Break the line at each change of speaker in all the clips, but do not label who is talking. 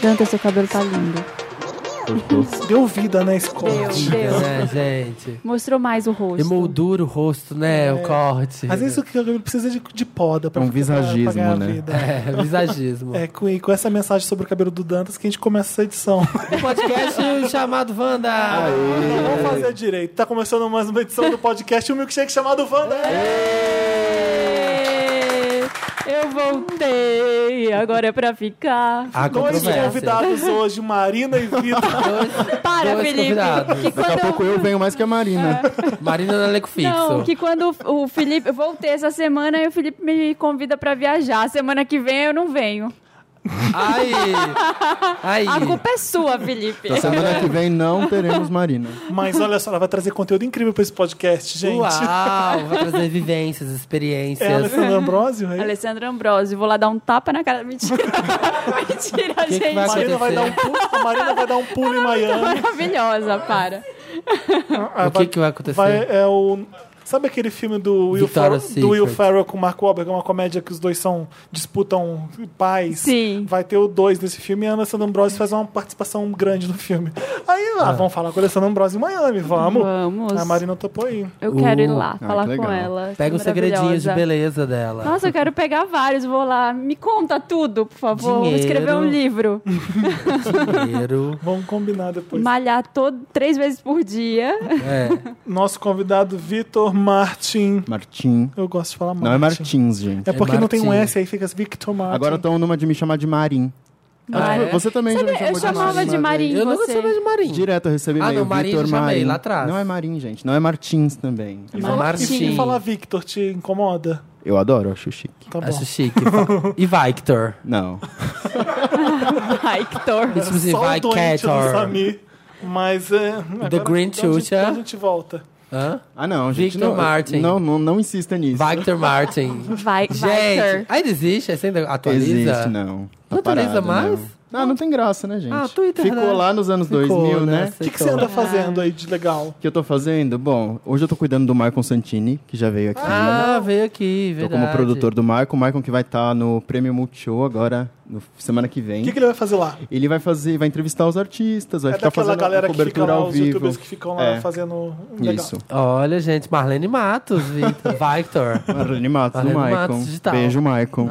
Danta, seu cabelo tá lindo.
Deu vida na escola.
Deus, Deus.
né, gente?
Mostrou mais o rosto.
Emoldura o rosto, né? O corte.
Às vezes o cabelo precisa de, de poda pra
É um
ficar-
visagismo,
pra ganhar a
né?
vida.
É, visagismo.
É, com, e com essa mensagem sobre o cabelo do Dantas que a gente começa essa edição.
Um podcast chamado
Ah,
Wanda.
Não, vamos fazer direito. Tá começando mais uma edição do podcast, um milkshake chamado Wanda.
Ê, Eu voltei, agora é pra ficar.
A
Dois
controvérsia.
convidados hoje, Marina e Vitor.
Para,
dois
Felipe.
convidados.
Que
Daqui a
quando
pouco eu venho mais que a Marina.
É. Marina na Leco Fixo.
Não, que quando o o Felipe. Eu voltei essa semana e o Felipe me convida pra viajar. Semana que vem eu não venho.
Ai! Ai!
A culpa é sua, Felipe.
Na Então, semana que vem não teremos Marina.
Mas olha só, ela vai trazer conteúdo incrível pra esse podcast, gente.
Uau! Vai trazer vivências,
É
experiências. O
Alessandro Ambrosio, é? isso?
Alessandra Ambrosio, vou lá dar um tapa na cara. Mentira. Mentira,
que
gente.
vai
Marina vai dar um pulo, a Marina vai dar um pulo em Miami.
Maravilhosa, para.
Ah,
que, que vai acontecer?
vai- é o Sabe aquele filme do Will, Fer
Victoria's
do Will
Secret.
Ferrell com o Mark Wahlberg? É uma comédia que os dois são disputam pais.
Sim.
Vai ter o dois desse filme e a Alessandra Ambrosio faz uma participação grande no filme. Aí
É.
lá, vamos falar com a Alessandra Ambrosio em Miami, vamos. Ah,
Vamos.
A Marina topou aí.
Eu quero ir lá,
Ah, que
falar com
legal.
ela.
Pega
um
os segredinhos de beleza dela.
Nossa, eu quero pegar vários, vou lá. Me conta tudo, por favor. Vou
Dinheiro.
escrever um livro.
Dinheiro.
Vamos combinar depois.
Malhar todo, três vezes por dia.
É.
Nosso convidado, Vitor Martin.
Martim.
Eu gosto de falar Martin.
Não é Martins, gente.
É porque não tem um
Martin.
S aí, fica Victor Martin.
Agora estão numa de me chamar de Marim.
Ah,
Mari-
é?
Você também
Sabe,
já me chamou
eu chamava de
Marim.
Marim
Eu nunca
você.
chamei de Marinho.
Direto eu recebi
Ah,
e-mail,
não, Marim
Vitor
já chamei,
Marim.
lá atrás.
Não é Marim, gente. Não é Martins também.
E
Mas
falar,
Martin.
e falar Victor te incomoda?
Eu adoro, acho chique.
Tá bom.
Acho chique. E Victor.
Não.
Ai, Hector.
Exclusive
Só o doente do
Victor.
Samir. Mas é. agora,
Green
então a
Tutor.
gente- então A gente volta.
Hã?
Ah, não, gente.
Victor
não,
Martin.
Não, não, não insista nisso.
Victor Martin.
Vai,
Gente,
Victor.
ainda existe? Você ainda atualiza?
Existe, né? Tá não.
Não atualiza mais?
Não. Ah, não tem graça, né, gente?
Ah, Twitter,
Ficou
né?
lá nos anos
Ficou,
2000, né?
O que, que você anda fazendo aí de legal?
O que eu tô fazendo? Bom, hoje eu tô cuidando do Maicon Santini, que já veio aqui.
Ah, veio aqui,
tô
verdade.
como produtor do Maicon. O Maicon que vai estar no Prêmio Multishow agora, no, semana que
O
vem.
que, que ele vai fazer lá?
Ele vai fazer, vai entrevistar os artistas, vai
é
ficar
daquela
tá fazendo
galera
a
que fica
cobertura
lá,
ao
os
vivo.
youtubers que ficam lá
É.
fazendo legal.
Isso.
Olha, gente, Marlene Matos, Victor. Victor.
Marlene Matos do
Marlene
Maicon.
Matos digital. É.
Beijo, Maicon.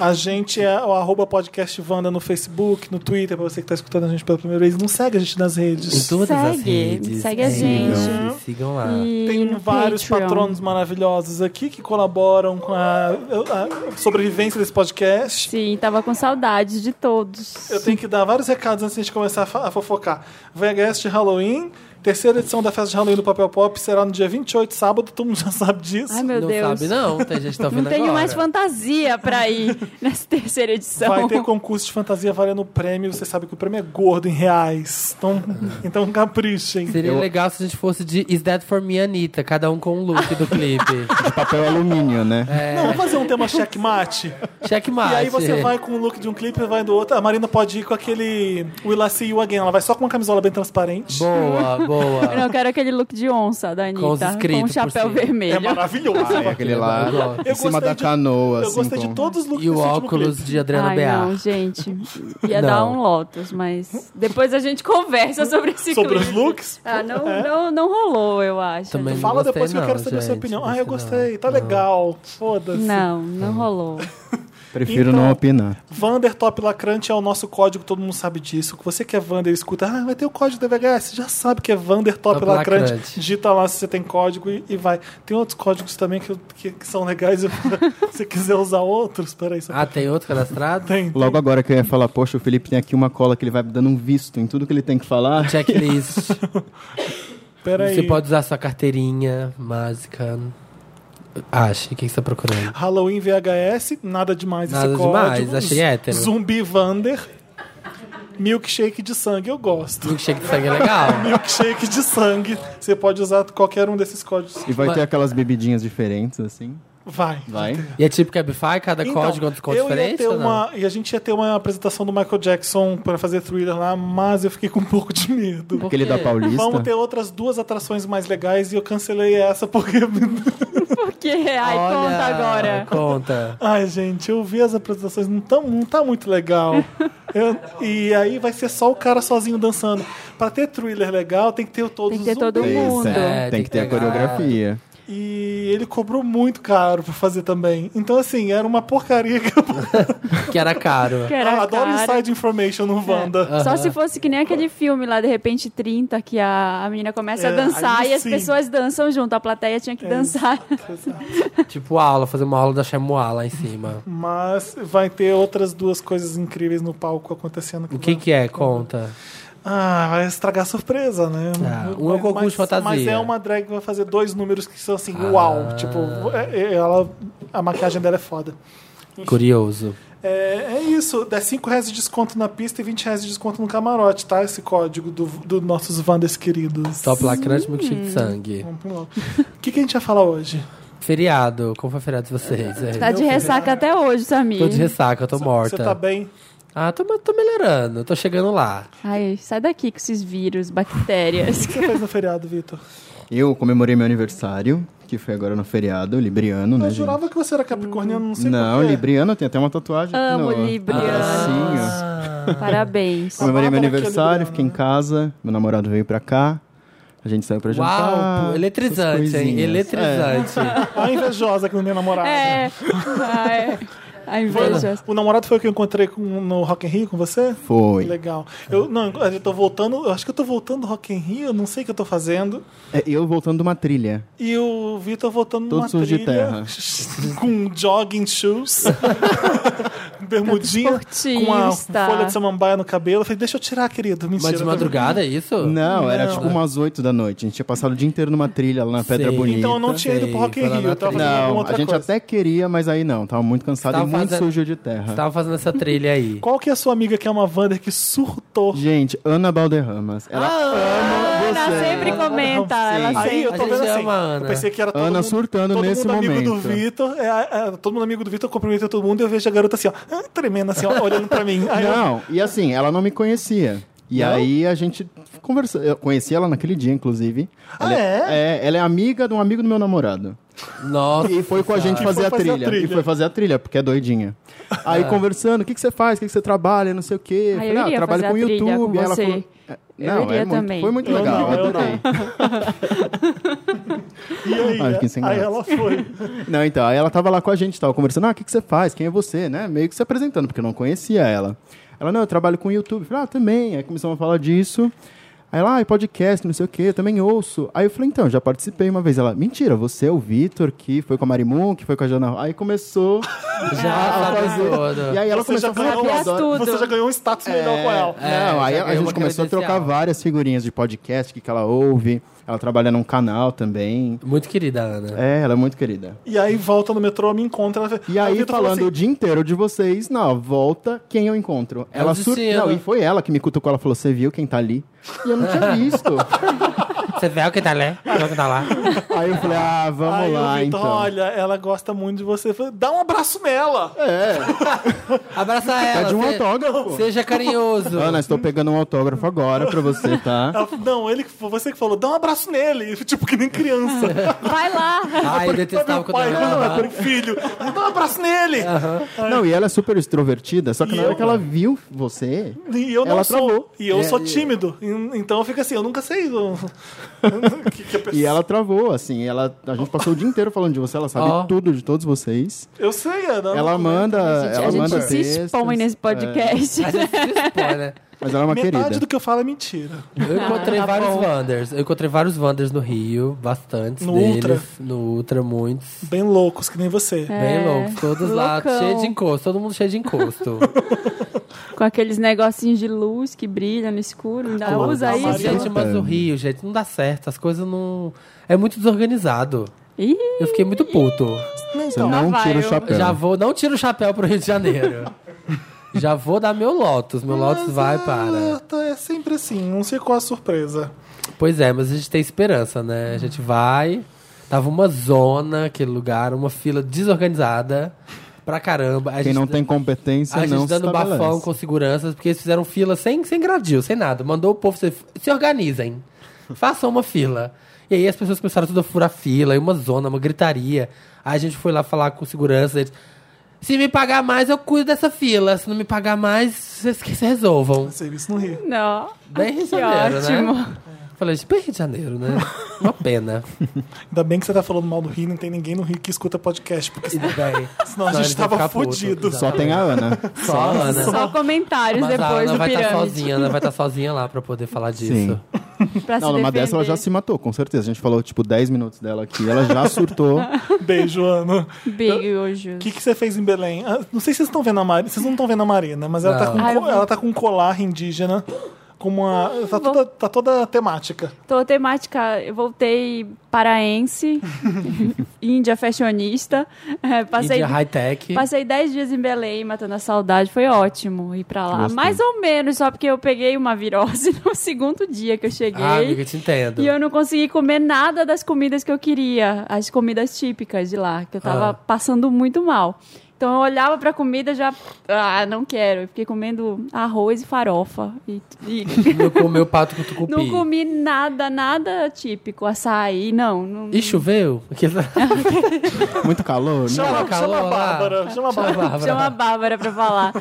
A gente é o arroba podcast Wanda no Facebook, no Twitter, pra você que tá escutando a gente pela primeira vez. Não segue a gente nas
Em
redes.
todas as
Segue,
redes.
segue a
Sigam,
gente.
Sigam lá.
E
Tem
no
vários
Patreon.
patronos maravilhosos aqui que colaboram com a, a sobrevivência desse podcast.
Sim, tava com saudade de todos.
Eu tenho que dar vários recados antes de a gente começar a fa- a fofocar. VHS de Halloween, terceira edição da festa de Halloween do Papel Pop será no dia 28, sábado, todo mundo já sabe disso.
Ai, meu
não
Deus.
sabe, não. Tem gente que tá
Não
ouvindo
tenho
agora.
mais fantasia pra ir nessa terceira edição.
Vai ter concurso de fantasia valendo prêmio, você sabe que o prêmio é gordo em reais. Então, então caprichem.
Seria
Eu-
legal se a gente fosse de Is That For Me, Anitta. Cada um com um look do clipe.
De papel alumínio, né?
É,
Não, vamos fazer um tema checkmate.
Checkmate.
E
Ah,
aí você vai com o look de um clipe, vai do outro. A Marina pode ir com aquele Will I See You Again. Ela vai só com uma camisola bem transparente.
Boa, boa.
Não, eu quero aquele look de onça da Anitta.
Com os
com um
escritos por
chapéu
cima.
É
vermelho.
maravilhoso.
Ah, é aquele lá
Eu gosto.
em cima da canoa,
Eu
assim,
gostei
com-
de todos os looks
E o
desse último
óculos
clipe.
de Adriana
Ai,
Bear.
não, gente. Ia
Não.
dar um Lotus, mas depois a gente conversa sobre esse
Sobre os
clipe.
looks?
Ah, não, não, não rolou, eu acho.
Também não
Fala
gostei,
depois que eu
não,
quero saber a sua
gente,
opinião.
não
Ah, eu
gostei,
gostei, tá legal. Foda-se.
Não,
Hum.
não rolou.
Prefiro
Então-
não opinar.
Vander Top Lacrante é o nosso código, todo mundo sabe disso. Que você que é Vander escuta, ah, vai ter o código da VHS. Já sabe que é Vander Top,
Top
Lacrante.
Lacrante.
Digita lá se você tem código e, e vai. Tem outros códigos também que, que- que são legais. Se você quiser usar outros, peraí. Só...
Ah, tem outro cadastrado?
tem, tem.
Logo agora que eu ia falar, poxa, o Felipe tem aqui uma cola que ele vai dando um visto em tudo que ele tem que falar.
Checklist.
Peraí.
Você pode usar sua carteirinha mágica. Ache, o que você tá procurando?
Halloween VHS, nada demais
Nada
esse código.
demais, achei hétero.
Zumbi Vander. Milkshake de sangue, eu gosto.
Milkshake de sangue é legal.
Milkshake de sangue. Você pode usar qualquer um desses códigos.
E vai
Mas-
ter aquelas bebidinhas diferentes, assim.
Vai.
Vai.
E é tipo Cabify, cada código é um desconto
Então, eu
diferente?
ia ter
ou não?
uma, e a gente ia ter uma apresentação do Michael Jackson pra fazer thriller lá, mas eu fiquei com um pouco de medo.
Aquele
quê?
da Paulista.
Vamos ter outras duas atrações mais legais e eu cancelei essa porque
Porque, ai,
Olha,
conta agora.
Ah, Conta.
Ai, gente, eu vi as apresentações, não, tão, não tá muito legal. Eu- e aí vai ser só o cara sozinho dançando. Pra ter thriller legal, tem que ter
Tem
todos
que ter
os
todo
zumbis.
mundo.
Isso, é,
É,
tem,
tem
que
que
ter a
pegar.
coreografia.
E ele cobrou muito caro pra fazer também. Então, assim, era uma porcaria que eu
Que era caro.
Que era
adoro
cara. É.
inside information no Wanda.
Só se fosse que nem aquele filme lá, de repente 30, que a, a menina começa
É,
a dançar
aí
e as
sim. É.
pessoas dançam junto. A plateia tinha que dançar.
Tipo aula, fazer uma aula da Chamoá lá em cima.
Mas vai ter outras duas coisas incríveis no palco acontecendo.
O que que é? Conta.
Ah, vai estragar a surpresa, né?
Ah, um é o concurso de fantasia.
Mas é uma drag que vai fazer dois números que são assim,
Ah.
uau. Tipo, é- é- ela, a maquiagem dela é foda.
Curioso.
É, é isso, dá 5 reais de desconto na pista e 20 reais de desconto no camarote, tá? Esse código do, do nossos Wanders queridos.
Top lacrante, milkshake de sangue.
Vamos pro logo. O que, que a gente vai falar hoje?
Feriado. Como foi feriado de vocês? É.
Tá de ressaca até hoje, Samir.
Tô de ressaca, eu tô
Você
morta.
tá bem?
Ah, tô, tô melhorando, tô chegando lá.
Ai, sai daqui com esses vírus, bactérias.
O que você fez no feriado, Vitor?
Eu comemorei meu aniversário, que foi agora no feriado, libriano, né,
Eu
gente?
jurava que você era capricorniano, não sei
Não,
por quê.
libriano, tem até uma tatuagem aqui
Amo
no- no
libriano.
bracinho.
Parabéns.
Comemorei meu
Bárbara que é
aniversário,
libriana,
fiquei em
né?
casa, meu namorado veio pra cá, a gente saiu pra jantar.
Uau, pô,
essas
eletrizante, hein?
coisinhas. É.
Eletrizante.
A invejosa que não minha namorada.
É. Ai, a inveja.
O namorado foi o que eu encontrei com- no Rock in Rio com você?
É, foi.
Legal. Eu não, eu tô voltando, eu acho que eu tô voltando do Rock in Rio, eu não sei o que eu tô fazendo.
É, eu voltando de uma trilha.
E o Vitor voltando
Todo
numa
sujo de
trilha
terra.
com jogging shoes, bermudinha, com uma
Tá esportista.
folha de samambaia no cabelo. Eu falei, deixa eu tirar, querido. Mentira.
Mas de madrugada, é isso?
Não, era tipo umas 8 da noite. A gente tinha passado o dia inteiro numa trilha lá na Pedra
Sei.
Bonita.
Então eu não tinha ido pro Rock in
Foi lá
Rio,
na
eu tava
trilha.
fazendo alguma
Não,
outra
a gente
coisa.
até queria, mas aí não. Tava muito cansado
Tava
e muito
fazendo-
sujo de
Você
terra.
tava fazendo essa trilha aí.
Qual que é a sua amiga que é uma Wander que surtou?
Gente, Ana Balderramas. Ela
Ah,
ama
Ana
você.
sempre comenta. Ela
Aí eu
sempre.
tô
A gente
vendo assim,
ama a Ana.
eu pensei que era todo
Ana
mundo,
surtando
todo
nesse
mundo amigo do
momento.
Vitor, é, é, todo mundo amigo do Vitor, cumprimenta todo mundo e eu vejo a garota assim, ó, ah, tremendo assim, ó, olhando pra mim. Aí eu-
Não, e assim, ela não me conhecia. E aí a gente conversou. Eu conheci ela naquele dia, inclusive.
Ah,
Ela
é?
é? Ela é amiga de um amigo do meu namorado.
Nossa.
E foi com a gente
E
fazer,
foi
a,
fazer a
trilha.
trilha. Ah.
E foi fazer a trilha, porque é doidinha. Aí conversando, o que, que você faz? O que, que você trabalha? Não sei o quê. "Ah,
Ai, Ah, eu iria
trabalho
fazer a
com
trilha
YouTube.
com
Aí ela
você.
falou- É,
Eu
não,
iria
é muito-
também.
foi muito
Eu
legal,
não, eu
adorei.
E aí,
Ai, que sem
aí
graça.
ela foi.
Não, então, aí ela tava lá com a gente, tava conversando, ah, o que, que você faz? Quem é você, né? Meio que se apresentando, porque eu não conhecia ela. Ela, não, eu trabalho com YouTube. Eu falei, ah, também. Aí começamos a falar disso. Aí ela, ah, e podcast, não sei o quê, eu também ouço. Aí eu falei, então, já participei uma vez. Ela, mentira, você é o Vitor, que foi com a Marimun, que foi com a Jana. Aí começou.
Já sabe
E
tudo.
aí ela
Você já,
começou a falar,
ganhou,
"Pô,
Sabia
adoro- É.
tudo.
você já ganhou um status melhor com ela.
não,
É, já
aí a
ganhou uma
gente começou a trocar
credencial.
várias figurinhas de podcast que, que ela ouve. Ela trabalha num canal também.
Muito querida, Ana.
É, ela é muito querida.
E aí volta no metrô, me encontra. ela-
E aí,
o Vitor falou
falando o
assim,
dia inteiro de vocês, na volta, quem eu encontro?
É
ela
o
sur...
destino.
Não, e foi ela que me cutucou, ela falou, você viu quem tá ali? E eu não tinha visto.
Você vê o que tá lá? Vê o que tá lá?
aí eu falei, ah, vamos
aí o
lá,
Vitor,
então.
olha, ela gosta muito de você. Eu falei, Dá um abraço nela.
É.
Abraça ela.
Pede um
se-
autógrafo.
Seja carinhoso.
Ana, estou pegando um autógrafo agora pra você, tá?
Ela falou, não, ele, foi você que falou, dá um abraço nele. Tipo, que nem criança.
Vai lá.
Ai, eu
Sabe
tá
detestava
o
quando
pai
eu
quando
era
ela
lá.
tem filho? Aí Dá um abraço nele.
Não, e ela é super extrovertida, só que
E
na hora
eu-
que ela viu você...
E eu não
Ela
sou.
travou.
E eu
É,
sou
e-
tímido. E- Então eu fico assim, eu nunca sei do- que, que a pessoa-
E ela travou, assim, ela, a gente passou o dia inteiro falando de você, ela sabe
Ó.
tudo de todos vocês.
Eu sei, é, Ana.
Ela é manda, ela
a gente
manda
se expõe
textos, é.
nesse podcast.
A gente se expõe, né?
Mas ela é uma
Metade
querida.
do que eu falo é mentira.
Eu encontrei
tá
vários
bom.
Wanders. Eu encontrei vários Wanders no Rio, bastantes
No
deles.
Ultra?
No Ultra, muitos.
Bem loucos, que nem você.
É,
Bem loucos, todos lá,
loucão.
cheio de encosto, todo mundo cheio de encosto.
Com aqueles negocinhos de luz que brilham no escuro. Ainda usa
Maria-
isso?
gente, mas o Rio, gente, não dá certo, as coisas não. É muito desorganizado.
Ih,
Eu fiquei muito puto.
Então,
Você não
vai,
tira o
eu-
chapéu.
Já vou, não tiro o chapéu pro Rio de Janeiro. Já vou dar meu Lotus, meu Lotus
Mas,
vai
ah,
para.
tá, É sempre assim, não sei qual a surpresa.
Pois é, mas a gente tem esperança, né? A gente vai. Tava uma zona aquele lugar, uma fila desorganizada pra caramba. A
Quem
gente-
não tem competência
A
não
gente
se
dando bafão
estabelece.
com seguranças, porque eles fizeram fila sem, sem gradil, sem nada. Mandou o povo se, se organizem. Façam uma fila. E aí as pessoas começaram tudo a furar fila, aí uma zona, uma gritaria. Aí a gente foi lá falar com segurança, eles... Se me pagar mais, eu cuido dessa fila. Se não me pagar mais, vocês que se resolvam.
Serviço no Rio.
Não.
Bem Rio de
que
Janeiro,
ótimo.
né? Falei, gente, bem Rio de Janeiro, né? Uma pena.
Ainda bem que você tá falando mal do Rio, não tem ninguém no Rio que escuta podcast, porque senão,
Bem,
senão a
Não,
gente
eles vão
tava
ficar puto,
fudido.
exato.
Só tem a Ana.
só a Ana.
Só comentários
Mas a
depois
Ana
do
vai estar
pirâmide.
sozinha, Ana vai estar sozinha lá pra poder falar disso.
Sim.
pra
Não,
se
numa
defender.
dessa ela já se matou, com certeza. A gente falou, tipo, 10 minutos dela aqui. Ela já surtou.
Beijo, Ana.
Big
O
hoje.
que, que você fez em Belém? Ah, Não sei se vocês estão vendo a Marina. Vocês não estão vendo a Marina, mas ela tá,
Não.
com,
Ah, eu
co-
vi.
ela tá com um colar indígena. Com uma. Tá toda, tá toda temática.
Tô temática, eu voltei paraense, índia fashionista, é, passei
Índia high-tech.
Passei 10 dias em Belém, matando a saudade, foi ótimo ir pra lá.
Gostei.
Mais ou menos, só porque eu peguei uma virose no segundo dia que eu cheguei.
Ah, amiga, eu te entendo.
E eu não consegui comer nada das comidas que eu queria, as comidas típicas de lá, que eu tava
Ah.
passando muito mal. Então eu olhava pra comida e já, ah, não quero. Eu fiquei comendo arroz e farofa. E, e
Não comeu pato com tucupi.
não comi nada, nada típico, açaí, não. não
E choveu? Aquele-
Muito calor, né?
Chama, chama a
calor lá.
Bárbara. Chama a
Chama a
Bárbara.
Bárbara.
Chama a Bárbara pra falar.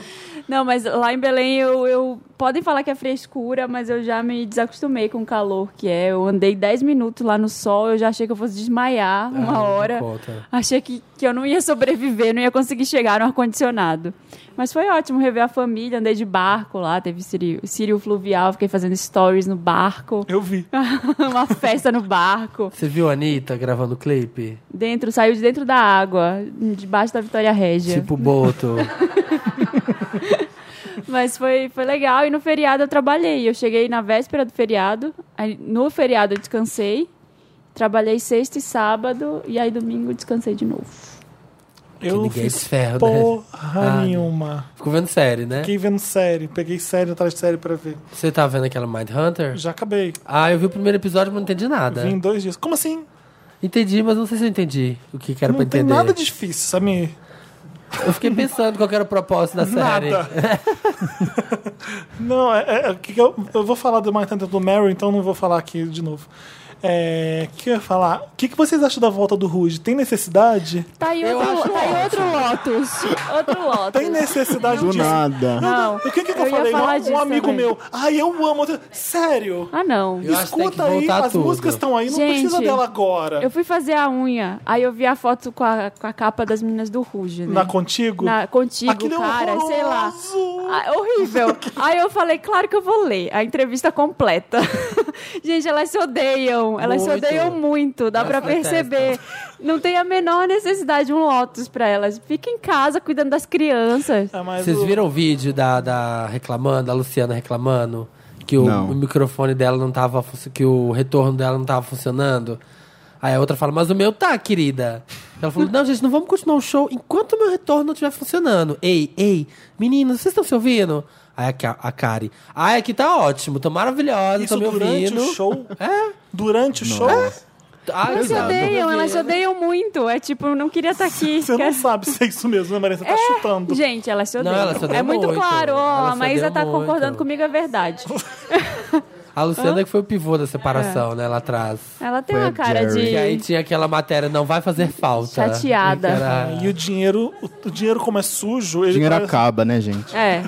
Não, mas lá em Belém eu, eu- Podem falar que é frescura, mas eu já me desacostumei com o calor que é. Eu andei 10 minutos lá no sol, eu já achei que eu fosse desmaiar
Ah,
uma
não
hora.
conta.
Achei que, que eu não ia sobreviver, não ia conseguir chegar no ar-condicionado. Mas foi ótimo rever a família, andei de barco lá, teve Sírio, sírio Fluvial, fiquei fazendo stories no barco.
Eu vi.
uma festa no barco.
Você viu a Anitta gravando o clipe?
Dentro, saiu de dentro da água, debaixo da Vitória Régia.
Tipo Boto.
Mas foi, foi legal. E no feriado eu trabalhei. Eu cheguei na véspera do feriado. Aí, no feriado eu descansei. Trabalhei sexta e sábado. E aí domingo eu descansei de novo.
Eu
ninguém
fiz
se ferra, né?
porra
Ah,
nenhuma.
Ficou vendo série, né?
Fiquei vendo série. Peguei série atrás de série pra ver.
Você tá vendo aquela Mindhunter?
Já acabei.
Ah, eu vi o primeiro episódio, mas não entendi nada.
Vim em dois dias. Como assim?
Entendi, mas não sei se eu entendi o que, que era
Não
pra
tem
entender.
nada difícil, Samir.
Eu fiquei pensando qual que era o propósito da série.
Nada. não, é, é- é que que eu, eu vou falar do Martin do Mary, então não vou falar aqui de novo. É, o que eu ia falar? O que, que vocês acham da volta do Ruge? Tem necessidade?
Tá aí
Eu
outro,
acho
tá aí outro Lotus. Outro Lotus.
Tem necessidade
Do
disso?
nada.
Não.
O que, que, que
Eu
eu,
ia
falei? Um-
falar
Um,
disso
amigo
também.
meu. Ai, eu amo. Sério?
Ah, não.
Eu acho que tem que
Escuta aí,
voltar
as
tudo.
músicas estão aí, não
Gente,
precisa dela agora.
Eu fui fazer a unha. Aí eu vi a foto com a, com a capa das meninas do Ruge, né?
Na Contigo?
Na- contigo,
Aquilo é
cara, sei lá.
horroroso.
Ah, horrível. Aí eu falei, claro que eu vou ler a entrevista completa. Gente, elas se odeiam. Elas se
Muito.
odeiam muito, dá
Elas
pra
detestam.
perceber. Não tem a menor necessidade de um Lotus pra elas. Fica em casa cuidando das crianças.
Ah, mas
Vocês
o-
viram o vídeo da, da reclamando, da Luciana reclamando que o,
Não.
o microfone dela não tava funci- que o retorno dela não tava funcionando? Aí a outra fala, mas o meu tá, querida. Ela falou, não, gente, não vamos continuar o show enquanto o meu retorno não estiver funcionando. Ei, ei, meninos, vocês estão se ouvindo? Aí a, Ca- a Kari, ai, aqui tá ótimo, tô maravilhosa,
Isso
tô me
durante
ouvindo.
o show?
É.
Durante o show?
Ai,
Elas se
tá, tô me
odeiam, elas se
ouvindo.
odeiam muito. É tipo, não queria estar aqui.
Você não
Quer-
sabe se é isso mesmo, né, Marina? Você tá chutando.
Gente, elas se odeiam.
elas se odeiam
é muito,
muito.
claro, ó.
Elas
a
se
Maísa
odeiam
tá
muito.
concordando comigo, é verdade.
A Luciana que foi o pivô da separação, né, lá atrás.
Ela tem
Foi
uma
a
cara
Jerry.
de.
E aí tinha aquela matéria, não vai fazer falta.
Chateada.
Que era-
E o dinheiro, o, o dinheiro como é sujo, ele
O dinheiro
parece-
acaba, né, gente?
É.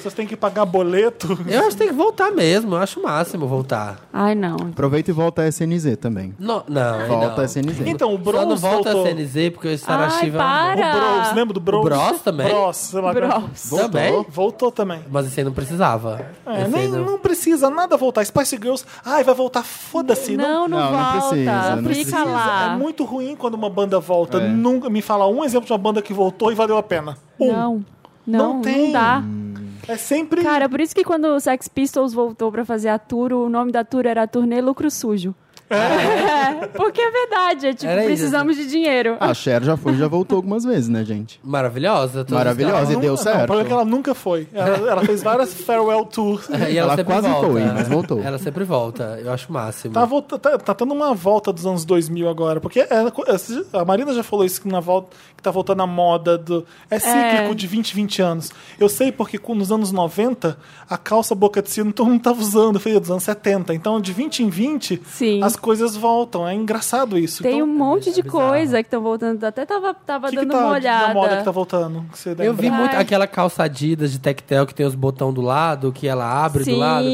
Vocês têm que pagar boleto.
Eu acho que tem que voltar mesmo, eu acho o máximo voltar.
Ai, não.
Aproveita e volta a SNZ também.
Não, não. aí
Volta
não.
a SNZ.
Então, o
É. Só não
Bros
volta
voltou.
a CNZ porque o
Ai,
Sarashiva.
O
para.
Bros, lembra do Bros?
O Bros também?
Bros, sei lá. como é
Bros.
Voltou. Também?
que- Voltou também.
é. Mas esse aí não precisava.
É,
Esse aí
nem,
não-
não precisa nada voltar. Spice Girls, ai, vai voltar, foda-se.
Não, tá. não,
Não,
Não, não
volta.
precisa, não
Fica
precisa.
lá.
É muito ruim quando uma banda volta.
É.
Nunca me fala um exemplo de uma banda que voltou e valeu a pena. Um.
Não. Não,
Não
não,
tem.
dá.
É sempre.
Cara, por isso que quando o Sex Pistols voltou pra fazer a tour, o nome da tour era Turnê Lucro Sujo. É. porque é verdade, é tipo,
Era isso.
precisamos de dinheiro.
Ah,
A Ah, Cher já foi, já voltou algumas vezes, né, gente?
Maravilhosa. todos
Maravilhosa.
Nunca-
deu
não,
certo.
o problema é que ela nunca foi. Ela, ela fez várias farewell tours.
elas. E ela,
Ela
sempre
quase
volta.
foi, mas voltou.
Ela sempre volta, eu acho o máximo.
Tá, volta, tá, tá tendo uma volta dos anos 2000 agora, porque é- é- a Marina já falou isso que na volta que tá voltando a moda do é cíclico de 20, 20 anos. Eu sei porque com- nos anos 90 a calça boca de sino todo mundo tava usando, foi dos anos 70. Então de 20 em 20
Sim.
as coisas voltam. É engraçado isso.
Tem
Então,
um monte de
é bizarro.
coisa que estão voltando. Até tava, tava
o que
dando
que
uma
tá da moda que tá
olhada.
voltando? que você
Eu
lembra?
vi muito
Ai.
aquela calça Adidas de tectel que tem os botão do lado, que ela abre do
Sim.
lado.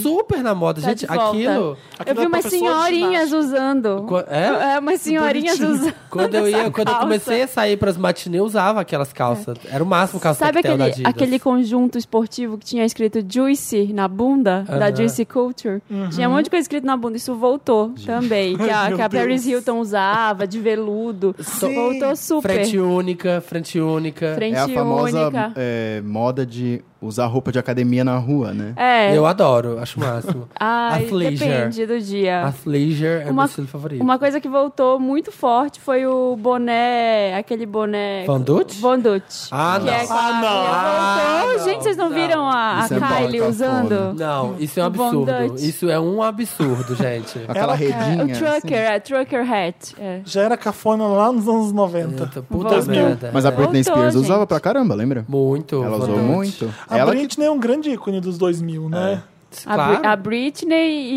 Super na moda,
Tá
gente.
de volta.
Aquilo.
Eu
Aquilo
vi
é pra
umas
pessoa de
senhorinhas
ginástica.
usando.
Co- é?
É, umas senhorinhas
Bonitinho.
usando.
Quando eu ia,
essa
quando eu
calça.
comecei a sair pras matinê, eu usava aquelas calças. Era o máximo calça
Sabe
tectel da
aquele,
Adidas.
aquele conjunto esportivo que tinha escrito Juicy na bunda, da
Aham.
Juicy Culture? Tinha um monte de coisa escrito na bunda, isso voltou também. Que a,
Meu
que a
Deus.
Paris Hilton usava, de veludo.
Sim.
Voltou super.
Frente única, frente única.
Frente
É a famosa
única.
é, moda de usar roupa de academia na rua, né?
É.
Eu adoro, acho o máximo.
Ai,
Athleisure.
depende do dia.
Athleisure é
Uma-
meu estilo favorito.
Uma coisa que voltou muito forte foi o boné, aquele boné.
Van Dutch?
Van Dutch.
Ah,
que
não.
É com a-
Ah, não.
Voltou.
Ah, não.
Gente, vocês não,
Não.
viram a, a
Isso é bom,
Kylie
tá
usando?
Não, isso é um
O Von
absurdo.
Dutch.
Isso é um absurdo, gente.
Ela-
Aquela
É,
redinha.
o
assim.
trucker, é, trucker hat. é.
Já era cafona lá nos anos 90.
Puta, puta
Voltou.
merda.
Mas a Britney
É. Voltou,
Spears usava
gente.
pra caramba, lembra?
Muito.
Ela
Von
usou
Dutch.
muito.
A
Ela que
Britney é um grande ícone dos 2000, né?
A,
Claro.
Bri- a Britney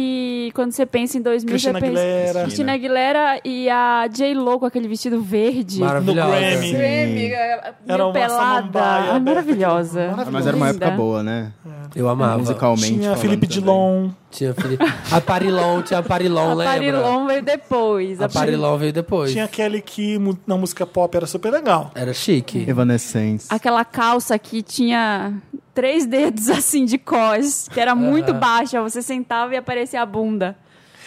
e quando você pensa em 2000,
Cristina
você pensa...
Aguilera.
Cristina Aguilera e a J-Lo com aquele vestido verde.
Maravilhosa.
No Grammy.
é Sim.
Grammy,
Era
é, meio
uma
pelada.
samambaia
Ai,
aberta.
Ah, maravilhosa.
Maravilhosa.
Ah, Mas era uma época
Linda.
boa, né?
Eu amava.
Musicalmente.
Tinha
falando
Felipe
também.
Dilon.
Tinha Felipe. A Parilon, tinha a Parilon,
A
lembra?
Parilon veio depois.
A Parilon veio depois.
Tinha aquele que mu- na música pop era super legal.
Era chique.
Evanescence.
aquela calça que tinha três dedos assim de cós, que era muito baixa, você sentava e aparecia a bunda.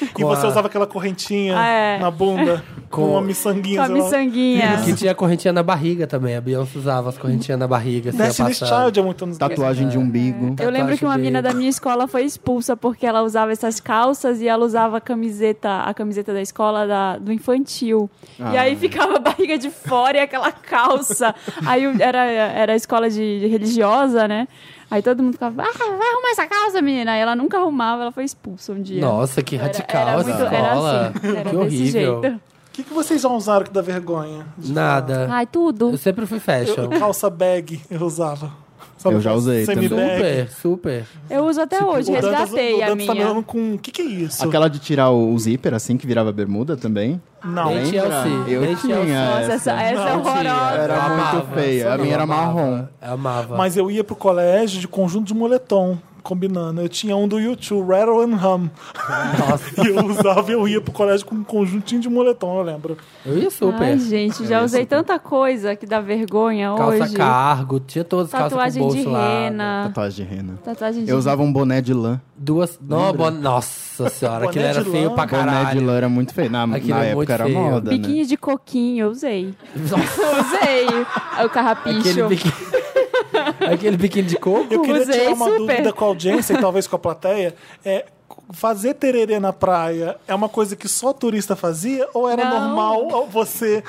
e
Com
você
a-
usava aquela correntinha
Ah, é.
na bunda com,
Com-
uma miçanguinha.
Com a
sei lá.
miçanguinha.
Que tinha correntinha na barriga também. A Beyoncé usava as correntinhas na barriga. Assim,
Destiny's
passar.
Child é muito anos
Tatuagem de umbigo.
É,
Eu lembro que uma
tatuagem
mina
de-
da minha escola foi expulsa porque ela usava essas calças e ela usava a camiseta, a camiseta da escola da- do infantil. E
Ah.
aí ficava a barriga de fora e aquela calça. aí o- era, era a escola de, de religiosa, né? Aí todo mundo ficava, ah, vai arrumar essa calça, menina. E ela nunca arrumava, ela foi expulsa um dia.
Nossa, que
Era-
radical
era
essa
muito- era
escola.
assim, era
que
desse
horrível.
jeito.
O que, que vocês já usaram que dá vergonha? De
Nada.
Ai, tudo.
Eu sempre fui fashion.
falar? Tipo, ah, Eu- calça bag eu usava. Sabe?
Eu já usei também.
Semi-bag.
Super, super.
Eu uso até hoje,
O Dantas-
resgatei
o
a
Dantas tá me
minha.
olhando com... O que que é isso?
Aquela de tirar o, o zíper, assim, que virava bermuda também.
Não.
Bem- Chelsea,
Eu
bem
tinha
Chelsea.
Nossa,
essa.
essa, essa é
Não, tia,
horrorosa.
Era
Eu
muito
amava,
feia.
só
A minha
eu
era
amava,
marrom.
Eu amava.
Mas eu ia pro colégio de conjunto de moletom, combinando. Eu tinha um do YouTube, Rattle and Hum.
Nossa,
E eu usava e eu ia pro colégio com um conjuntinho de moletom, eu lembro.
eu ia super.
Ai, gente, já
É,
usei
super.
tanta coisa que dá vergonha
calça
hoje.
cargo, tinha todas as calças com
Tatuagem de
bolso lá.
rena.
Tatuagem de rena.
Tatuagem de
Eu usava um boné de lã.
Duas. Não, bon... Nossa senhora,
Boné
aquilo era
de
feio
lã.
pra
Boné de
Ah, caralho.
lã era muito feio. Na,
Aquilo
na
é muito
época era
feio.
moda, né?
biquinho de coquinho, eu usei.
Nossa,
Eu usei o carrapicho.
aquele biquíni. aquele biquíni de coco?
Eu queria
Usei
tirar uma
super.
dúvida com a audiência e talvez com a plateia. É, fazer tererê na praia é uma coisa que só turista fazia? Ou era
Não.
normal você,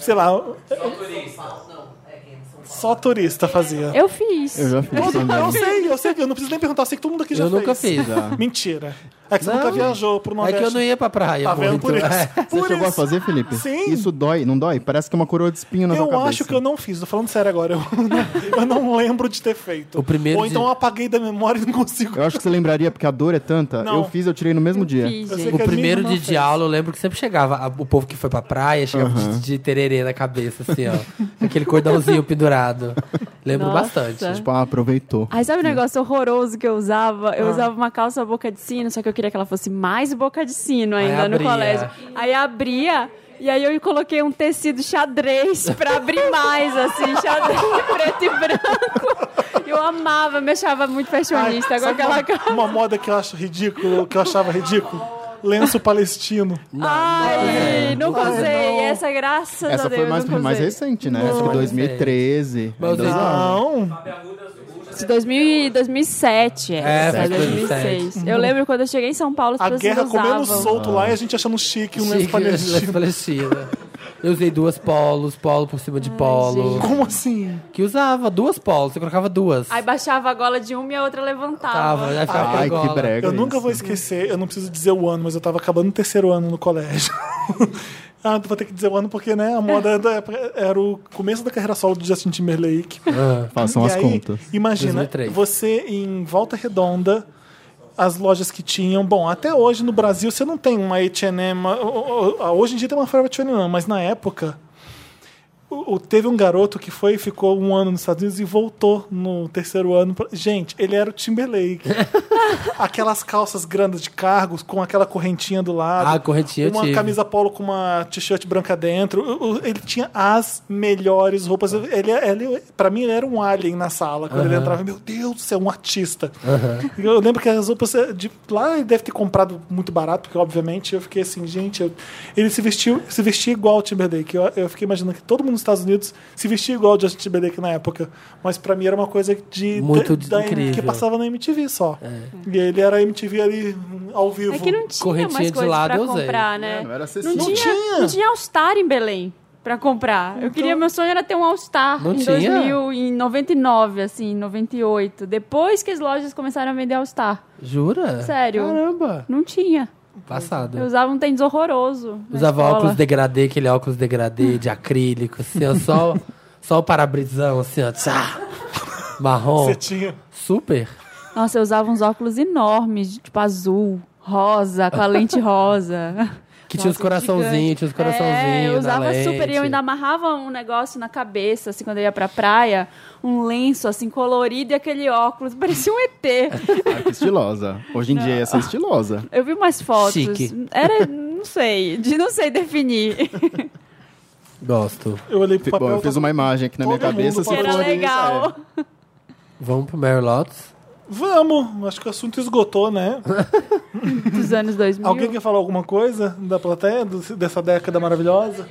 sei lá... Só turista. é Só turista fazia.
Eu fiz.
Eu já fiz
Todo- Eu
também.
sei, eu sei, eu não preciso nem perguntar, eu sei que todo mundo aqui já
Eu
fez.
nunca fiz.
Já.
Mentira. É que você
Não.
nunca viajou pro
É
Nordeste.
que eu não ia pra praia
Tá vendo
muito.
por isso?
É.
Por
Você chegou a
isso.
fazer, Felipe?
Sim.
Isso dói, não dói? Parece que é uma coroa de espinho na
Eu
sua cabeça.
acho que eu não fiz, tô falando sério agora. Eu não, eu não lembro de ter feito.
O primeiro
Ou então
de-
eu apaguei da memória e não consigo.
Eu acho que você lembraria, porque a dor é tanta.
Não.
Eu fiz, eu tirei no mesmo dia.
fiz,
Eu sei
gente.
que
O
a
primeiro
Nina
dia
não
de
fez.
aula, eu lembro que sempre chegava a- o povo que foi pra praia, chegava de, de tererê na cabeça, assim, ó. Aquele cordãozinho pendurado. Lembro
Nossa.
bastante.
Tipo, ah, aproveitou.
Aí sabe um negócio horroroso que eu usava? Eu usava uma calça boca de sino, só que eu queria que ela fosse mais boca de sino
Aí
ainda no
abria.
colégio. Aí abria e aí eu coloquei um tecido xadrez pra abrir mais, assim, xadrez preto e branco. Eu amava, me achava muito fashionista com
Sabe
aquela
uma,
calça.
uma moda que eu acho ridículo, que eu achava ridículo? Lenço palestino.
Ai, nunca
Ai,
usei.
não.
Essa, graças a
Essa
Deus,
foi mais,
nunca
mais
usei.
recente, né? Acho que
Não.
2013.
Mas
ainda
eu-
usava.
Não.
De 2000, e 2007, essa,
foi
2006. Eu lembro quando eu cheguei em São Paulo, as
A
pessoas
guerra comendo
usavam.
solto
Ah.
lá e a gente achando chique um lenço
né?
Chique, Lenço
palestino.
palestino. né? Eu usei duas polos, polo por cima de polo.
gente.
Como assim?
Que usava duas polos, você colocava duas.
Aí baixava a gola de uma e a outra levantava.
Tava, né? já ficava
Ai,
com a
que
gola.
brega.
Eu nunca
É isso.
vou esquecer, eu não preciso dizer o ano, mas eu tava acabando o terceiro ano no colégio. ah, vou ter que dizer o ano porque, né, a moda da época era o começo da carreira solo do Justin Timberlake.
Ah,
Façam
E
as
aí,
contas.
Imagina,
2003.
você em Volta Redonda, as lojas que tinham. Bom, até hoje no Brasil você não tem uma H&M. uma- o- o- Hoje em dia tem uma Forever 21, mas na época o- o- teve um garoto que foi e ficou um ano nos Estados Unidos e voltou no terceiro ano. pra- Gente, ele era o Timberlake. Aquelas calças grandes de cargos com aquela correntinha do lado.
Ah, correntinha eu
Uma
tive.
camisa polo com uma t-shirt branca dentro. O- o- Ele tinha as melhores roupas. Ele, ele, pra mim, ele era um alien na sala. Quando ele entrava, meu Deus do céu, um artista. Eu lembro que as roupas eh, de lá ele deve ter comprado muito barato, porque obviamente eu fiquei assim, gente, eu- ele se vestiu, se vestia igual o Timberlake. Eu, eu fiquei imaginando que todo mundo nos Estados Unidos se vestia igual o Justin Timberlake na época, mas pra mim era uma coisa de
Muito
da,
incrível.
que passava na MTV só.
É.
E ele era MTV ali hum, ao vivo.
É que não tinha
Correntinha
mais
de
coisa
lado
pra
eu usei.
comprar, né?
É, não era acessível.
Não
Não
tinha,
tinha.
não tinha All-Star em Belém pra comprar. Eu queria, meu sonho era ter um All-Star
Não
em
tinha?
2099, assim, em 98. Depois que as lojas começaram a vender All-Star.
Jura?
Sério.
Caramba.
Não tinha.
Passado.
Eu usava um tênis horroroso. na
Usava
escola.
óculos degradê, aquele óculos degradê de acrílico, assim, ó, só, só o parabrisão, assim, ó, tchá, marrom,
Você tinha.
super.
Nossa, eu usava uns óculos enormes, tipo azul, rosa, com a lente rosa.
Que tinha os
Nossa,
coraçãozinhos,
gigante.
tinha os coraçãozinhos
É, eu
na
usava super
lente.
e eu ainda amarrava um negócio na cabeça, assim, quando eu ia pra praia. Um lenço, assim, colorido e aquele óculos. Parecia um ET.
Ah, que estilosa. Hoje em dia ia ser estilosa.
Eu vi umas fotos.
Chique.
Era, não sei, de não sei definir.
Gosto.
Eu olhei pro
Fi-
papel.
Bom, eu fiz
tava-
uma imagem aqui na minha
todo
cabeça. assim,
mundo
só pra
Era
te dizer,
legal.
é.
Vamos pro Mary Lotus?
Vamos, acho que o assunto esgotou, né?
Dos anos 2000.
é. Alguém quer falar alguma coisa da plateia, do- dessa década maravilhosa?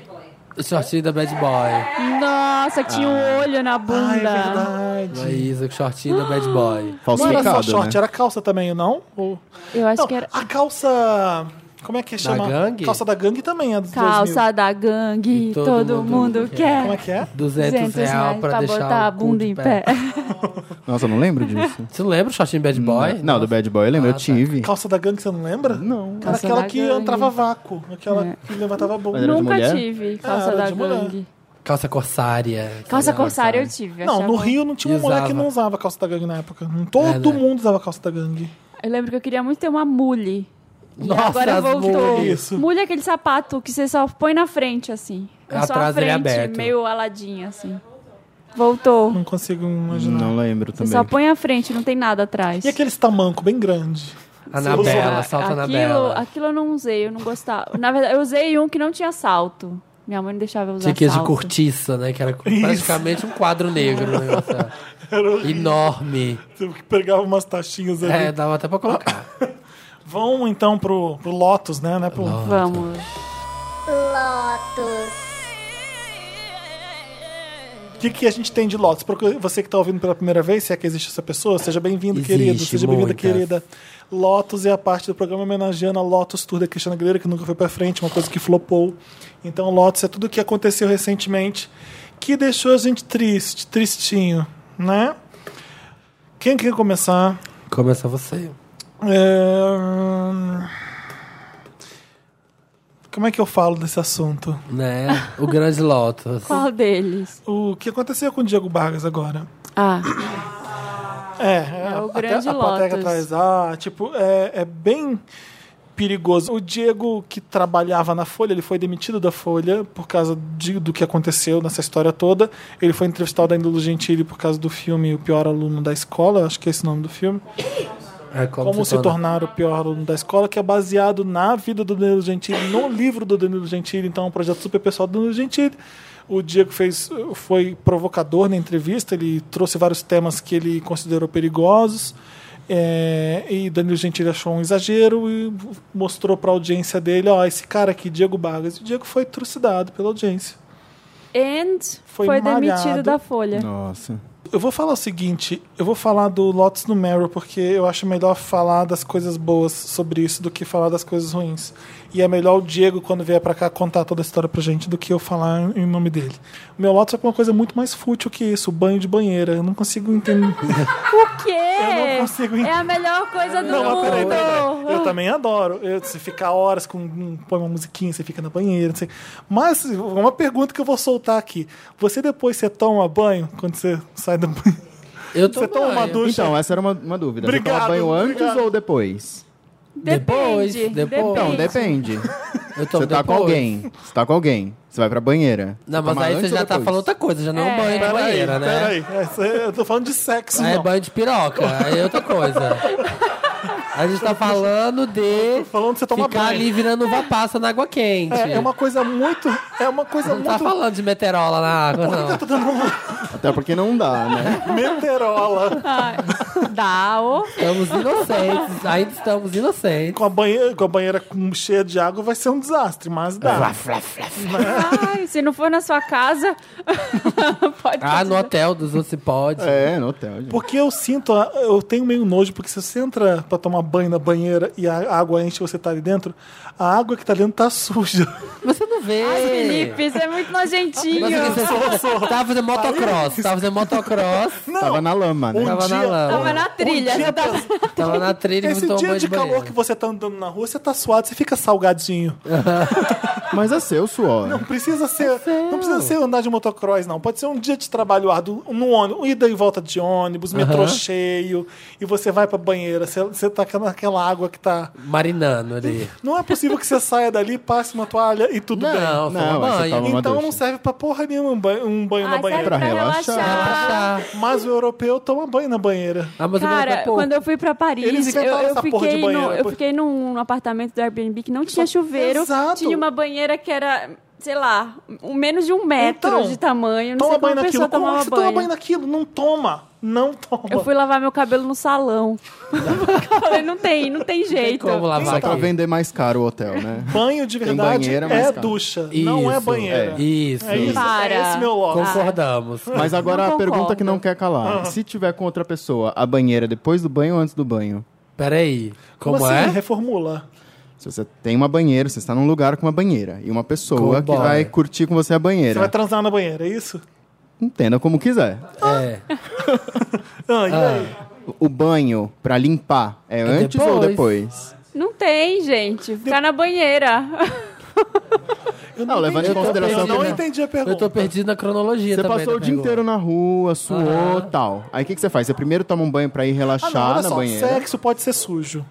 O shortinho da Bad Boy.
Nossa, que tinha um olho na
Ah, é
bunda.
verdade.
Laísa, o shortinho da Bad Boy.
Não era só
Falsificado,
short,
né?
era calça também, não? Ou-
eu acho
Não,
que era
A calça. Como é que chama?
gangue?
Calça da gangue também é dos 2000.
calça da gangue,
E
todo,
todo
mundo,
mundo
quer.
Como é que é?
200, real pra, deixar
botar a
o cu
bunda
de
em pé.
Nossa, eu não lembro disso.
Você não lembra o shortinho Bad Boy?
Não, do Bad Boy eu lembro,
Ah,
eu
tá.
tive.
Calça da gangue, você não lembra? Não. Era
Calça
aquela
da
que
gangue.
entrava vácuo, aquela
É.
que levantava a bunda.
Mas era de
Nunca
mulher?
tive calça
Ah, era
da
de mulher. ah, tá.
gangue.
Calça corsária.
Calça
Sabe,
corsária eu tive.
Não,
achava
no
bom.
Rio não tinha um
E
moleque que
usava.
não usava calça da gangue na época. Todo
É, né?
mundo usava calça da gangue.
Eu lembro que eu queria muito ter uma mule. E
Nossa,
agora
as
voltou.
mules.
Isso.
Mulher é aquele sapato que você só põe na frente, assim. É só a
Atrás ele é
frente,
aberto.
meio aladinha, assim. Voltou.
Não consigo imaginar.
Não lembro
Você
também.
só põe a frente, não tem nada atrás.
E aqueles tamanco bem grande.
Anabela,
Ah,
salta
aquilo,
Anabela.
Aquilo eu não usei, eu não gostava. Na verdade, eu usei um que não tinha salto. Minha mãe não deixava eu usar
Tinha que ir de
salto.
cortiça, né? Que era praticamente um quadro negro. né, nossa. Enorme.
Eu tipo pegava umas taxinhas ali.
É, dava até pra colocar.
Vão então pro, pro Lotus, né? né pro-
Vamos.
O que, que a gente tem de Lotus? Porque você que está ouvindo pela primeira vez, se é que existe essa pessoa, seja bem-vindo,
Existe,
querido. Seja bem-vinda,
muitas.
querida. Lotus é a parte do programa homenageando a Lotus Tour da Cristina Aguilera, que nunca foi para frente, uma coisa que flopou. Então, Lotus é tudo o que aconteceu recentemente que deixou a gente triste, tristinho, né? Quem quer começar?
Começa você.
É, Como é que eu falo desse assunto?
Né? O grande Lotus.
Qual deles?
O que aconteceu com o Diego Bargas agora?
Ah,
É,
É o
até
grande
a plateia
Lotus.
atrás, ah, tipo, é, é bem perigoso. O Diego, que trabalhava na Folha, ele foi demitido da Folha por causa de- do que aconteceu nessa história toda. Ele foi entrevistado ainda do Gentili por causa do filme O Pior Aluno da Escola, acho que é esse o nome do filme.
É, como,
Como se, tornar o pior aluno da escola, que é baseado na vida do Danilo Gentili, no livro do Danilo Gentili, então é um projeto super pessoal do Danilo Gentili. O Diego fez, foi provocador na entrevista, ele trouxe vários temas que ele considerou perigosos, é, e Danilo Gentili achou um exagero e mostrou para a audiência dele, ó, esse cara aqui, Diego Vargas. E o Diego foi trucidado pela audiência.
and
Foi
foi,
malhado.
demitido da Folha.
Nossa.
Eu vou falar o seguinte, eu vou falar do Lotus no Meryl, porque eu acho melhor falar das coisas boas sobre isso do que falar das coisas ruins. E é melhor o Diego, quando vier pra cá, contar toda a história pra gente do que eu falar em nome dele. O meu Lotus é pra uma coisa muito mais fútil que isso, o banho de banheira. Eu não consigo entender.
O quê?
Eu não consigo
É
entender.
a melhor coisa do
Não, mas
mundo.
peraí, peraí, peraí. Ah. Eu também adoro. Eu, você fica horas com. põe uma musiquinha, você fica na banheira, não sei. Mas uma pergunta que eu vou soltar aqui. Você depois você toma banho quando você sai do banho?
Eu tô
Você toma uma
banho.
ducha.
Então, essa era uma, uma dúvida. Você
Obrigado,
toma banho antes
obrigado.
ou depois?
Depois,
Depende,
depois.
Então,
depende.
depende.
Eu tomo
Você tá com
Então, depois.
alguém. Você tá com alguém. Você vai pra banheira.
Não, mas
Toma
aí
antes
você
ou
já tá
depois?
falando outra coisa, já não é um
É.
banho de
Peraí,
banheira, né?
peraí. Essa- Eu tô falando de sexo,
Aí é
não.
banho de piroca, aí é outra coisa. A gente tá falando de
falando que você toma
ficar
banho.
ali virando uva passa na água quente.
É, é uma coisa muito. É uma coisa
Não tá
muito. é
falando de meterola na água, não.
Até porque não dá, né?
meterola.
Ai, dá, ô.
Estamos inocentes, ainda estamos inocentes.
Com a banheira, com a banheira com- cheia de água vai ser um desastre, mas dá.
Ai, se não for na sua casa, pode
Ah, no hotel dos outros se pode.
É, no hotel, gente.
Porque eu sinto, a- eu tenho meio nojo, porque se você entra pra tomar banho na banheira e a água enche e você tá ali dentro, a água que tá ali dentro tá suja.
Você não vê.
Ai, Felipe, isso é muito nojentinho.
Mas o que você tava fazendo motocross, tava fazendo motocross,
Tava na lama, né?
Um
tava na
dia-
Tava
lama,
na trilha.
dia
você tava-
tava na trilha e
Esse
não tomou
dia
banho
de
de
calor
banheiro.
que você tá andando na rua, você tá suado, você fica salgadinho.
Mas é seu suor.
Não precisa ser, não precisa ser andar de motocross, não. Pode ser um dia de trabalho árduo, um no ônibus, ida e volta de ônibus, metrô cheio, e você vai pra banheira, você, você tá naquela água que tá.
Marinando ali.
Não é possível que você saia dali, passe uma toalha e tudo bem.
Não, foi
Não,
um
aí você
banho.
tava uma
Então
ducha.
não serve pra porra nenhuma um banho, um banho na
Ah, serve
banheira.
pra relaxar.
Ah,
Relaxar.
Mas o europeu toma banho na banheira.
Tá. Ah, mas o meu
Cara,
pai, pô,
quando eu fui pra Paris,
Eles
eu,
inventaram
eu
essa porra de
fiquei, no,
banheiro,
eu
pô.
fiquei num apartamento do Airbnb que não tinha chuveiro.
Exato.
Tinha uma banheira que era, sei lá, um, menos de um metro
Então,
de tamanho. Não
toma
sei como
banho
a
naquilo.
pessoa
Como é que
tomava
você toma
banho.
banho naquilo? Não toma. Não toma.
Eu fui lavar meu cabelo no salão. Eu Falei, não tem, não tem
tem
jeito.
como
tá
lavar
Só pra
aqui.
vender mais caro o hotel, né?
Banho de verdade
banheira, mas,
é
cara,
ducha, não é
Isso,
banheira. É,
Isso.
isso,
Para.
é esse meu lobby.
Concordamos.
Mas agora
Não
a pergunta
concordo.
que não quer calar. Se tiver com outra pessoa, a banheira depois do banho ou antes do banho?
Peraí, como,
Como assim?
é?
Reformula.
Se você tem uma banheira, você está num lugar com uma banheira. E uma pessoa
Cowboy.
que vai curtir com você a
Você vai
banheira.
transar na banheira, é isso?
Entenda como quiser.
É.
Ah, e aí?
O banho pra limpar é, antes ou
depois.
depois?
Não tem, gente. Ficar na banheira.
Eu
Não, levando em
entendi.
consideração
Eu não
que-
entendi a
Eu
pergunta.
tô perdido na cronologia
Você
também. né, tá
passou o
da
dia
pergunta.
inteiro na rua, suou, tal. Aí o que, que você faz? Você primeiro toma um banho pra ir
Ah, não,
relaxar
olha
na
só,
banheira.
sexo pode ser sujo.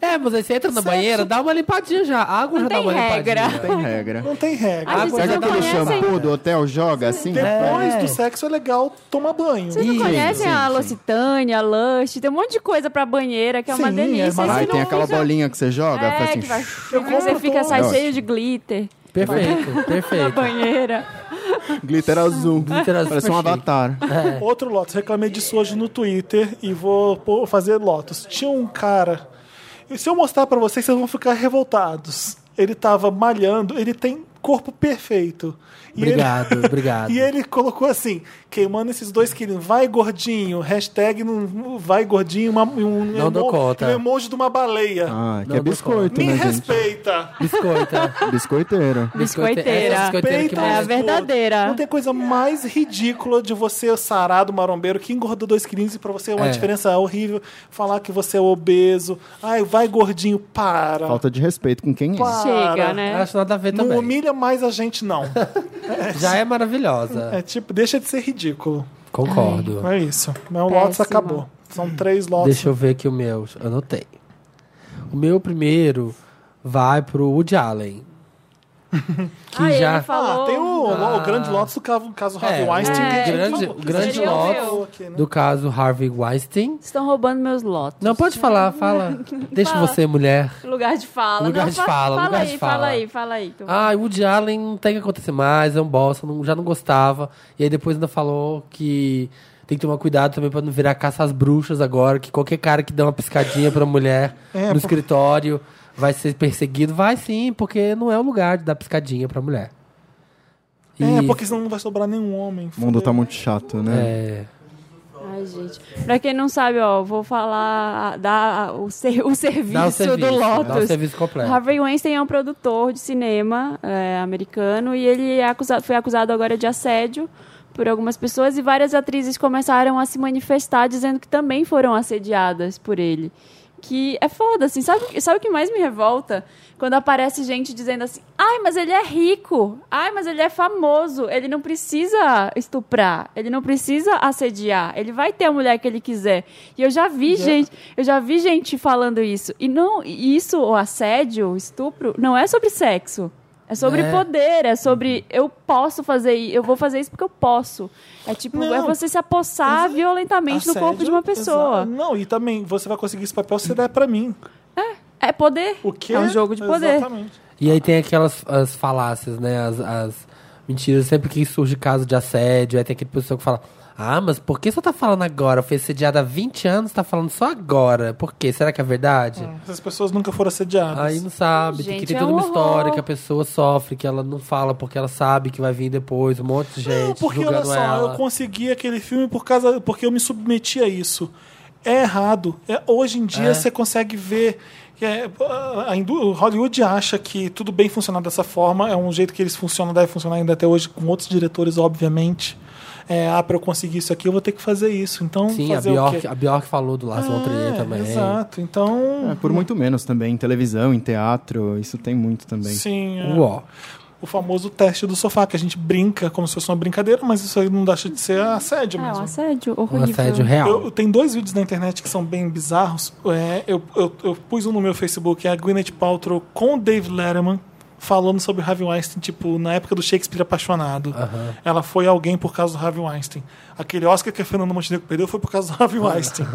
É, mas aí você entra na banheira, dá uma limpadinha já. A água
Não
já dá
tem
uma
regra.
limpadinha.
Tem regra.
Não tem regra.
Ai,
Água
gente,
já
vocês
Pega
não
dá
aquele
conhecem?
shampoo do hotel, joga assim.
Depois
É.
do sexo é legal tomar banho.
Vocês não
Sim,
conhecem
sim,
a
sim.
L'Occitane, a Lush, tem um monte de coisa pra banheira que é uma
Sim, é
delícia. E se
Aí
maravilhoso.
não
tem aquela
usa-
bolinha que você joga,
É,
faz assim.
que vai-
Eu
você
compro
fica
todas.
sai
Nossa.
cheio de glitter
Perfeito,
na
perfeito.
banheira.
Glitter azul.
Glitter azul, É.
Parece um
super
avatar.
Outro Lotus, reclamei disso hoje no Twitter e vou pô- fazer Lotus. Tinha um cara. e Se eu mostrar pra vocês, vocês vão ficar revoltados. Ele tava malhando, ele tem corpo perfeito. E ele-
Obrigado, obrigado.
E ele colocou assim, queimando esses dois quilinhos. Vai gordinho, hashtag não- não vai gordinho, uma, um,
Não dou conta.
um emoji de uma baleia.
Ah, que
Não,
é
não
biscoito,
Me
né, gente?
respeita.
Biscoita.
Biscoiteiro.
Biscoiteira.
Essa biscoiteira que
Respeita
É a
os
mais...
verdadeira.
gordos. Não tem coisa mais ridícula de você, sarado, marombeiro, que engordou dois quilinhos e pra você é uma
É.
diferença horrível falar que você é obeso. Ai, vai gordinho, para.
Falta de respeito com quem é.
Pá. Para.
Chega,
Eu
né?
Acho nada a ver
Não
também.
humilha mais a gente, não.
Já é maravilhosa.
É tipo, deixa de ser ridículo.
Concordo.
É isso. Meu Lotus
Péssimo.
acabou. São três Lotus.
Deixa eu ver aqui o meu. Anotei. O meu primeiro vai pro Woody Allen. Que
Ah, ele
já... um-
falou.
Ah, tem o, o grande Lotus do caso, caso Harvey
É,
Weinstein.
Ah. é,
que a gente
grande-
falou.
o grande
Seria o
Lotus
meu aqui, né?
Do caso Harvey Weinstein.
Estão roubando meus lotes.
Não, pode falar, fala. Deixa
Fala.
você, mulher.
Lugar de fala.
Lugar
Não,
de
fa-
fala,
Fala
lugar
aí,
de fala.
fala aí, fala aí. Tu-
Ah, o Woody Allen não tem que acontecer mais, é um bosta, não- já não gostava. E aí depois ainda falou que tem que tomar cuidado também pra não virar caça às bruxas agora, que qualquer cara que dá uma piscadinha pra mulher
É,
no escritório vai ser perseguido. Vai sim, porque não é o lugar de dar piscadinha pra mulher.
É,
E-
porque senão não vai sobrar nenhum homem.
O mundo tá muito chato, né?
É,
Ai, gente. Pra quem não sabe, ó, vou falar, ah, dar o, ser, o serviço
dá o serviço,
do
dá o
Lotus.
serviço completo.
Harvey Weinstein é um produtor de cinema é, americano e ele é acusado- foi acusado agora de assédio por algumas pessoas e várias atrizes começaram a se manifestar dizendo que também foram assediadas por ele. que é foda, assim. Sabe, sabe o que mais me revolta? Quando aparece gente dizendo assim, ai, mas ele é rico, ai, mas ele é famoso, ele não precisa estuprar, ele não precisa assediar, ele vai ter a mulher que ele quiser. E eu já vi gente, eu já vi gente falando isso. E não, e isso, o assédio, o estupro, não é sobre sexo. É sobre
Né?
É.
poder, é sobre eu posso fazer, i- eu vou fazer isso porque eu posso. É tipo,
Não.
é você se apossar
Exa-
violentamente no corpo de uma
Assédio,
pessoa.
exa- Não, e também você vai conseguir esse papel se der pra mim.
É poder.
O que
É um jogo de poder.
Exatamente.
E aí tem aquelas as falácias, né? As, as mentiras. Sempre que surge caso de assédio, aí tem aquele pessoa que fala: Ah, mas por que você tá falando agora? Eu fui assediada há 20 anos, tá falando só agora. Por quê? Será que é verdade?
Essas pessoas nunca foram assediadas.
Aí não sabe, tem que
Gente,
ter
é
toda
um
uma
horror.
história que a pessoa sofre, que ela não fala porque ela sabe que vai vir depois, um monte de gente
Não, porque olha
julgando
só,
ela.
eu consegui aquele filme por causa porque eu me submeti a isso. É errado. É, hoje em dia você consegue ver que é, a indú- Hollywood acha que tudo bem funcionar dessa forma, é um jeito que eles funcionam, deve funcionar ainda até hoje com outros diretores, obviamente. É, ah, para eu conseguir isso aqui, eu vou ter que fazer isso. Então,
Sim, a
fazer o
Bjork,
quê?
a Bjork falou do Lars von Trier
É,
também.
Exato. Então,
É, por muito menos também, em televisão, em teatro, isso tem muito também.
sim, é,
Uó.
o famoso teste do sofá que a gente brinca como se fosse uma brincadeira, mas isso aí não deixa de ser
É
assédio
um
mesmo.
assédio
Um
horrível.
assédio real.
Eu, tem dois vídeos na internet que são bem bizarros. É, eu, eu, eu pus um no meu Facebook, é a Gwyneth Paltrow com o Dave Letterman falando sobre o Harvey Weinstein, tipo, na época do Shakespeare apaixonado. Ela foi alguém por causa do Harvey Weinstein. Aquele Oscar que a Fernanda Montenegro perdeu foi por causa do Harvey Weinstein.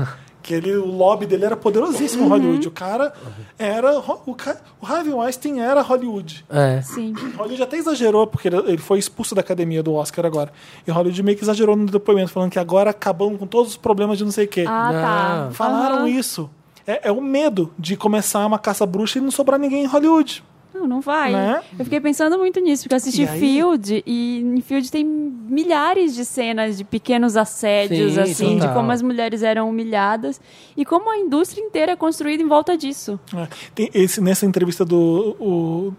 Que ele, o lobby dele era poderosíssimo em Hollywood. O cara era... ro- O, ca- o Harvey Weinstein era Hollywood.
É.
Sim.
Hollywood até exagerou, porque ele, ele foi expulso da academia do Oscar agora. E Hollywood meio que exagerou no depoimento, falando que agora acabam com todos os problemas de não sei o quê.
Ah,
Não.
tá.
Falaram
Aham.
isso. É, é o medo de começar uma caça-bruxa e não sobrar ninguém em Hollywood.
Não, não vai.
Né?
Eu fiquei pensando muito nisso, porque eu assisti
E aí?
Field e em Field tem milhares de cenas de pequenos assédios,
Sim,
assim,
total.
de como as mulheres eram humilhadas e como a indústria inteira é construída em volta disso.
É, tem esse, nessa entrevista do. o-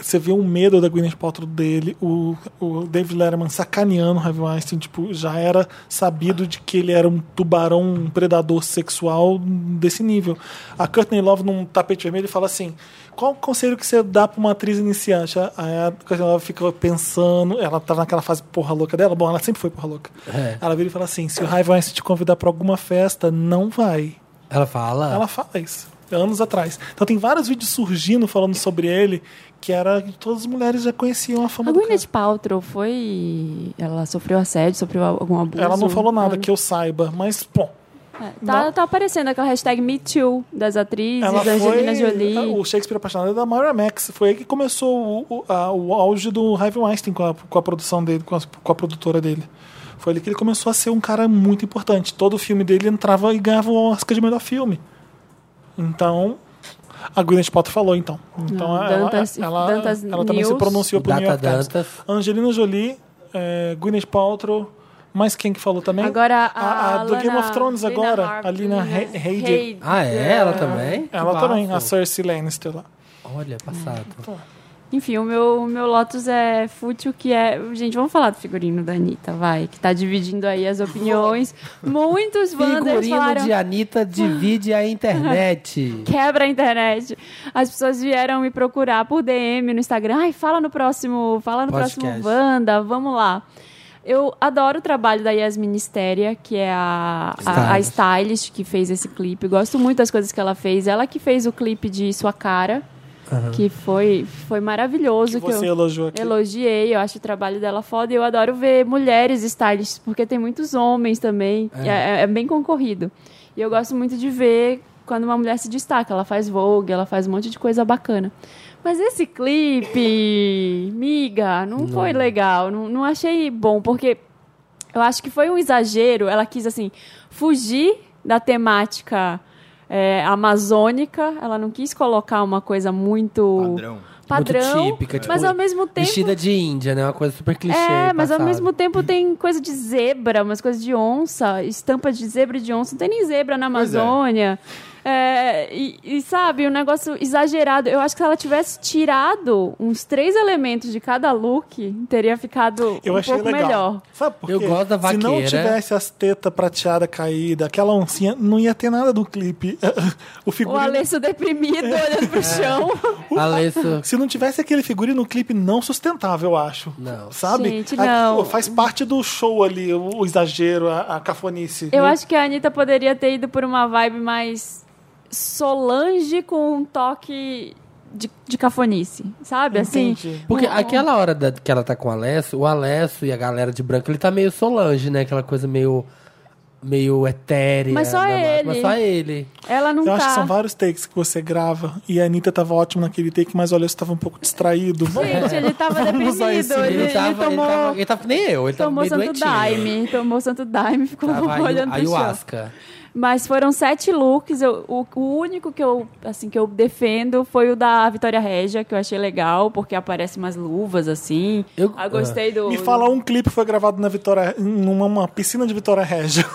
você vê o medo da Gwyneth Paltrow dele, o, o David Letterman sacaneando o Harvey Weinstein, tipo, já era sabido de que ele era um tubarão, um predador sexual desse nível. A Courtney Love, num tapete vermelho, fala assim, qual o conselho que você dá pra uma atriz iniciante? Aí a Courtney Love fica pensando, ela tá naquela fase porra louca dela, bom, ela sempre foi porra louca.
É.
Ela vira e fala assim, se o Harvey Weinstein te convidar pra alguma festa, não vai.
Ela fala.
Ela fala isso. Anos atrás. Então tem vários vídeos surgindo falando sobre ele, que era que todas as mulheres já conheciam a fama
A
do cara.
Gwyneth Paltrow foi... Ela sofreu assédio, sofreu algum abuso?
Ela não falou nada
Ah,
que eu saiba, mas, bom,
É, tá,
Não.
tá aparecendo aquela hashtag MeToo das atrizes,
ela
da Angelina
foi.
Jolie.
O Shakespeare apaixonado é da Myra Max. Foi aí que começou o, o, a- o auge do Harvey Weinstein com a, com a produção dele, com a, com a produtora dele. Foi ali que ele começou a ser um cara muito importante. Todo filme dele entrava e ganhava o Oscar de melhor filme. Então. A Gwyneth Paltrow falou, então. Então,
Não,
ela,
Dantas-
ela,
Dantas
ela também se
News.
pronunciou
O
pro New
Data
York Times.
Dantas.
Angelina Jolie, eh, Gwyneth Paltrow, mais quem que falou também?
Agora a,
do Game
Lana-
of Thrones
Lena né?
agora,
Har-
a Lina He-
Lina
Headey.
Ah, é? Ela também? Que
Ela também,
bafo.
a Cersei Lannister lá.
Olha,
Hum.
passado.
Enfim, o meu, o meu Lotus é fútil, que é. Gente, vamos falar do figurino da Anitta, vai, que tá dividindo aí as opiniões. Muitos Wanders
Figurino
falaram.
de Anitta divide a internet.
Quebra a internet. As pessoas vieram me procurar por DM no Instagram. Ai, fala no próximo, fala no
Podcast.
próximo Wanda, vamos lá. Eu adoro o trabalho da Yasmin Ministéria, que é a, a, a
Stylist.
stylist que fez esse clipe. Gosto muito das coisas que ela fez. Ela que fez o clipe de Sua Cara, que foi, foi maravilhoso.
Que
que eu-
você elogiou aqui.
Elogiei, eu acho o trabalho dela foda e eu adoro ver mulheres stylists, porque tem muitos homens também, é, é- é bem concorrido. E eu gosto muito de ver quando uma mulher se destaca, ela faz Vogue, ela faz um monte de coisa bacana. Mas esse clipe, miga, não, foi legal, não, não achei bom, porque eu acho que foi um exagero, ela quis, assim, fugir da temática... é, amazônica, ela não quis colocar uma coisa muito
Padrão.
padrão,
típica, tipo,
mas ao mesmo tempo...
Vestida de índia, né? Uma coisa super clichê.
É, mas ao
passada.
mesmo tempo tem coisa de zebra, umas coisas de onça, estampa de zebra e de onça. Não tem nem zebra na
Pois é.
Amazônia. É, e, e, sabe, um negócio exagerado. Eu acho que se ela tivesse tirado uns três elementos de cada look, teria ficado
Eu
um
achei
pouco
legal.
melhor.
Sabe por quê?
Eu gosto da
Se não
vaqueira.
tivesse as tetas prateadas caídas, aquela oncinha, não ia ter nada do clipe. o
O
figurino. É.
Alessio deprimido olhando pro chão.
Alesso...
Se não tivesse aquele figurino, o clipe não sustentava, eu acho.
Não.
Sabe?
Gente,
A-
não.
faz parte do show ali, o, o exagero, a, a cafonice.
Eu acho que a Anitta poderia ter ido por uma vibe mais Solange com um toque de, de cafonice, sabe? Assim,
Entendi.
Porque aquela hora da- que ela tá com o Alesso, o Alesso e a galera de branco, ele tá meio Solange, né? Aquela coisa meio... Meio etérea.
Mas só
da-
ele.
Mas só ele.
ela não
Eu
tá.
acho que são vários takes que você grava. E a Anitta tava ótima naquele take, mas olha, eu estava um pouco distraído.
Gente, ele tava deprimido.
usar esse- tá?
Ele,
Ele,
ele
tava, ele,
tomou,
tava, ele tava que nem eu, ele tava
tomou
meio
Santo
doentinho.
Daime. Tomou Santo Daime, ficou
Tava ayu-
olhando pro chão.
ayahuasca.
Mas foram sete looks. Eu- o, o único que eu, assim, que eu defendo foi o da Vitória Regia, que eu achei legal, porque aparece umas luvas, assim.
Eu-
Ah, gostei do...
Me fala um clipe que foi gravado na Vitória, numa uma piscina de Vitória Regia.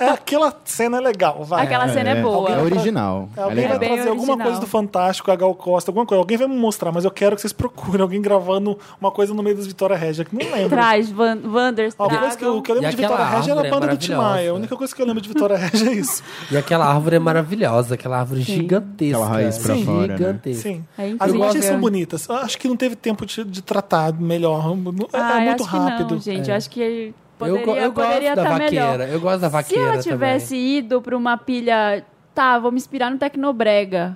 é, aquela cena é legal, vai.
Aquela cena é boa.
É original. É
Alguém
legal.
vai
Bem
trazer alguma
original.
coisa do Fantástico, a Gal Costa, alguma coisa. Alguém vai me mostrar, mas eu quero que vocês procurem alguém gravando uma coisa no meio das Vitória Regia, que não lembro.
Traz, Van, Wanders,
Ó, A coisa que eu, o que eu
E
lembro de Vitória
aquela
Regia era a
árvore é
banda do Tim Maia.
maravilhosa.
A única coisa que eu lembro de Vitória Regia é isso.
E aquela árvore é maravilhosa, aquela árvore gigantesca.
Aquela raiz pra
Sim.
fora, né?
Gigantesca.
Sim.
É
As
incrível.
imagens são bonitas. Eu Acho que não teve tempo de, de tratar melhor. É, é
Ah, eu
muito
acho que
rápido.
não, gente. Eu acho que ele
É. Eu
poderia,
go- eu
poderia
gosto da
tá
vaqueira.
melhor.
Eu gosto da
Se
vaqueira
ela
também.
tivesse ido pra uma pilha, tá, vou me inspirar no Tecnobrega.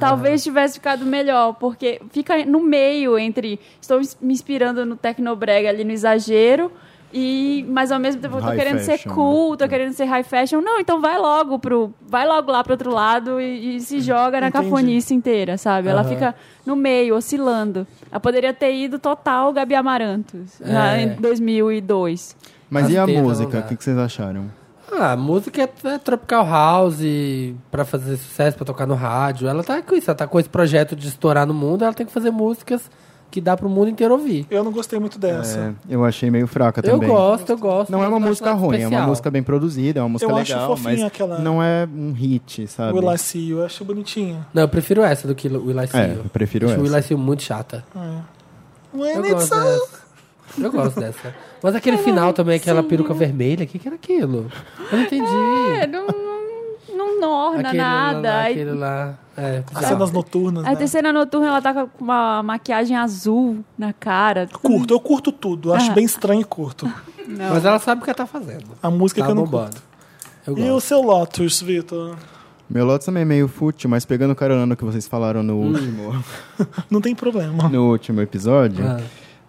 Talvez
Ah.
tivesse ficado melhor, porque fica no meio entre estou ins- me inspirando no Tecnobrega ali no exagero e mas ao mesmo tempo eu tô
High
querendo ser
fashion,
cool,
né?
tô querendo ser high fashion. Não, então vai logo pro vai logo lá pro outro lado e, e se joga na
Entendi.
cafonice inteira, sabe? Ela
Aham.
fica no meio, oscilando. Ela poderia ter ido total Gabi Amarantos na-
É.
em 2002.
Mas e a
As tetas
música?
não
O
dá.
que, que vocês acharam?
Ah, a música é, é Tropical House pra fazer sucesso, pra tocar no rádio. Ela tá com isso, ela tá com esse projeto de estourar no mundo, ela tem que fazer músicas que dá pro mundo inteiro ouvir.
Eu não gostei muito dessa.
É, eu achei meio fraca
Eu
também.
gosto, eu gosto.
Não
mas
é uma
eu acho
música
nada
ruim, é
especial.
uma música bem produzida, é uma música
Eu acho
legal,
fofinha
mas
aquela-
não é um hit, sabe?
Will I See You, eu acho bonitinho.
Não, eu prefiro essa do que o Will I See
É,
You.
eu prefiro
Acho o Will
essa.
I See You muito chata. Eu
When
gosto
it's all-
dessa. Eu gosto dessa. Mas aquele final também, aquela peruca vermelha, o que, que era aquilo? Eu não entendi.
É, não, não, não orna
Aquele
nada.
Lá,
Aí-
aquele lá. É,
As
bizarro.
cenas noturnas,
a
né?
terceira noturna ela tá com uma maquiagem azul na cara.
Curto, eu curto tudo. Eu Acho
Ah.
bem estranho e curto.
Não.
Mas ela sabe o que ela tá fazendo.
A música
tá
que eu não
bombando. Eu
E o
gosto.
seu Lotus, Vitor?
Meu Lotus também é meio fútil, mas pegando carona no que vocês falaram no
Hum.
último,
Não tem problema.
no último episódio,
Ah,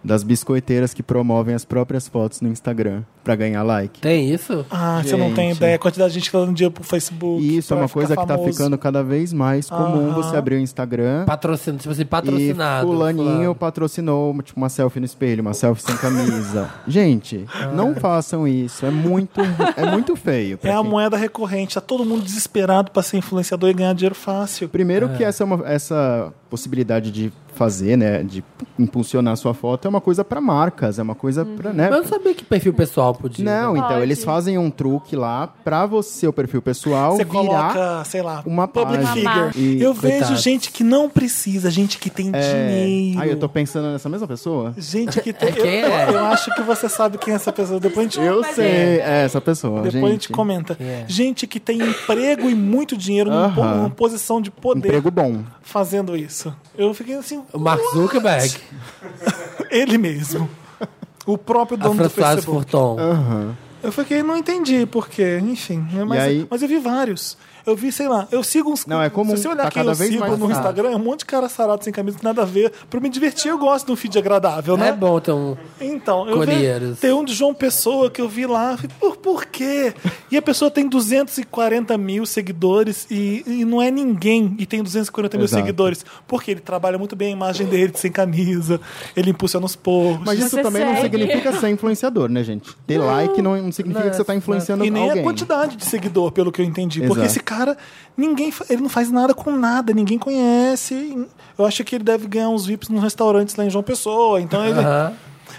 das biscoiteiras que promovem as próprias fotos no Instagram pra ganhar like.
tem isso?
Ah, você não tem
Gente.
ideia. A quantidade de gente que tá dando dinheiro pro Facebook.
E isso é
pra
uma
ficar
coisa que tá
famoso.
ficando cada vez mais comum
Aham.
você abrir o Instagram.
Patrocínio, tipo assim,
E
patrocinado.
fulaninho
fulano.
patrocinou tipo, uma selfie no espelho, uma selfie sem camisa. Gente, não façam isso. É muito, é muito feio. pra
Ah. É a
quem-
moeda recorrente. Tá todo mundo desesperado pra ser influenciador e ganhar dinheiro fácil.
Primeiro que essa, é uma- essa possibilidade de fazer, né? De impulsionar sua foto é uma coisa pra marcas, é uma coisa pra, né?
Mas eu não sabia que perfil pessoal podia.
Não, então,
Uhum. Pode.
eles fazem um truque lá pra você, o perfil pessoal,
Você
virar...
coloca, sei lá,
uma
public
página.
Uma
figure.
marca.
eu
Ih,
vejo
coitados.
gente que não precisa, gente que tem dinheiro.
Aí É. eu tô pensando nessa mesma pessoa?
Gente que tem.
Quem
eu,
é?
eu acho que você sabe quem é essa pessoa. Depois a gente,
Eu sei, é essa pessoa,
depois a gente
gente.
comenta.
É.
Gente que tem emprego e muito dinheiro numa, po-
Aham.
numa posição de poder
Emprego bom.
fazendo isso. Eu fiquei assim,
O Mark Zuckerberg,
ele mesmo. O próprio
a
dono do
Françoise
Facebook.
Furton.
Aham.
Eu fiquei, não entendi por quê, enfim. né, Mas,
aí?
mas eu vi vários. Eu vi, sei lá, eu sigo uns.
Não, é comum,
Se você olhar
tá
quem
cada
eu
vez
sigo
mais
no
raro.
Instagram, é um monte de cara sarado sem camisa, que nada a ver. Pra me divertir, eu gosto de um feed agradável, né?
É bom ter um.
Então, eu vi,
Colheiros.
tem um de João Pessoa que eu vi lá, eu falei, por, por quê? E a pessoa tem 240 mil seguidores e, e não é ninguém e tem 240 mil
Exato.
seguidores. Porque ele trabalha muito bem a imagem dele de sem camisa, ele impulsiona os posts.
Mas isso
Você
também não
segue.
significa ser influenciador, né, gente? Ter like não significa
Não,
que você tá
não.
influenciando
E nem
alguém.
a quantidade de seguidor, pelo que eu entendi. Porque
Exato.
esse cara, ninguém, fa- ele não faz nada com nada, ninguém conhece. Eu acho que ele deve ganhar uns VIPs nos restaurantes lá em João Pessoa. Então ele.
Aham.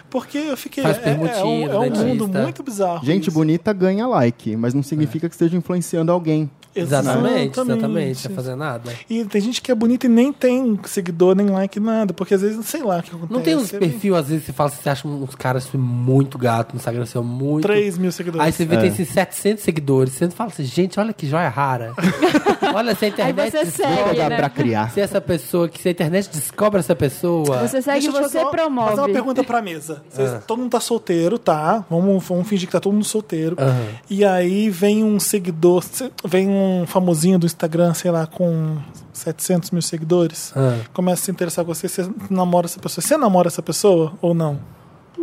Porque eu fiquei.
Faz
é, é um,
permutinho,
é um mundo
dentista.
muito bizarro.
Gente
isso.
bonita ganha like, mas não significa
É.
que esteja influenciando alguém.
Exatamente, exatamente. Tá Não fazer nada.
E tem gente que é bonita e nem tem seguidor, nem like, nada. Porque às vezes, sei lá o que acontece.
Não tem uns
Ele-
perfil, às vezes, você fala, você acha uns caras assim, muito gato no Instagram, assim, ó, muito...
3 mil seguidores.
Aí você vê,
É.
tem esses 700 seguidores. Você fala assim, gente, olha que joia rara. olha, se a internet
você
descobre...
segue,
Dá
né?
pra criar.
Se essa pessoa, que se a internet descobre essa pessoa...
Você segue,
Deixa eu te
você
fazer uma-
promove. Ah.
Fazer uma pergunta pra mesa. Vocês- Todo mundo tá solteiro, tá? Vamos, vamos fingir que tá todo mundo solteiro.
Aham.
E aí vem um seguidor, vem um famosinho do Instagram, sei lá, com 700 mil seguidores.
Ah.
Começa a se interessar com você, você namora essa pessoa. Você namora essa pessoa ou não?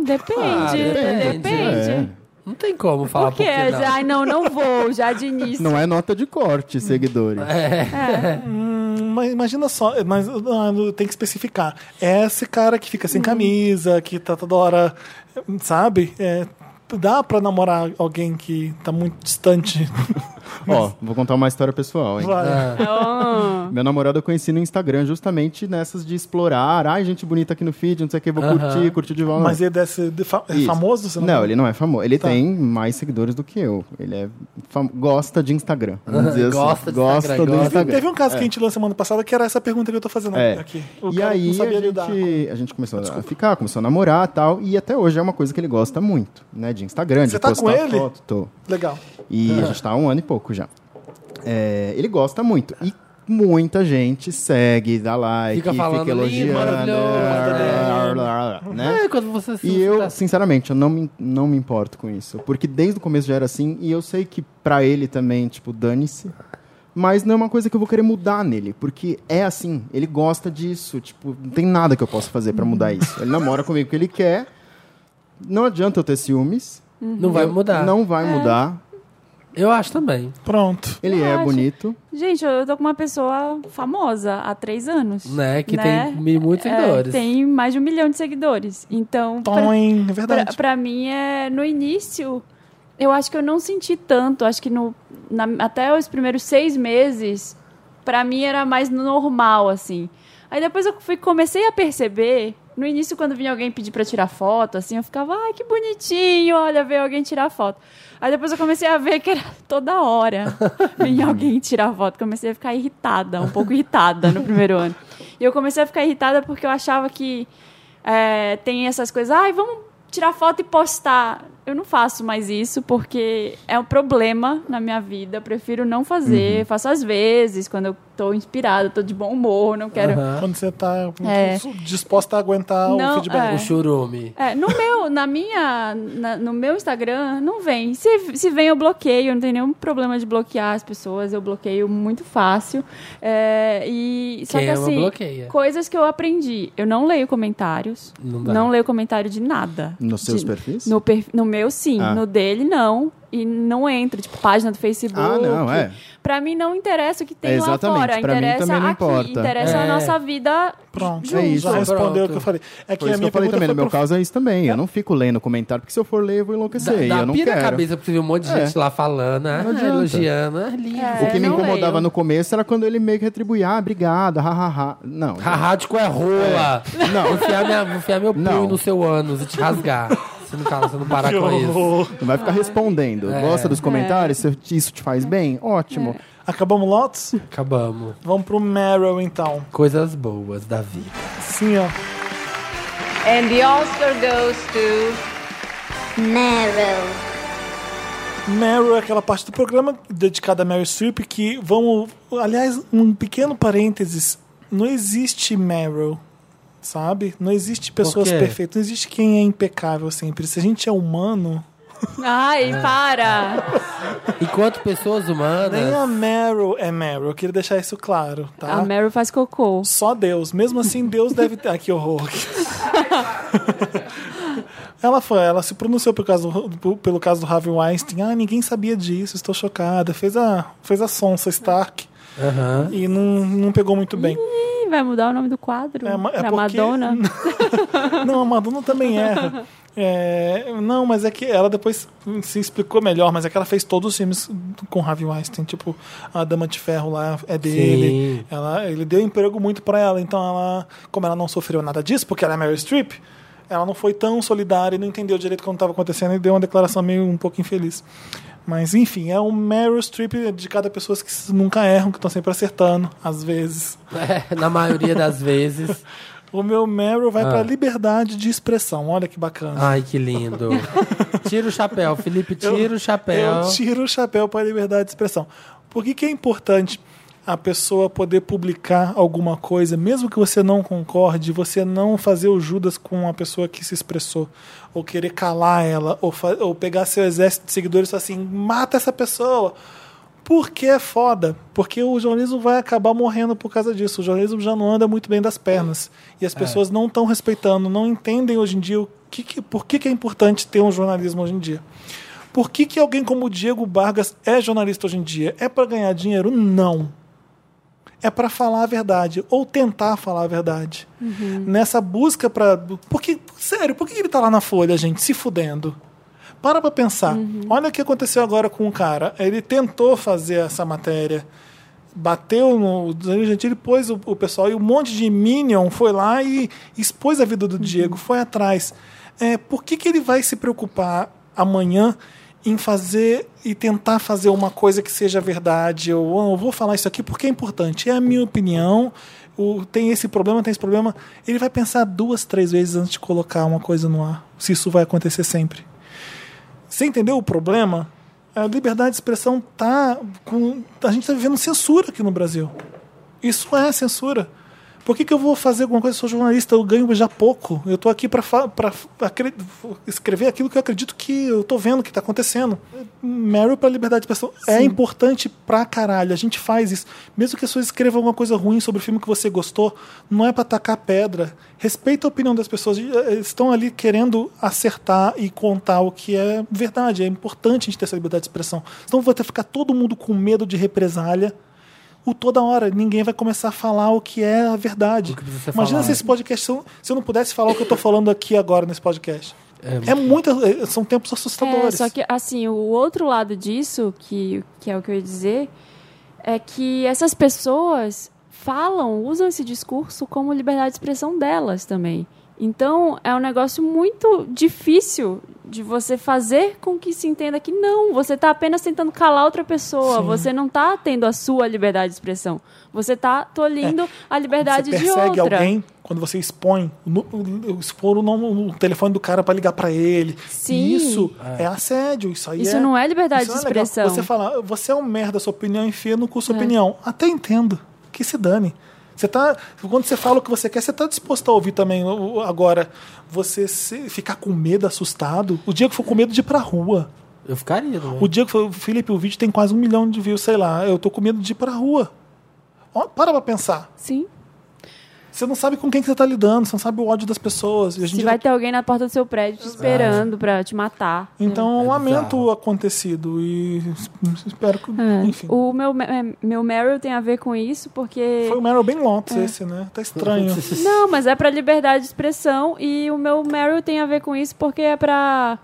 Depende,
Ah, depende.
depende.
É.
Não tem como falar
Por
por que
quê?
não.
Ai, não, não vou, já de início.
Não é nota de corte, seguidores.
É. Hum, mas imagina só, mas ah, tem que especificar. É esse cara que
Hum.
fica sem camisa, que tá toda hora, sabe? É, dá pra namorar alguém que tá muito distante.
Ó, vou contar uma história pessoal, hein?
Vai.
Ah,
Meu namorado eu conheci no Instagram justamente nessas de explorar. Ai, gente bonita aqui no feed, não sei o que, vou
Aham.
curtir, curtir de volta.
Mas ele deve ser de fa- é
Isso.
famoso? Você
Não, ele não é famoso. Ele
Tá.
tem mais seguidores do que eu. Ele é fam- gosta de Instagram. Vamos dizer assim.
Gosta de
gosta
Instagram,
do
gosta.
Instagram.
Teve um caso que a gente lançou semana passada que era essa pergunta que eu tô fazendo
É.
aqui. O
e
cara
aí
não
a
sabia
gente,
lidar.
a gente começou a ficar, começou a namorar tal. E até hoje é uma coisa que ele gosta muito, né? De Instagram,
Você
de
tá
postar
com ele?
foto. Tô.
Legal.
E a gente tá há um ano e pouco já. É, ele gosta muito. E muita gente segue, dá like,
Fica falando, "Lindo,
elogiando.
maravilhoso." né?"
blá, blá, blá, né?
É, quando você se
E eu,
frustra.
sinceramente, eu não me, não me importo com isso. Porque desde o começo já era assim, e eu sei que pra ele também, tipo, dane-se. Mas não é uma coisa que eu vou querer mudar nele, porque é assim, ele gosta disso, tipo, não tem nada que eu possa fazer pra mudar isso. Ele namora comigo que ele quer. Não adianta eu ter ciúmes.
Não vai mudar.
Não vai mudar.
Eu acho também.
Pronto.
Ele é
acho-
bonito.
gente, eu tô com uma pessoa famosa há três anos.
Né? Que
né?
tem mi- muitos
É,
seguidores.
tem mais de um milhão de seguidores. Então, pra-
Põe, é
pra,
verdade.
pra mim, é no início, eu acho que eu não senti tanto. Acho que no, na- até os primeiros seis meses, pra mim era mais normal, assim. Aí depois eu fui, comecei a perceber. No início, quando vinha alguém pedir pra tirar foto, assim, eu ficava, ai, que bonitinho, olha, veio alguém tirar foto. Aí depois eu comecei a ver que era toda hora vinha alguém tirar foto. Comecei a ficar irritada, um pouco irritada no primeiro ano. E eu comecei a ficar irritada porque eu achava que é, tem essas coisas, ai, vamos tirar foto e postar. Eu não faço mais isso porque é um problema na minha vida. Eu prefiro não fazer. Faço às vezes, quando eu tô inspirada, tô de bom humor, não quero.
Aham.
Quando você tá
É.
disposta a aguentar o
Não,
feedback.
é.
O churume.
É, no meu, na minha, na- no meu Instagram, não vem. Se, se vem, eu bloqueio, não tem nenhum problema de bloquear as pessoas, eu bloqueio muito fácil. É, e, só
Quem
que
ama,
assim,
bloqueia.
coisas que eu aprendi. Eu não leio comentários,
Não
não,
dá.
leio comentário de nada.
Nos seus
De-
perfis?
No, per- no meu sim,
Ah.
no dele não. E não entra, tipo, página do Facebook.
Ah, não, é.
Pra mim não interessa o que tem
É,
lá
exatamente,
fora,
pra mim
interessa
também não
aqui,
importa.
interessa
É.
a nossa vida.
Pronto.
É isso.
Já respondeu
Pronto.
o que eu falei. É que
Foi
a
isso que
minha
eu falei
pergunta
também.
foi
No meu
pro-
caso é isso também. Eu não fico lendo comentário, porque se eu for ler, eu vou
Dá,
enlouquecer. e
dá
eu não
pira
quero.
na cabeça porque você vê um monte de
É.
gente lá falando, ah,
Não adianta.
elogiando, ah, lindo.
É.
O que me
não
incomodava
leio.
no começo era quando ele meio que retribuía, ah, obrigada, hahaha. Não.
Haha de é rola. Vou
Não,
enfiar, minha, vou enfiar meu
Não.
punho no seu ânus e te rasgar. Você não, cala, você não parar
Que
com isso.
horror.
não vai ficar respondendo.
É.
Gosta
É.
dos comentários? Se Isso te faz bem? Ótimo.
Acabamos Lotus?
Acabamos.
Vamos pro Meryl, então.
Coisas boas da vida.
Sim, ó.
And the Oscar goes to
Meryl.
Meryl é aquela parte do programa dedicada a Meryl Streep que vamos. Aliás, um pequeno parênteses: não existe Meryl, sabe? Não existe pessoas
quê?
perfeitas, não existe quem é impecável sempre. Se a gente é humano,
Ai, para!
Enquanto pessoas
nem a
humanas.
Meryl é Meryl. Eu queria deixar isso claro, tá?
A Meryl faz cocô.
Só Deus. Mesmo assim, Deus deve ter. Ah, que horror. Ela foi, ela se pronunciou pelo caso do, pelo caso do Harvey Weinstein. Ah, ninguém sabia disso, estou chocada. Fez a, fez a sonsa Stark.
Aham.
E não, não pegou muito bem.
Ih, vai mudar o nome do quadro
É, ma- é
pra
porque-
Madonna.
Não, a Madonna também erra. É, não, mas é que ela depois se explicou melhor, mas é que ela fez todos os filmes com Harvey Weinstein, tipo, a Dama de Ferro lá é dele.
Sim.
Ela, ele deu emprego muito pra ela, então ela, como ela não sofreu nada disso, porque ela é Meryl Streep, ela não foi tão solidária e não entendeu direito como estava acontecendo e deu uma declaração meio um pouco infeliz. Mas enfim, é um Meryl Streep de cada pessoas que nunca erram, que estão sempre acertando, às vezes.
É, na maioria das vezes.
O meu Meryl vai pra liberdade de expressão, olha que bacana.
Ai, que lindo. Tira o chapéu, Felipe, tira o chapéu.
Eu tiro o chapéu para a liberdade de expressão. Por que, que é importante a pessoa poder publicar alguma coisa, mesmo que você não concorde, você não fazer o Judas com a pessoa que se expressou, ou querer calar ela, ou, fa- ou pegar seu exército de seguidores e falar assim: mata essa pessoa. Porque é foda. Porque o jornalismo vai acabar morrendo por causa disso. O jornalismo já não anda muito bem das pernas. E as pessoas não estão respeitando, não entendem hoje em dia o que que- por que, que é importante ter um jornalismo hoje em dia. Por que, que alguém como o Diego Vargas é jornalista hoje em dia? É para ganhar dinheiro? Não. É para falar a verdade ou tentar falar a verdade. Nessa busca para, porque sério, por que ele tá lá na Folha, gente, se fudendo? Para pra pensar. Olha o que aconteceu agora com o cara. Ele tentou fazer essa matéria. Bateu no. o Danilo Gentili pôs o, o pessoal e um monte de Minion foi lá e expôs a vida do Diego, foi atrás. É, por que, que ele vai se preocupar amanhã em fazer e tentar fazer uma coisa que seja verdade? Ou "Ah, eu vou falar isso aqui porque é importante. É a minha opinião. O, tem esse problema, tem esse problema. Ele vai pensar duas, três vezes antes de colocar uma coisa no ar. Se isso vai acontecer sempre. Você entendeu o problema? A liberdade de expressão tá com. A gente tá vivendo censura aqui no Brasil. Isso é censura. Por que, que eu vou fazer alguma coisa? Eu sou jornalista, eu ganho já pouco. Eu tô aqui para escrever aquilo que eu acredito que eu tô vendo que tá acontecendo. Meryl pra liberdade de expressão é importante pra caralho. A gente faz isso. Mesmo que as pessoas escrevam alguma coisa ruim sobre o filme que você gostou, não é pra tacar pedra. Respeita a opinião das pessoas. Eles estão ali querendo acertar e contar o que é verdade. É importante a gente ter essa liberdade de expressão. Senão vai ter ficar todo mundo com medo de represália o toda hora. Ninguém vai começar a falar o que é a verdade.
O que tá precisa ser
Imagina
falado.
se esse podcast, se eu- se eu não pudesse falar o que eu tô falando aqui agora nesse podcast. É, muito. é- São tempos assustadores.
É, só que, assim, o outro lado disso, que, que é o que eu ia dizer, é que essas pessoas falam, usam esse discurso como liberdade de expressão delas também. Então, é um negócio muito difícil de você fazer com que se entenda que não, você está apenas tentando calar outra pessoa, você não está tendo a sua liberdade de expressão. Você está tolindo a liberdade
É. você
de
persegue
outra.
alguém quando você expõe o nu- o- o- expor o, nome- o telefone do cara pra ligar pra ele.
Sim.
Isso é. assédio, isso aí
Isso não é liberdade
isso
de
não é legal.
expressão. É.
Você fala, você é um merda, sua opinião enfia no cu sua opinião. Até entendo. Que se dane. Você tá, quando você fala o que você quer, você tá disposto a ouvir também. O- o- Agora, você se- ficar com medo, assustado, o dia que for com medo de ir pra rua.
Eu ficaria, não é?
um O dia que foi, Felipe, o vídeo tem quase um milhão de views, sei lá. Eu tô com medo de ir pra rua. Ó, para pra pensar.
Sim.
Você não sabe com quem que você tá lidando, você não sabe o ódio das pessoas. E a gente
Se vai ter alguém na porta do seu prédio te esperando para te matar.
Então, eu
É
lamento
bizarro.
o acontecido e es- espero que.
É,
Enfim.
O meu, me- é, meu Meryl tem a ver com isso, porque.
Foi um o Meryl bem Lotz
É.
esse, né? Tá estranho.
Não, mas é pra liberdade de expressão e o meu Meryl tem a ver com isso porque é pra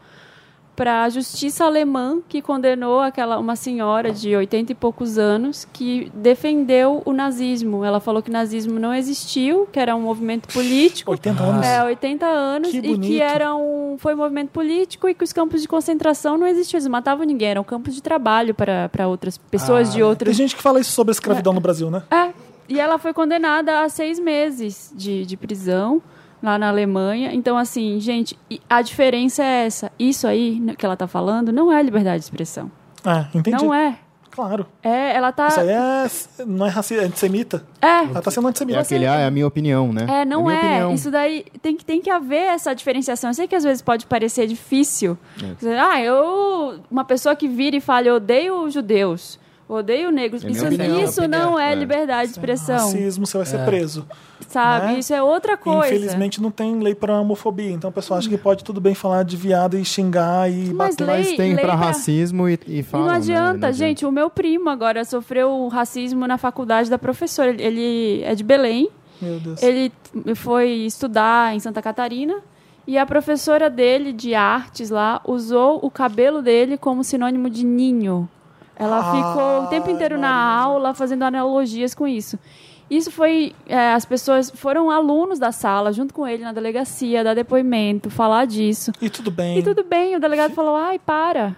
para a justiça alemã que condenou aquela uma senhora de 80 e poucos anos que defendeu o nazismo. Ela falou que o nazismo não existiu, que era um movimento político.
80 anos.
É, 80 anos
Que
e
bonito.
que era um, foi um movimento político e que os campos de concentração não existiam, eles matavam ninguém, eram campos de trabalho para para outras pessoas de
Tem
outros
gente que fala isso sobre a escravidão no Brasil, né?
é, e ela foi condenada a seis meses de, de prisão lá na Alemanha. Então, assim, gente, e a diferença é essa. Isso aí né, que ela tá falando não é liberdade de expressão.
É, entendi.
Não é.
Claro.
É, ela tá.
Isso aí é. Não é racista, é antissemita.
É,
Ela tá sendo
É
antissemita.
Você-
aquele, ah, é a minha opinião, né?
É, não
minha
é.
opinião.
Isso daí tem que, tem que haver essa diferenciação. Eu sei que às vezes pode parecer difícil. Dizer,
É.
Ah, eu. Uma pessoa que vira e fala, eu odeio judeus, odeio negros.
É minha
isso
opinião,
isso
é minha
não é,
opinião. É.
liberdade de expressão.
Racismo, você vai
É.
ser preso.
sabe?
né?
Isso é outra coisa.
Infelizmente não tem lei pra homofobia, então o pessoal acha que pode tudo bem falar de viado e xingar e
Mas
bater.
Mas
lei-
tem
lei
pra
pra-
racismo e, e
E
falam,
não
né?
adianta, gente. O meu primo agora sofreu racismo na faculdade da professora. Ele- Ele é de Belém.
Meu Deus.
Ele foi estudar em Santa Catarina. E a professora dele de artes lá usou o cabelo dele como sinônimo de ninho. Ela
Ah,
ficou o tempo inteiro na aula fazendo analogias com isso. Isso foi. é, as pessoas foram alunos da sala, junto com ele na delegacia, dar depoimento, falar disso.
E tudo bem.
E tudo bem, o delegado falou: ai, para.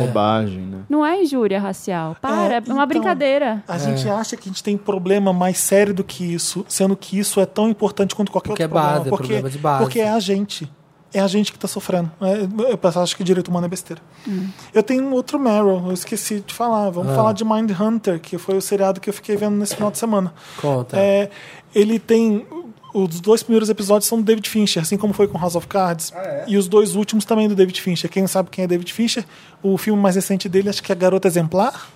Bobagem, né?
Não é injúria racial. Para, é,
então-
uma brincadeira.
A
É.
gente acha que a gente tem um problema mais sério do que isso, sendo que isso é tão importante quanto qualquer
Porque é
outro problema.
base, é problema de base.
Porque é a gente. É a gente que tá sofrendo. É, eu penso, acho que direito humano é besteira. Eu tenho um outro Meryl, eu esqueci de falar. Vamos falar de Mind Hunter, que foi o seriado que eu fiquei vendo nesse final de semana.
Conta.
É, ele tem. Os dois primeiros episódios são do David Fincher, assim como foi com House of Cards. E os dois últimos também do David Fincher. Quem não sabe quem é David Fincher, o filme mais recente dele, acho que é Garota Exemplar.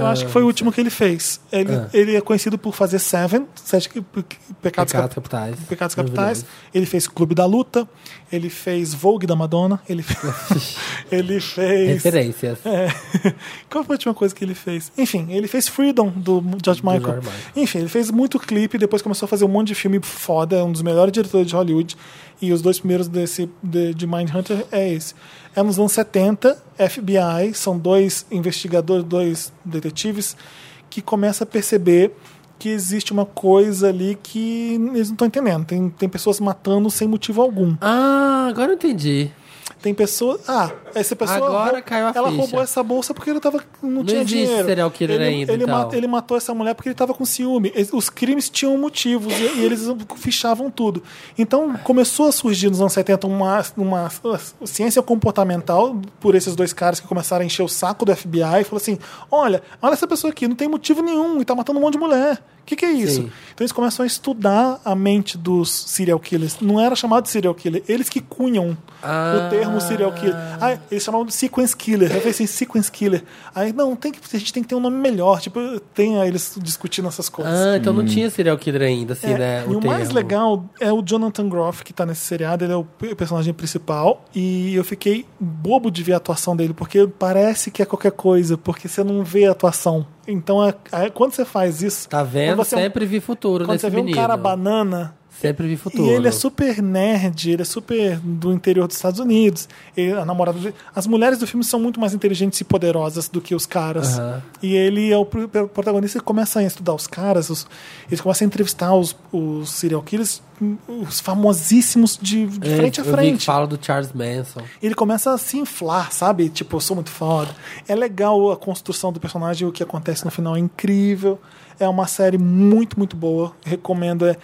Eu
Ah,
acho que foi o último que ele fez. Ele, ele é conhecido por fazer Seven, Sete Pe- Pe-
Pecados
Pecados, Cap-
Capitais.
Pecados Capitais. Ele fez Clube da Luta. Ele fez Vogue da Madonna. Ele, fe- ele fez.
Referências.
É. Qual foi a última coisa que ele fez? Enfim, ele fez Freedom do George Michael.
George Michael.
Enfim, ele fez muito clipe, depois começou a fazer um monte de filme foda, é um dos melhores diretores de Hollywood. E os dois primeiros desse, de, de Mindhunter é esse. É nos anos 70, FBI, são dois investigadores, dois detetives, que começam a perceber que existe uma coisa ali que eles não estão entendendo. Tem, tem pessoas matando sem motivo algum.
Ah, agora eu entendi.
Tem pessoa. Ah, essa pessoa.
Agora
rou-
caiu a
Ela
ficha.
roubou essa bolsa porque ele tava, não, tinha
existe
dinheiro.
serial killer
ele,
ainda,
Ele,
então.
mata- ele matou essa mulher porque ele tava com ciúme. Es- Os crimes tinham motivos e, e eles fichavam tudo. Então começou a surgir nos anos 70 uma, uma ciência comportamental por esses dois caras que começaram a encher o saco do FBI e falou assim: olha, olha essa pessoa aqui, não tem motivo nenhum e tá matando um monte de mulher. O que, que é isso?
Sim.
Então eles começam a estudar a mente dos serial killers. Não era chamado de serial killer, eles que cunham
Ah.
o termo serial killer. Ah, eles chamavam de sequence killer. Eu falei assim, sequence killer. Aí, não, tem que, a gente tem que ter um nome melhor. Tipo, tem aí eles discutindo essas coisas.
Ah, então não tinha serial killer ainda, assim,
É,
né?
e o mais
termo.
legal é o Jonathan Groff, que tá nesse seriado, ele é o p- personagem principal. E eu fiquei bobo de ver a atuação dele, porque parece que é qualquer coisa, porque você não vê a atuação. Então, é- é- quando você faz isso.
Tá vendo?
quando você é um-
Sempre vi futuro
Quando
nesse
você vê um
menino.
cara banana,
Sempre vi futuro.
e ele é super nerd, ele é super do interior dos Estados Unidos. E a namorada dele- As mulheres do filme são muito mais inteligentes e poderosas do que os caras.
Aham.
E ele é o pr- pr- protagonista que começa a estudar os caras, os, eles começam a entrevistar os, os serial killers, os famosíssimos de, de
É,
frente a
Eu vi que
frente
fala do Charles Manson.
ele começa a se inflar, sabe? Tipo, eu sou muito foda. É legal a construção do personagem, o que acontece no final é incrível. É uma série muito, muito boa. Recomendo. É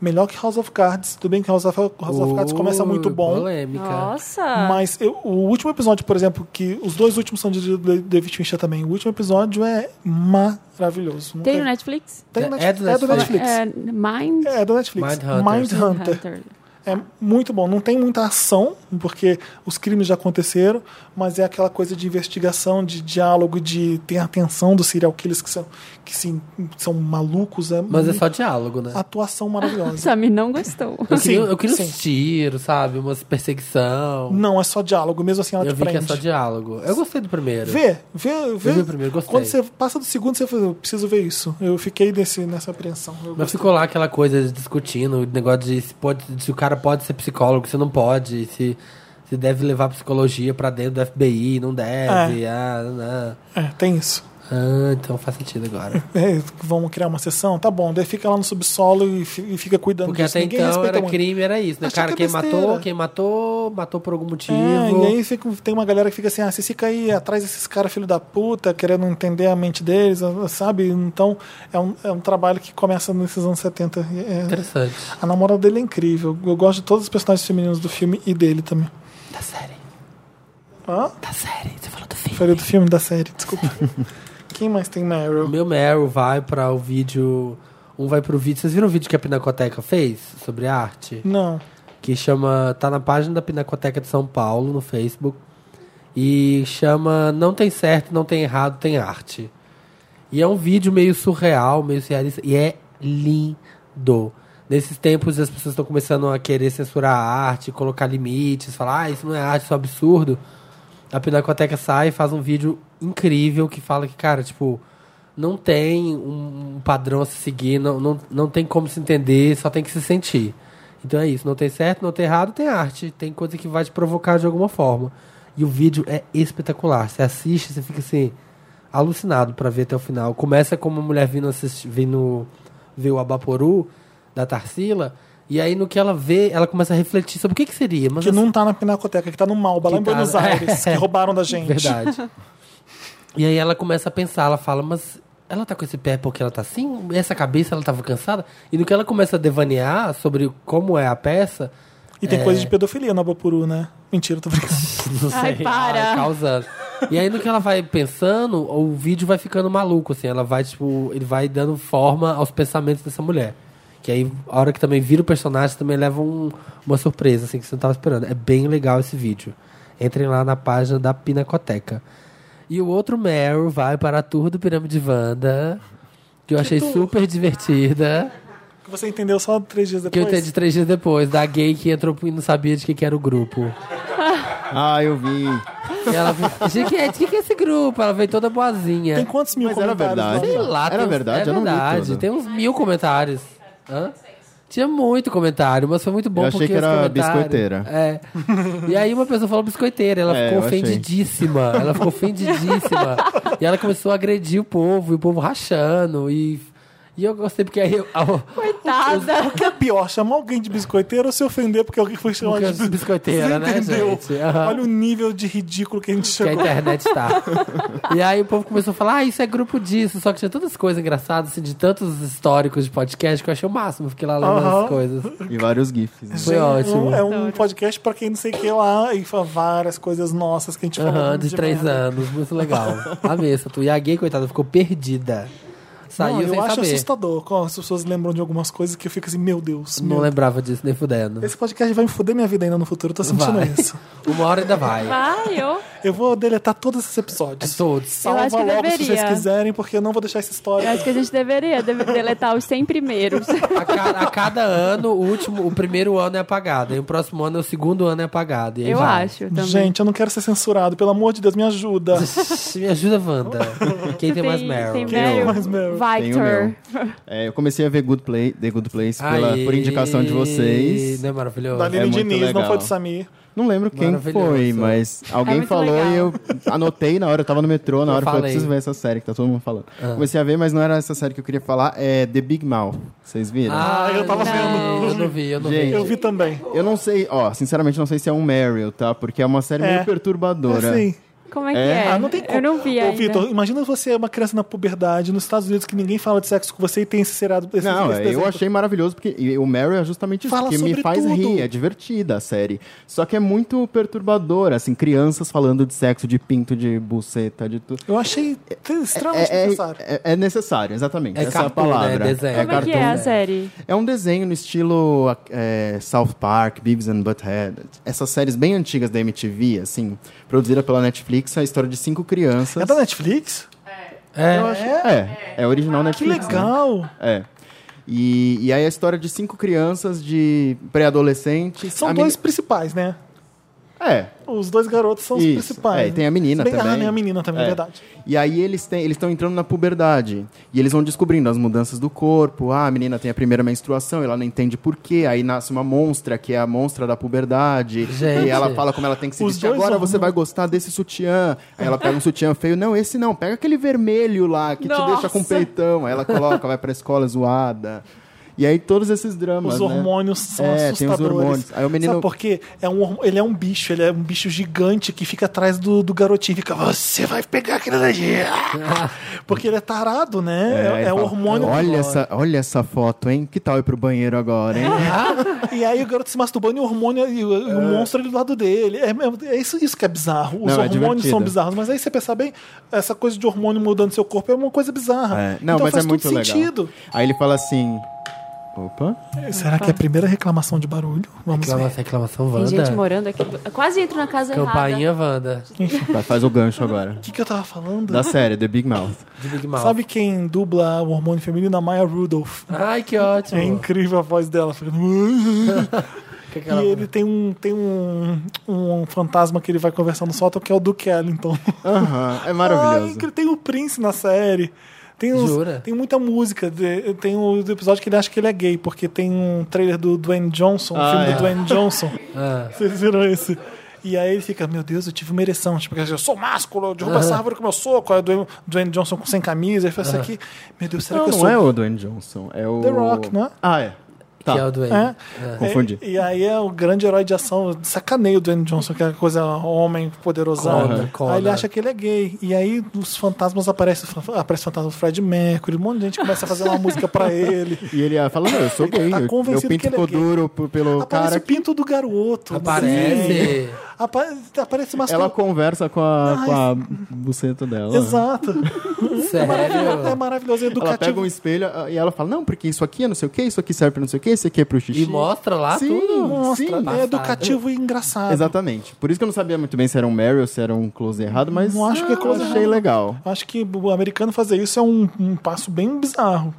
melhor que House of Cards. Tudo bem que House of, House of Cards começa muito
Ui,
bom.
Polêmica.
Ah. Nossa!
Mas eu- o último episódio, por exemplo, que os dois últimos são de de- David Fincher também. O último episódio é maravilhoso. Não
Tem no Netflix?
tem
É
no
do
Netflix. É do
Netflix.
Netflix.
É, Mind
É do Netflix.
Mindhunters.
Mindhunter.
Hunter.
É muito bom. Não tem muita ação, porque os crimes já aconteceram, mas é aquela coisa de investigação, de diálogo, de ter atenção dos serial killers que são, que sim, são malucos. É
Mas é só diálogo, né?
atuação maravilhosa.
Samir não gostou.
Eu queria,
Ah, sim,
eu queria
sim.
uns tiros, sabe? Umas perseguição.
Não, é só diálogo. Mesmo assim, ela
eu
te
vi que é
prende.
só diálogo. Eu gostei do primeiro.
Vê, vê, vê.
vi o primeiro, gostei.
Quando você passa do segundo, você fala, eu preciso ver isso. Eu fiquei desse, nessa apreensão. Eu
Mas
gostei.
ficou lá aquela coisa de discutindo, o negócio de se, pode, se o cara pode ser psicólogo, se não pode, se, se deve levar psicologia pra dentro do FBI, não deve. Ah, não.
É, tem isso.
ah então faz sentido agora.
É, vamos criar uma sessão? Tá bom, daí fica lá no subsolo e, fi- e fica cuidando
Porque
disso.
até
Ninguém
então
respeita
era
muito.
crime, era isso, né?
Acho
cara,
que é
quem matou,
besteira.
quem matou, matou por algum motivo.
É, e aí fica- tem uma galera que fica assim, ah, vocês ficam aí atrás desses caras filho da puta, querendo entender a mente deles, ah, sabe? Então, é um, é um trabalho que começa nesses anos 70. E é-
Interessante.
a namorada dele é incrível. Eu gosto de todos os personagens femininos do filme e dele também.
Da série.
Hã?
Da série. Você falou do filme.
Falei do filme, da série, desculpa. Quem mais tem
O
Meryl?
meu Meryl vai pra o vídeo... Um vai pro vídeo... Vocês viram o vídeo que a Pinacoteca fez sobre arte?
Não.
que chama. Tá na página da Pinacoteca de São Paulo, no Facebook. E chama Não Tem Certo, Não Tem Errado, Tem Arte. E é um vídeo meio surreal, meio surrealista. E é lindo. Nesses tempos as pessoas estão começando a querer censurar a arte, colocar limites, falar, ah, isso não é arte, isso é um absurdo. A Pinacoteca sai e faz um vídeo incrível que fala que, cara, tipo, não tem um um padrão a se seguir, não, não, não tem como se entender, só tem que se sentir. Então é isso, não tem certo, não tem errado, tem arte, tem coisa que vai te provocar de alguma forma. E o vídeo é espetacular. Você assiste, você fica assim, alucinado pra ver até o final. Começa com uma mulher vindo, assistir, vindo ver o Abaporu da Tarsila, e aí no que ela vê, ela começa a refletir sobre o que, que seria. Mas
Que não tá na Pinacoteca, que tá no Malba, lá
Que
em
tá-
Buenos Aires, que roubaram da gente.
Verdade. e aí ela começa a pensar, ela fala, mas ela tá com esse pé porque ela tá assim? Essa cabeça ela tava cansada? E no que ela começa a devanear sobre como é a peça,
E tem
É.
coisa de pedofilia no Abapuru, né? Mentira, tô brincando.
não sei,
Ai, para.
ela causando. E aí no que ela vai pensando, o vídeo vai ficando maluco, assim, ela vai, tipo, ele vai dando forma aos pensamentos dessa mulher. Que aí, a hora que também vira o personagem, também leva um- uma surpresa, assim, que você não tava esperando. É bem legal esse vídeo. Entrem lá na página da Pinacoteca. E o outro Meryl vai para a tour do Pirâmide Wanda, que eu achei super divertida.
Que Você entendeu só três dias
Que eu
depois?
entendi três dias depois, da gay que entrou e não sabia de que, que era o grupo.
É.
Ah, eu vi.
E ela falou, "Gente, que é- de que, que é esse grupo? Ela veio toda boazinha.
Tem quantos mil
Mas era
comentários?
verdade.
lá?
Sei lá,
Era
tem uns-
verdade?
é
Eu não vi
verdade.
tudo.
tem uns mil comentários. Hã? Tinha muito comentário, mas foi muito bom
Eu achei
porque
que
os
era
comentários-
biscoiteira.
É. E aí uma pessoa falou biscoiteira, ela
É,
ficou
eu achei.
ofendidíssima. Ela ficou ofendidíssima. e ela começou a agredir o povo, e o povo rachando. E, e eu gostei, porque aí eu-
Coitada.
O que é pior, chamar alguém de biscoiteiro ou se ofender porque alguém foi chamado
Porque
de
é
biscoiteiro?
biscoiteira, né,
entendeu?
gente? Aham.
Olha o nível de ridículo que a gente
que a
chegou.
internet tá. e aí o povo começou a falar, ah, isso é grupo disso. Só que tinha tantas coisas engraçadas, assim, de tantos históricos de podcast que eu achei o máximo. Fiquei lá lendo
Aham.
as coisas.
E vários GIFs. né?
Foi
Gente,
tá ótimo.
um- É um podcast pra quem não sei o que lá e fala várias coisas nossas que a gente falou.
Aham,
de
de três
merda.
anos, muito legal. Amei essa tu. E a gay, coitada, ficou perdida. Saiu
Não, eu
sem
acho
saber.
assustador quando as pessoas lembram de algumas coisas que eu fico assim, meu Deus.
Não
meu
lembrava disso, nem fudendo.
Esse podcast vai me foder minha vida ainda no futuro, eu tô sentindo
Vai.
isso.
Uma hora ainda vai.
Vai, eu.
Eu vou deletar todos esses episódios.
É todos.
Salva
Eu acho que
logo se
deveria.
vocês quiserem, porque eu não vou deixar essa
Eu
história.
acho que a gente deveria deve- deletar os 100 primeiros.
A, ca- a cada ano, o último, o primeiro ano é apagado. Aí o próximo ano, o segundo ano é apagado. E aí
Eu
vai.
acho também.
Gente, eu não quero ser censurado, pelo amor de Deus, me ajuda.
Me ajuda, Wanda. Quem tem, mais Meryl?
Tem
Quem é
Meryl.
mais Meryl?
Tem o meu.
Victor.
É, eu comecei a ver Good Play, The Good Place pela- por indicação de vocês.
Não é maravilhoso?
Da Aline
muito
Diniz, não
legal.
foi do Samir.
Não lembro quem
Maravilhoso.
foi, mas alguém
muito
falou
legal.
e eu anotei na hora, eu tava no metrô, na
Eu
hora eu falei,
falei.
preciso ver essa série que tá todo mundo falando. Comecei a ver, mas não era essa série que eu queria falar, é The Big Mouth. Vocês viram?
Ah, eu tava
não,
vendo.
Eu não vi, eu não
Gente,
Eu
vi.
vi também.
Eu não sei, ó, sinceramente não sei se é um Meryl, tá? Porque é uma série
É.
meio perturbadora.
Assim,
Como é que
É?
é?
ah, não tem como.
Eu não vi
Ô,
ainda.
Vitor, imagina você é uma criança na puberdade nos Estados Unidos que ninguém fala de sexo com você e tem esse seriado. Esse,
Não,
esse
é, eu
desenho.
achei maravilhoso, porque e o Meryl é justamente isso,
Fala
que me
sobre
faz
tudo.
rir, é divertida a série. Só que é muito perturbadora, assim, crianças falando de sexo, de pinto, de buceta, de tudo.
Eu achei extremamente
É, é,
necessário.
é- é necessário, exatamente.
É
essa é a
cartoon,
palavra.
né? Desenho.
Como é que é a série?
É um desenho no estilo é, South Park, Beavis and Butthead. Essas séries bem antigas da MTV, assim, produzida pela Netflix, é a história de cinco crianças.
É da Netflix?
É,
Eu acho- é, é original
Ah, Que
Netflix. né?
legal.
É. E, e aí a história de cinco crianças de pré-adolescentes.
São
A meni-
dois principais, né?
É.
Os dois garotos são
Isso.
os principais.
É, e tem a menina
Se bem-
também.
Ah, tem a menina também, é.
É.
verdade.
E aí eles têm, eles estão entrando na puberdade. E eles vão descobrindo as mudanças do corpo. Ah, a menina tem a primeira menstruação, ela não entende por quê. Aí nasce uma monstra, que é a monstra da puberdade.
Gente.
E ela fala como ela tem que se
Os
vestir.
dois
Agora
hormônios.
você vai gostar desse sutiã. Aí ela pega um sutiã feio. Não, esse não. Pega aquele vermelho lá, que te
Nossa.
deixa com peitão. Aí ela coloca, vai pra escola zoada. E aí todos esses dramas,
Os
né?
hormônios são
É,
assustadores.
tem os hormônios. Aí o menino-
Sabe por quê? É um, horm- ele é um bicho, ele é um bicho gigante que fica atrás do, do garotinho. Fica, você vai pegar aquele daqui. Porque ele é tarado, né? É,
ele
é o
fala,
hormônio.
Olha essa, olha essa foto, hein? Que tal ir pro banheiro agora, hein?
Ah, E aí o garoto se masturbando e o hormônio e o, e o monstro ali do lado dele. É, é- é isso, isso que é bizarro. Os
É. Não, é
hormônios são
divertido.
bizarros. Mas aí você pensar bem, essa coisa de hormônio mudando seu corpo é uma coisa bizarra.
É, Não,
então
mas
faz todo
é muito legal.
sentido.
Aí ele fala assim. Opa.
Será que é a primeira reclamação de barulho? Vamos ver.
Reclamação, reclamação
Tem
Wanda.
gente morando aqui. Eu quase entro na
é
casa errada.
Campainha Wanda.
Vai, faz o gancho agora.
O que, que eu tava falando?
Da série, The Big Mouth.
De Big Mouth.
Sabe quem dubla o hormônio feminino? A Maya Rudolph.
Ai, que ótimo.
É incrível a voz dela. Ficando...
Que é que
E
ela-
ele tem um, tem um, um fantasma que ele vai conversar no sótão, que é o Duke Ellington.
Aham, é
Ai,
maravilhoso.
que tem o Prince na série. Tem, uns-
Jura?
tem muita música. de- tem o do episódio que ele acha que ele é gay, porque tem um trailer do Dwayne Johnson, um
Ah,
filme
é.
do Dwayne Johnson.
Ah.
Vocês viram esse? E aí ele fica, meu Deus, eu tive uma ereção. Tipo, eu sou másculo, eu derrubo essa árvore com meu soco. Aí o Dwayne- Dwayne Johnson com sem camisa. Ele faz isso aqui. Meu Deus, será
Não,
que eu
não
sou
é o Dwayne Johnson, é o...
The Rock, não é?
Ah, é. Tá.
Que é o Dwayne.
É.
Confundi.
E, e aí é o grande herói de ação, sacaneia o Dwayne Johnson, que é coisa homem poderosão.
Conan, Conan.
Aí ele acha que ele é gay. E aí os fantasmas aparecem, aparece o fantasma do Fred Mercury, um monte de gente começa a fazer uma música pra ele.
E ele ah, fala, não, eu sou gay,
tá
eu, meu
convencido
pinto
que ele é
ficou
gay.
duro p- pelo
Aparece
cara.
o pinto do garoto.
Aparece.
Aparece, aparece umas
Ela
coisas-
conversa com a, com a buceta dela.
Ah, Exato. É
Sério.
maravilhoso, é
Ela pega
educativo.
um espelho ah, e ela fala, não, porque isso aqui é não sei o que, isso aqui serve pra não sei o que, isso aqui é pro xixi.
E mostra lá
Sim.
tudo.
Mostra,
um Sim.
é educativo e engraçado.
Exatamente. Por isso que eu não sabia muito bem se era um Mary ou se era um close errado, mas
Não acho que é close
achei
errado.
legal.
Acho que o americano fazer isso é um- um passo bem bizarro.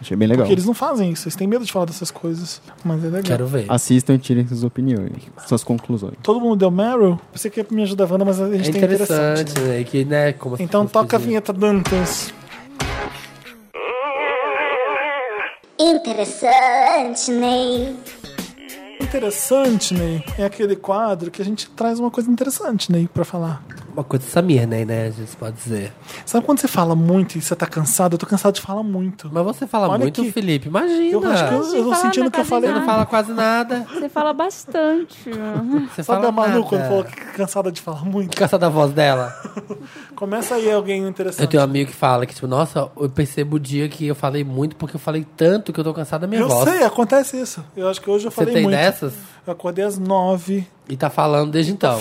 Achei bem
Então.
legal.
Porque eles não fazem isso, eles têm medo de falar dessas coisas. Mas é legal.
Quero ver.
Assistam e tirem suas opiniões, suas conclusões.
Todo mundo deu Meryl? Você quer me ajudar, Wanda, mas a gente
É
tem interessante.
interessante, né? Que, né como as
Então
pessoas
toca a
diziam.
vinheta Dantas.
Interessante, Ney.
Interessante, Ney, é aquele quadro que a gente traz uma coisa interessante, Ney, pra falar.
Uma coisa de Samir, né, né? A gente pode dizer.
Sabe quando você fala muito e você tá cansado? Eu tô cansado de falar muito.
Mas você fala
Olha
muito,
aqui.
Felipe. Imagina.
Eu acho que eu, eu tô
Fala
sentindo que eu
metade
falei.
Você não fala quase nada.
Você fala bastante.
Você
Sabe
fala
a Manu
nada.
quando falou que é cansada de falar muito?
Caça da voz dela.
Começa aí alguém
Eu
interessante.
tenho um amigo que fala que, tipo, nossa, eu percebo o dia que eu falei muito porque eu falei tanto que eu tô cansada da minha
Eu
voz.
sei, acontece isso. Eu acho que hoje eu
Você
falei
tem
muito.
dessas?
Eu acordei às nove.
E tá falando desde então.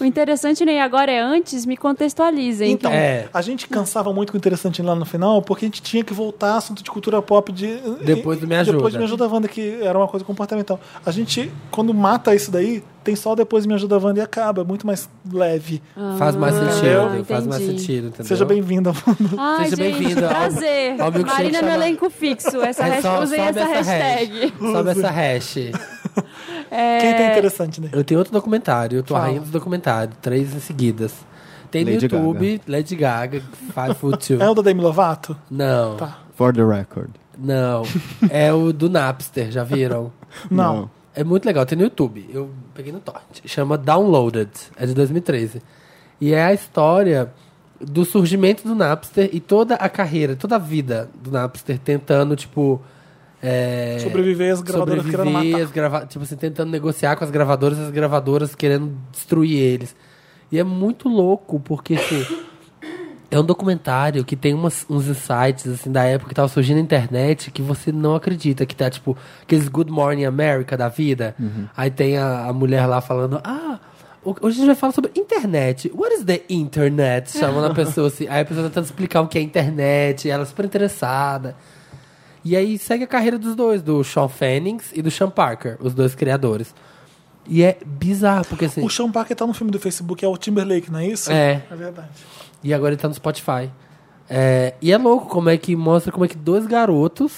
O interessante nem agora é antes, me contextualizem.
Então,
É.
a gente cansava muito com o interessante lá no final, porque a gente tinha que voltar ao assunto de cultura pop de
Depois do Me Ajuda.
Depois do Me Ajuda Wanda, que era uma coisa comportamental. A gente quando mata isso daí, tem só o depois do Me Ajuda Wanda e acaba, é muito mais leve.
faz mais sentido.
entendeu?
Faz mais
Ah, Entendi.
sentido, entendeu?
Seja bem-vinda. Wanda.
Ai,
Então, Seja
gente,
bem-vinda ao-
prazer.
ao milkshake
Marina no
chamado-
elenco fixo. Essa
É,
hashtag,
só-
usem
sobe
essa hashtag.
Sobe essa hash.
É,
Quem tem interessante, né?
Eu tenho outro documentário, eu tô
Fala.
a rainha dos documentários, três em seguidas. Tem no
Lady
YouTube, Lady Gaga, Five Foot Two.
É o da Demi Lovato?
Não,
Tá.
For the record.
não. É o do Napster, já viram?
Não.
É muito legal, tem no YouTube. Eu peguei no torrent. Chama Downloaded, é de 2013. E é a história do surgimento do Napster e toda a carreira, toda a vida do Napster tentando, tipo... é,
Sobreviver às gravadoras
sobreviver,
querendo matar.
as grava- Tipo assim, tentando negociar com as gravadoras, as gravadoras querendo destruir eles. E é muito louco, porque assim, é um documentário que tem umas- uns insights assim da época que tava surgindo na internet que você não acredita que tá tipo aqueles Good Morning America da vida. Aí tem a, a mulher lá falando: "Ah, ho- hoje a gente vai falar sobre internet. What is the internet?" Chamando a pessoa assim. Aí a pessoa tentando explicar o que é internet, e ela é super interessada. E aí segue a carreira dos dois, do Sean Fannings e do Sean Parker, os dois criadores. E é bizarro, porque assim.
O Sean Parker tá no filme do Facebook, é o Timberlake, não é isso?
É.
É verdade.
E agora ele tá no Spotify. É, e é louco como é que mostra como é que dois garotos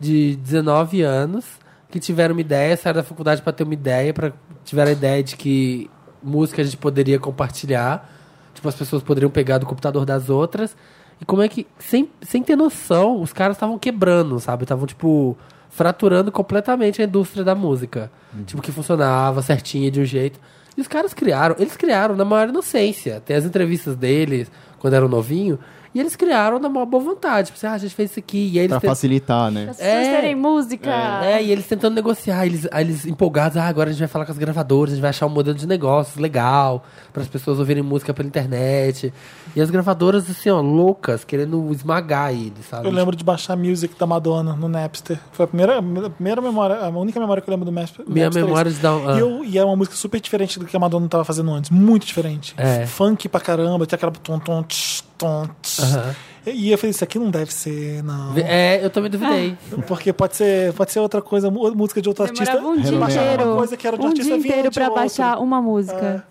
de 19 anos que tiveram uma ideia, saíram da faculdade pra ter uma ideia, pra, tiveram a ideia de que música a gente poderia compartilhar, tipo, as pessoas poderiam pegar do computador das outras. E como é que, sem, sem ter noção, os caras estavam quebrando, sabe? Estavam, tipo, fraturando completamente a indústria da música. Tipo, que funcionava certinho de um jeito. E os caras criaram, eles criaram na maior inocência. Tem as entrevistas deles quando eram novinho, e eles criaram na maior boa vontade. Tipo assim, ah, a gente fez isso aqui, e aí eles
Pra
te-
facilitar, né?
As pessoas
É.
terem música.
é, e eles tentando negociar, eles, aí eles empolgados, ah, agora a gente vai falar com as gravadoras, a gente vai achar um modelo de negócios legal, para as pessoas ouvirem música pela internet. E as gravadoras, assim, ó, loucas, querendo esmagar eles, sabe?
Eu lembro de baixar Music da Madonna no Napster. Foi a primeira, a primeira memória, a única memória que eu lembro do Napster.
Minha
Napster é
memória de dar. um, ah.
E, eu- e é uma música super diferente do que a Madonna tava fazendo antes. Muito diferente.
É.
Funk pra caramba, tinha aquela tom, tom, tch, tom,
Tipo,
tch.
Aham.
E eu falei, isso aqui não deve ser, não.
É, eu também duvidei.
Porque pode ser, pode ser outra coisa, mu- música de outro artista.
Demorava um dia
baixava uma
inteiro.
coisa que era de um
um
artista
dia
vinha
inteiro
de
pra
outro. É.
baixar uma música.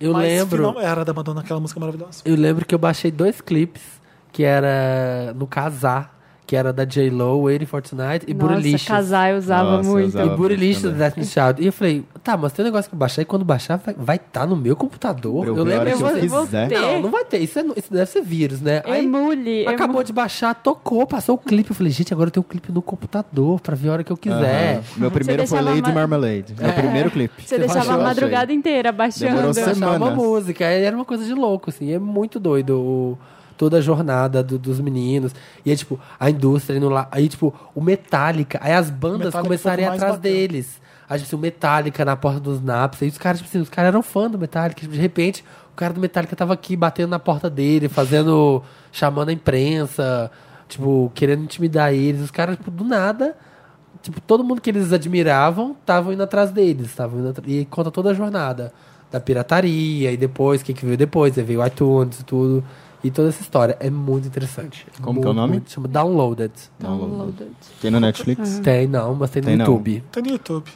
Eu
Mas
lembro.
final- era da Madonna, aquela música maravilhosa.
Eu lembro que eu baixei dois clipes, que era no Casar, que era da J-Lo, Waiting for Tonight e
Nossa,
Burilicious.
casar eu usava
Nossa, eu
muito.
usava.
E Burilicious do
também.
Destiny's Child. E eu falei, tá, mas tem um negócio que eu baixar e quando baixar vai estar vai tá no meu computador.
Eu
Eu,
vi a
lembro
hora
Eu
é que
vou,
eu
vou
quiser.
ter. É
Não, não vai ter. Isso, é- isso deve ser vírus, né? Aí-
Emule, emu-
Acabou de baixar, tocou, passou o clipe. Eu falei, gente, agora eu tenho o clipe no computador pra ver a hora que eu quiser.
É.
Aham. Meu primeiro foi
deixava
Lady
ma-
Marmalade. Meu primeiro clipe.
Você deixava a
baixou,
madrugada inteira
Demorou
baixando.
Eu achava uma
Semanas.
música, aí era uma coisa de louco, assim, é muito doido o- toda a jornada do- dos meninos. E é tipo, a indústria indo lá, aí tipo, o Metallica, aí as bandas
é
Metallica
um
começaram a ir
foi o que mais
atrás
bateu.
deles. Aí, tipo, assim, o Metallica na porta dos Naps, aí os caras, tipo assim, os caras eram fã do Metallica, tipo, de repente, o cara do Metallica tava aqui batendo na porta dele, fazendo, chamando a imprensa, tipo, querendo intimidar eles, os caras, tipo, do nada... Tipo, todo mundo que eles admiravam estavam indo atrás deles, estavam indo atra- e conta toda a jornada da pirataria e depois, o que, que veio depois, aí veio o iTunes e tudo, e toda essa história. É muito interessante.
Como
Muito,
que é o nome?
muito, chama Downloaded.
Downloaded.
Tá Tem no
Ah.
Netflix?
Tem não, mas tem no
Tem não.
YouTube.
Tá no YouTube.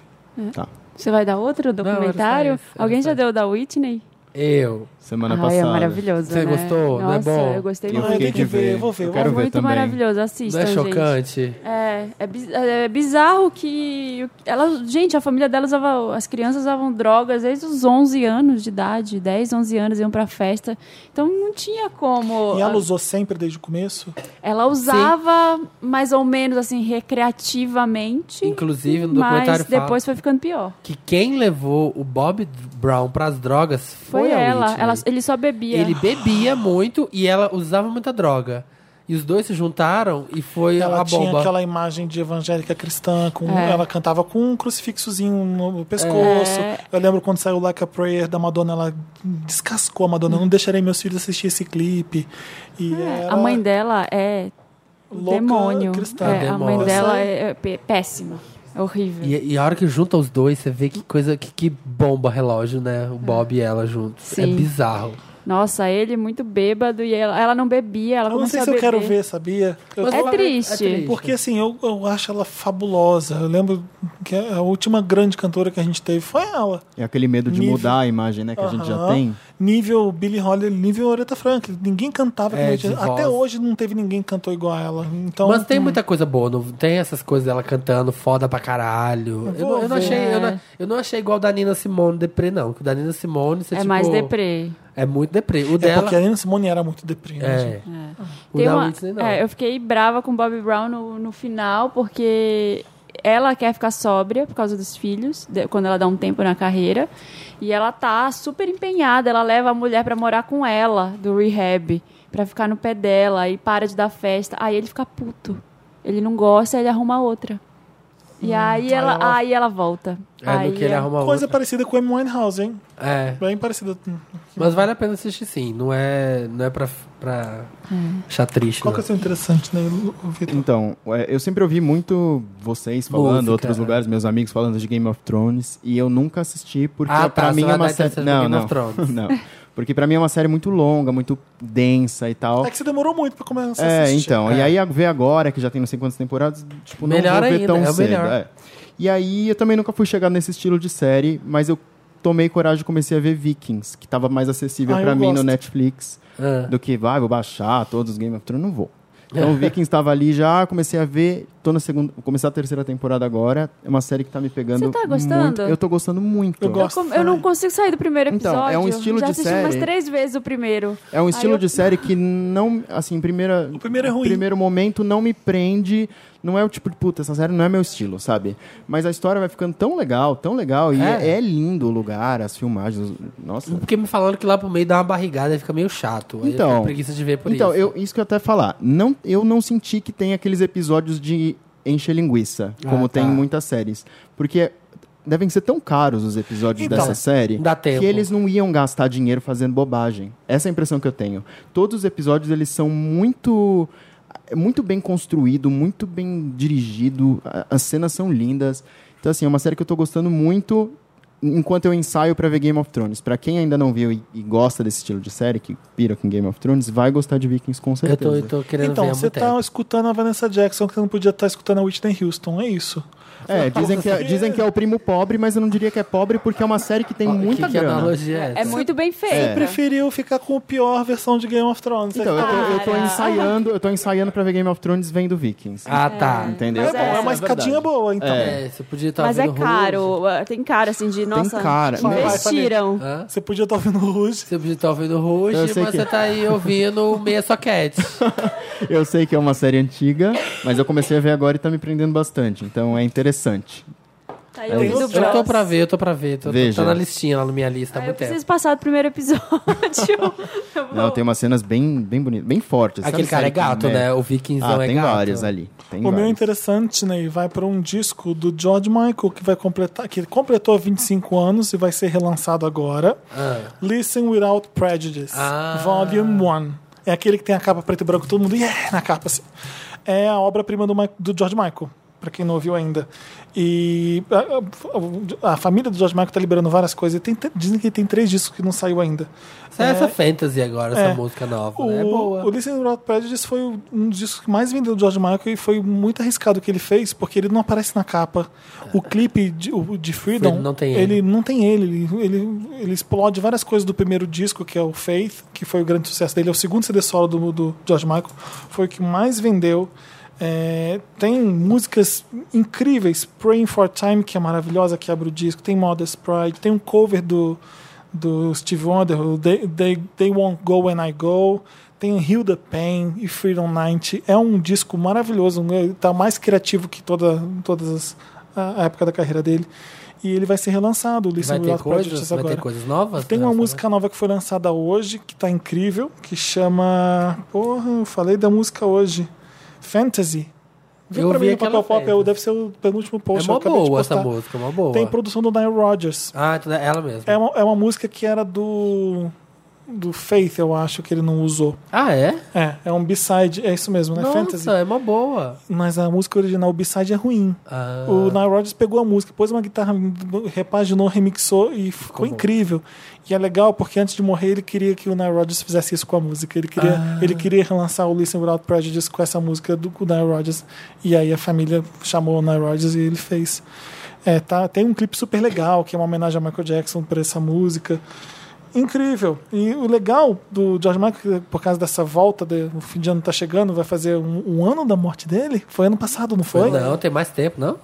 Você vai dar outro
era só
documentário?
esse, era
Alguém
só
já deu o da Whitney?
Eu.
Semana
Ai,
passada.
é maravilhoso,
Você
né?
gostou? Não é
Nossa,
bom?
eu gostei
Eu
muito.
Ah,
fiquei
tem que
de ver.
ver, eu vou ver,
Eu
eu
quero
é
ver
muito
também.
maravilhoso,
Não
assistam,
é
gente.
chocante?
É, é, biz- é bizarro que o- ela, gente, a família dela usava, as crianças usavam drogas desde os 11 anos de idade, 10, 11 anos iam pra festa. Então não tinha como.
E ela usou sempre desde o começo?
Ela usava mais ou menos assim recreativamente.
Inclusive, no documentário
mas
fala
depois foi ficando pior.
que quem levou o Bob Brown pras drogas foi,
Foi,
a
ela.
Whitney.
ela. Ele só bebia.
Ele bebia muito e ela usava muita droga. E os dois se juntaram e foi
Ela
a
tinha
bomba.
aquela imagem de evangélica cristã, com,
É.
ela cantava com um crucifixozinho no pescoço.
É.
Eu lembro quando saiu Like a Prayer da Madonna, ela descascou a Madonna. Eu não deixarei meus filhos assistir esse clipe. E era
É, A mãe dela é
louca
demônio.
cristã.
É, A
Demônio.
mãe dela
Eu sei.
é pé- péssima. É horrível.
E, e a hora que junta os dois, você vê que coisa, que, que bomba relógio, né? O Bob e ela juntos. É
É. Sim.
bizarro.
Nossa, ele muito bêbado e ela, ela não bebia, ela
Eu não
começou
sei
a
se eu
beber.
quero ver, sabia? Eu-
É triste.
Porque assim, eu, eu acho ela fabulosa. Eu lembro que a última grande cantora que a gente teve foi ela.
É aquele medo de
Nível.
mudar a imagem, né? Que a gente já
Aham.
tem.
Nível Billie Holiday, nível Aretha Franklin. Ninguém cantava
É,
como
de
ela. Até
voz.
hoje não teve ninguém que cantou igual a ela. Então,
Mas
é.
tem muita coisa boa, não tem essas coisas dela cantando foda pra caralho. Eu, não, eu não
ver.
achei, eu, não, eu não achei igual o da Nina Simone deprê, não. Que o da Nina Simone, você
É
tipo,
mais deprê.
É muito deprê. O
é
dela.
porque a Nina Simone era muito deprimido.
É. O
Tem
da
uma-
Whitney, não.
é, eu fiquei brava com Bobby Brown no, no final, porque ela quer ficar sóbria por causa dos filhos, de- quando ela dá um tempo na carreira. E ela tá super empenhada, ela leva a mulher pra morar com ela, do rehab, pra ficar no pé dela e para de dar festa. Aí ele fica puto. Ele não gosta, ele arruma outra.
Hum,
E aí,
aí
ela,
ela-
aí ela volta.
É no
aí
que ele
é-
arruma
Coisa
outra.
parecida com o M. Winehouse, hein?
É.
Bem parecida.
Mas vale a pena assistir sim. Não é, não é pra, pra achar triste.
Qual
não.
que é o seu interessante, né, Lu- Vitor?
Então, é, eu sempre ouvi muito vocês falando,
Música.
outros lugares, meus amigos falando de Game of Thrones, e eu nunca assisti porque
Ah, tá,
pra
você
mim
vai
é uma
dar
série
intenção de
não,
Game
não,
of Thrones.
não. Porque pra mim é uma série muito longa, muito densa e tal.
É que você demorou muito pra começar a
É,
assistir.
então.
É.
E aí a- ver agora, que já tem não sei quantas temporadas, tipo, não
Melhor
vou ver
ainda,
tão
é o
cedo.
melhor.
é. E aí eu também nunca fui chegar nesse estilo de série, mas eu tomei coragem e comecei a ver Vikings, que tava mais acessível
Ah,
pra
eu
mim no
gosto.
Netflix
Ah.
do que vai, vou baixar todos os Game of Thrones, não vou. Então o Vikings estava ali já, comecei a ver, tô na segunda, vou começar a terceira temporada agora. É uma série que tá me pegando
Você tá gostando?
muito. Eu tô gostando muito.
Eu
Eu,
gosto.
com- eu não consigo sair do primeiro
Então,
episódio.
é um estilo
Já
de
assisti umas
série.
três vezes o primeiro.
É um estilo
eu-
de série que não, assim, em primeira,
O primeiro é ruim.
primeiro momento não me prende, não é o tipo de puta, essa série não é meu estilo, sabe? Mas a história vai ficando tão legal, tão legal e
É.
é, lindo o lugar, as filmagens, os- nossa.
Porque me falaram que lá pro meio dá uma barrigada e fica meio chato. Aí eu
Então,
tenho preguiça de ver por
então
isso.
eu isso que eu até ia falar, não, eu não senti que tem aqueles episódios de enche linguiça,
Ah,
como
tá.
tem em muitas séries, porque devem ser tão caros os episódios
Então,
dessa série
dá tempo.
que eles não iam gastar dinheiro fazendo bobagem. Essa é a impressão que eu tenho. Todos os episódios eles são muito é muito bem construído, muito bem dirigido, a- as cenas são lindas. Então assim, é uma série que eu tô gostando muito enquanto eu ensaio pra ver Game of Thrones. Pra quem ainda não viu e, e gosta desse estilo de série que pira com Game of Thrones, vai gostar de Vikings com
Eu
certeza.
tô, eu tô querendo ver
Então,
há
você
muito
tá
tempo.
escutando a Vanessa Jackson, que você não podia estar escutando a Whitney Houston, é isso.
É, dizem que é, dizem que é o primo pobre, mas eu não diria que é pobre porque é uma série que tem muita
que, que
grana.
analogia é essa?
É muito bem feito.
Preferiu ficar com a pior versão de Game of Thrones. É
Então, eu tô, eu tô
Cara.
ensaiando, eu tô ensaiando pra ver Game of Thrones vendo Vikings.
Ah, tá.
Entendeu?
é bom, é
essa é
uma
a
escadinha boa, então.
É, você podia estar
Mas é
vendo Rouge.
caro. ah, Tem cara, assim, de nossa.
cara.
Investiram.
Hã?
Você podia estar ouvindo o Rouge.
Você podia estar ouvindo Rouge,
Eu
mas
sei que-
você tá aí ouvindo o Meia Soquete.
Eu sei que é uma série antiga, mas eu comecei a ver agora e tá me prendendo bastante. Então é interessante.
Tá
É
aí ouvindo o
isso. Eu
eu tô
Bros.
pra ver, eu tô pra ver. Tô, tô-
Veja.
tá na listinha, lá na minha lista há
Ah, eu
muito tempo.
preciso passar do primeiro episódio. Eu vou-
Não, tem umas cenas bem, bem bonitas, bem fortes.
Aquele
Sabe
cara é
série que
gato,
me-
né? O Vikingzão
Ah,
é
tem
gato.
várias ali. Tem
O meu
várias.
interessante, Ney, vai para um disco do George Michael que vai completar, que completou 25 anos e vai ser relançado agora. Listen Without Prejudice,
Ah.
Volume 1. É aquele que tem a capa preto e branco, todo mundo yeah! na capa assim. É a obra-prima do, Mi- do George Michael, para quem não ouviu ainda. E a, a- a família do George Michael tá liberando várias coisas. E tem, tem- dizem que tem três discos que não saiu ainda.
Essa, é essa fantasy agora, essa
É.
música nova,
O,
né? É boa.
o Listen to Rock Prejudice foi o- um dos discos que mais vendeu do George Michael e foi muito arriscado o que ele fez, porque ele não aparece na capa. O clipe de, o- de Freedom,
É. Freedom não tem
ele.
ele.
não tem ele. Ele, ele- ele explode várias coisas do primeiro disco, que é o Faith, que foi o grande sucesso dele. É o segundo CD solo do, do George Michael. Foi o que mais vendeu. É, tem músicas incríveis, Praying for Time, que é maravilhosa, que abre o disco, tem Modest Pride, tem um cover do, do Steve Wonder, o They, They, They Won't Go When I Go, tem Heal the Pain e Freedom 90. É um disco maravilhoso, né? tá mais criativo que toda, todas as, a, a época da carreira dele. E ele vai ser relançado, o Listen
Vai ter
Without
coisas,
Prejudice
vai
agora.
ter coisas novas. né?
Tem uma
Nossa,
música nova que foi lançada hoje, que tá incrível, que chama. Porra, eu falei da música hoje. Fantasy. Vê
Eu
pra mim
vi
no papel
aquela
pop, é o-
fantasy.
deve ser o penúltimo
É
post. eu
uma
acabei de
boa essa
postar.
música, uma boa.
Tem produção do Nile Rodgers.
Ah, então é ela mesmo.
É uma, é uma música que era do. Do Faith, eu acho, que ele não usou.
Ah, é?
É, é um B-side, é isso mesmo, né?
Nossa,
Fantasy.
é uma boa.
Mas a música original, o B-side, é ruim.
Ah,
O Nile Rodgers pegou a música, pôs uma guitarra, repaginou, remixou e ficou
bom.
incrível. E é legal porque antes de morrer ele queria que o Nile Rodgers fizesse isso com a música. Ele queria,
Ah.
ele queria relançar o Listen Without Prejudice com essa música do com o Nile Rodgers. E aí a família chamou o Nile Rodgers e ele fez. É, tá, tem um clipe super legal que é uma homenagem a Michael Jackson por essa música. Incrível. E o legal do George Michael, por causa dessa volta, de- o fim de ano tá chegando, vai fazer um, um ano da morte dele? Foi ano passado, não foi?
Não, tem mais tempo, não?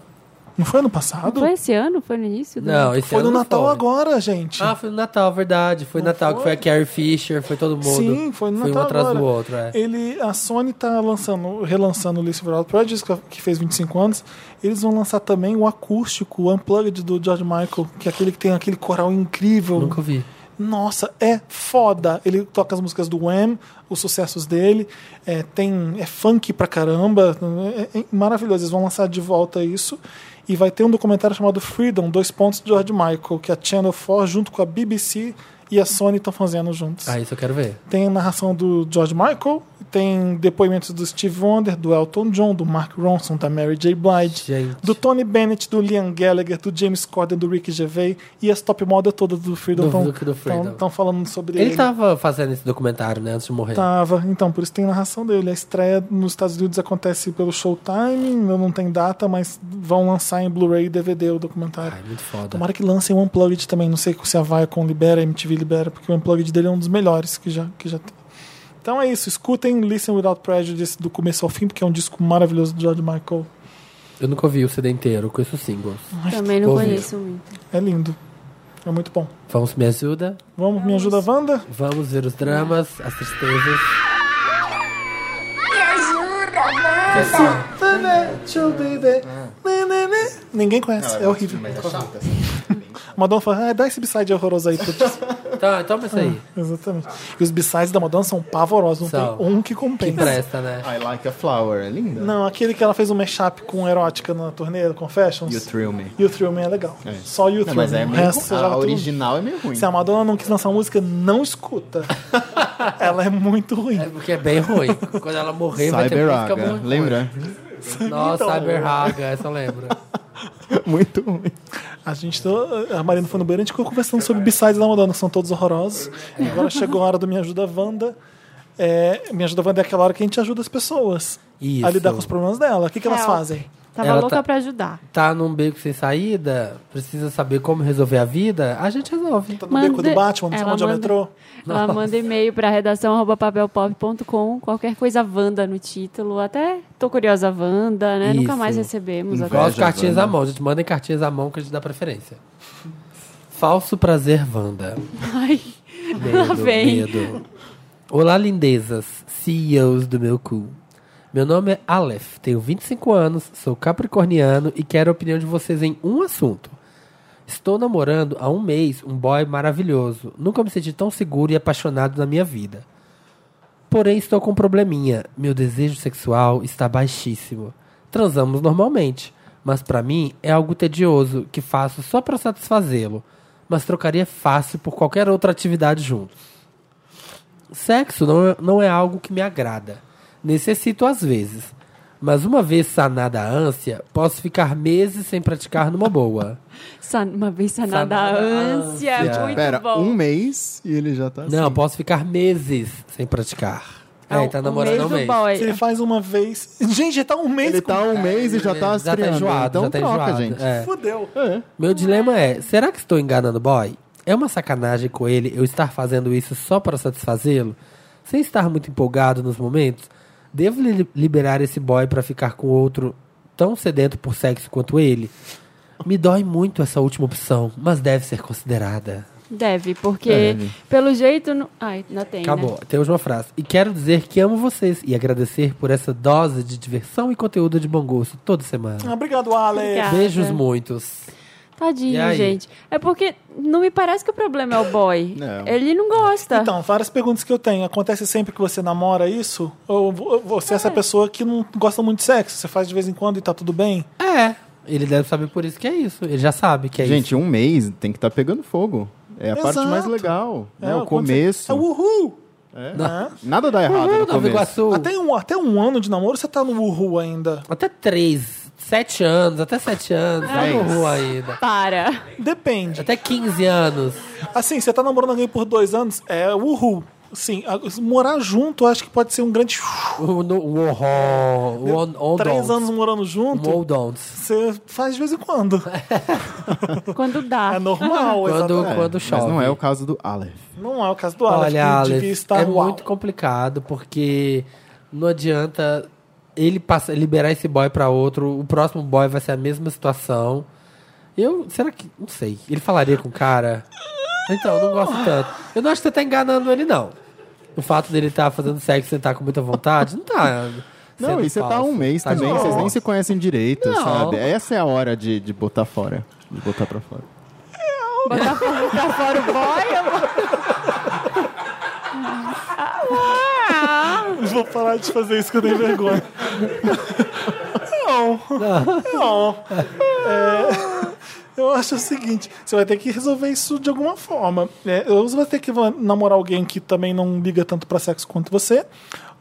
Não foi ano
Não
passado?
foi esse ano? Foi no início? do-
um Não, esse
Foi
ano
no
não
Natal
foi.
agora, gente.
Ah, foi no Natal, verdade. Foi no Natal que foi a Carrie Fisher, foi todo mundo.
Sim, foi no Natal
um atrás
agora.
do outro, é.
Ele, a Sony tá lançando, relançando o Listen Without Prejudice, que- que fez 25 anos. Eles vão lançar também o acústico, o Unplugged do George Michael, que é aquele que tem aquele coral incrível.
Nunca vi.
Nossa, é foda. Ele toca as músicas do Wham, os sucessos dele. É, tem, é funk pra caramba. É, é maravilhoso. Eles vão lançar de volta isso. E vai ter um documentário chamado Freedom, dois pontos de George Michael, que a Channel 4, junto com a BBC e a Sony, estão fazendo juntos.
Ah, isso eu quero ver.
Tem a narração do George Michael, tem depoimentos do Steve Wonder, do Elton John, do Mark Ronson, da Mary J. Blige,
Gente.
do Tony Bennett, do Liam Gallagher, do James Corden, do Ricky Gervais e as top model todas do Freedom
Do-
estão
do- do Freedom.
falando sobre ele.
Ele tá- tava fazendo esse documentário, né, antes de morrer.
Tava, então, por isso tem narração dele. A estreia nos Estados Unidos acontece pelo Showtime, ainda não tem data, mas vão lançar em Blu-ray e DVD o documentário.
Ai, muito foda.
Tomara que lancem o Unplugged também. Não sei se a Viacom libera, a MTV libera, porque o Unplugged dele é um dos melhores que já, que já tem. Então é isso. Escutem Listen Without Prejudice do começo ao fim, porque é um disco maravilhoso do George Michael.
Eu nunca ouvi o CD inteiro, conheço os singles.
Também não
Ouvi.
conheço muito.
É lindo. É muito bom.
Vamos, me ajuda.
Vamos, me ajuda, Wanda?
Vamos ver os dramas, as tristezas.
Me ajuda, Wanda.
Ah.
Ninguém conhece. é horrível.
assim.
Madonna fala, ah, dá esse b-side horroroso aí. putz."
Tá, toma isso aí.
Ah. Exatamente. E os b-sides da Madonna são pavorosos. Não
São.
tem um que
Que
compensa.
presta, né?
I Like a Flower, é linda.
Não, aquele que ela fez um mashup com erótica na torneira, Confessions.
You Thrill Me.
E o Thrill é legal. Só o Thrill
Não, mas é
o
meio,
resto você joga
a
tudo.
original é meio ruim.
Se a Madonna não quis lançar música, não escuta. ela é muito ruim.
É porque é bem ruim. Quando ela morrer, vai ter
Cyber
música
Aga,
muito
lembra?
ruim. Nossa,
Então.
Cyber Haga, essa eu lembro.
Muito ruim.
A gente, tô- a Marina foi no banheiro, a gente ficou conversando sobre B-Sides da Madonna, que são todos horrorosos. E agora chegou a hora do Me Ajuda Wanda. É, Me Ajuda Wanda é aquela hora que a gente ajuda as pessoas
Isso.
a lidar com os problemas dela. O que, que elas
Help.
fazem?
Tava
Ela
louca
tá-
pra ajudar.
Tá num beco sem saída, precisa saber como resolver a vida, a gente resolve.
Tá no beco do Batman, não
ela
sabe onde é o
manda-
metrô.
Ela manda e-mail pra redação arroba papelpop.com, qualquer coisa Wanda no título. Até tô curiosa Wanda, né? Nunca
Isso.
mais recebemos
Igual
Inveja,
as cartinhas
Wanda.
à mão, gente. Mandem cartinhas à mão que a gente dá preferência. Falso prazer, Wanda.
Ai, lá
Medo,
vem.
medo. Olá, lindezas, CEOs do meu cu. Meu nome é Aleph, tenho 25 anos, sou capricorniano e quero a opinião de vocês em um assunto. Estou namorando há um mês um boy maravilhoso. Nunca me senti tão seguro e apaixonado na minha vida. Porém, estou com um probleminha. Meu desejo sexual está baixíssimo. Transamos normalmente, mas pra mim é algo tedioso que faço só pra satisfazê-lo, mas trocaria fácil por qualquer outra atividade junto. Sexo não é, não é algo que me agrada. Necessito às vezes, mas uma vez sanada a ânsia, posso ficar meses sem praticar numa boa.
San- uma vez sanada a
Sanada a
ânsia.
ânsia.
É Muito
Pera,
bom.
um mês e ele já tá assim.
Não, posso ficar meses sem praticar.
Ah,
É, tá namorando há um
do
mês.
boy.
Se ele faz uma vez. Gente, já tá um mês.
Ele
com-
tá um mês e já tá
já tá
esfriando.
enjoado,
então
já tá
troca,
enjoado.
gente.
É.
Fudeu.
Meu dilema é, será que estou enganando o boy? É uma sacanagem com ele eu estar fazendo isso só para satisfazê-lo? Sem estar muito empolgado nos momentos? Devo li- liberar esse boy para ficar com outro tão sedento por sexo quanto ele? Me dói muito essa última opção, mas deve ser considerada.
Deve, porque
Deve.
pelo jeito. não- Ai, não tem. né?
Acabou, tem a última frase. E quero dizer que amo vocês e agradecer por essa dose de diversão e conteúdo de bom gosto toda
Ah,
semana.
Obrigado, Ale.
Obrigada.
Beijos muitos. E
Tadinho,
aí?
gente. É porque não me parece que o problema é o boy.
Não.
Ele não gosta.
Então, várias perguntas que eu tenho. Acontece sempre que você namora isso? Ou vo- você é essa pessoa que não gosta muito de sexo? Você faz de vez em quando e tá tudo bem?
É, ele deve saber por isso que é isso. Ele já sabe que é isso.
Gente, um mês tem que estar pegando fogo. É a parte
Exato.
mais legal. né? O
quando você-
começo. É.
É uhul! Né?
Nada dá errado no
Nova
começo.
Iguaçu. Até,
Até um, até um ano de namoro você tá no uhul ainda.
três, sete anos, até sete anos, tá no
Dez.
rua ainda.
Para.
Depende.
Até 15 anos.
Assim, você tá namorando alguém por dois anos, é uhul. Sim, a- morar junto acho que pode ser um grande.
O no- o horror, o on, on
Três
don'ts,
anos morando
o on
junto,
don'ts.
você faz de vez em quando.
Quando dá.
É normal,
Quando,
exatamente.
quando chove.
Mas não é o caso do Aleph.
Não é o caso do Aleph, que
Olha, Aleph,
devia estar
é
uau.
muito complicado, porque não adianta ele passa, liberar esse boy pra outro, o próximo boy vai ser a mesma situação. Eu, será que, não sei, ele falaria com o cara? Então, não gosto tanto. Eu não acho que você tá enganando ele, não. O fato dele estar fazendo sexo e você tá com muita vontade, não tá...
Não,
sendo
e você tá
falso.
um mês
Tá de
também, vocês
boa.
nem se conhecem direito,
Não.
sabe? Essa é a hora de, de botar fora. De botar pra fora.
Botar fora, botar fora o boy. eu vou-
Eu Vou parar de fazer isso que eu tenho vergonha. Não. Não. É, eu acho o seguinte, você vai ter que resolver isso de alguma forma. É, ou você vai ter que namorar alguém que também não liga tanto pra sexo quanto você,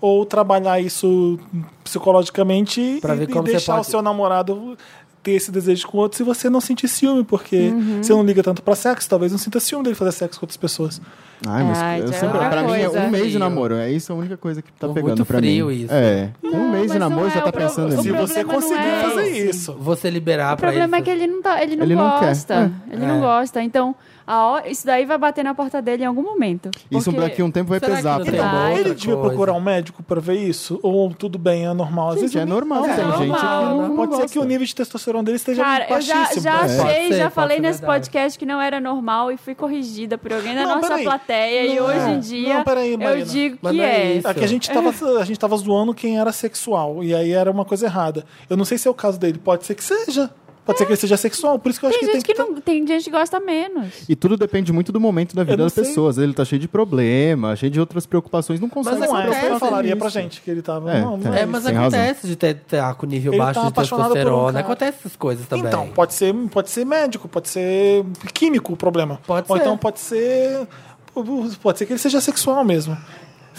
ou trabalhar isso psicologicamente
Pra
e,
ver
e
como você
deixar o
pode-
seu namorado ter esse desejo com outro se você não sentir ciúme, porque
Uhum.
você não liga tanto pra sexo, talvez não sinta ciúme dele fazer sexo com outras pessoas.
Ai, mas
Ai,
eu
já é
sempre,
outra
pra mim é
coisa.
um mês de
Frio.
namoro. É isso a única coisa que tá
Muito
pegando pra
frio
mim.
isso.
É. um mês de
mas não
namoro
é
já
o
tá
pro-
pensando
o
nisso.
Se
problema
você
não
conseguir
é
fazer
esse.
isso.
Você liberar
O
pra ele...
problema é que ele não, tá, ele não
Ele não quer.
gosta. Ele não
É.
gosta. Então, a hora- isso daí vai bater na porta dele em algum momento.
Isso
Porque-
daqui a um tempo vai
Será que
pesar.
não
pra
tem
mim.
uma outra
ele devia
coisa?
procurar um médico pra ver isso? Ou tudo bem, é normal? Às
Gente,
vezes
é normal, tem
normal,
gente que não,
né?
não
pode ser
gosta.
que o nível de testosterona dele esteja
Cara, eu já,
baixíssimo. né?
já
É.
achei,
Pode ser,
já
pode
falei
ser
nesse
verdade.
podcast que não era normal e fui corrigida por alguém da
Não,
nossa
peraí.
plateia. e
Não,
hoje em
não,
dia
peraí,
eu
Marina.
digo
Mas
que
não é
é.
isso.
Aqui a gente, tava, a gente tava zoando quem era sexual, e aí era uma coisa errada. Eu não sei se é o caso dele, pode ser que seja. Pode ser que ele seja sexual, por isso que eu acho
Tem
que
gente que
tem que.
não, tem gente que gosta menos.
E tudo depende muito do momento da vida
não
das
sei.
pessoas. Ele tá cheio de problema, cheio de outras preocupações, não
Mas
consegue
não é,
se
o que ele
preocupar
falaria
nisso.
pra gente que ele tava.
É,
não, não
tem.
É,
isso.
mas
tem
acontece de ter, ter ah, com nível
Ele
baixo
tá
de
apaixonado por um
testosterona.
cara.
acontece essas coisas também.
Então, pode ser, pode ser médico, pode ser químico o problema.
Pode
Ou
ser.
então pode ser. Pode ser que ele seja sexual mesmo.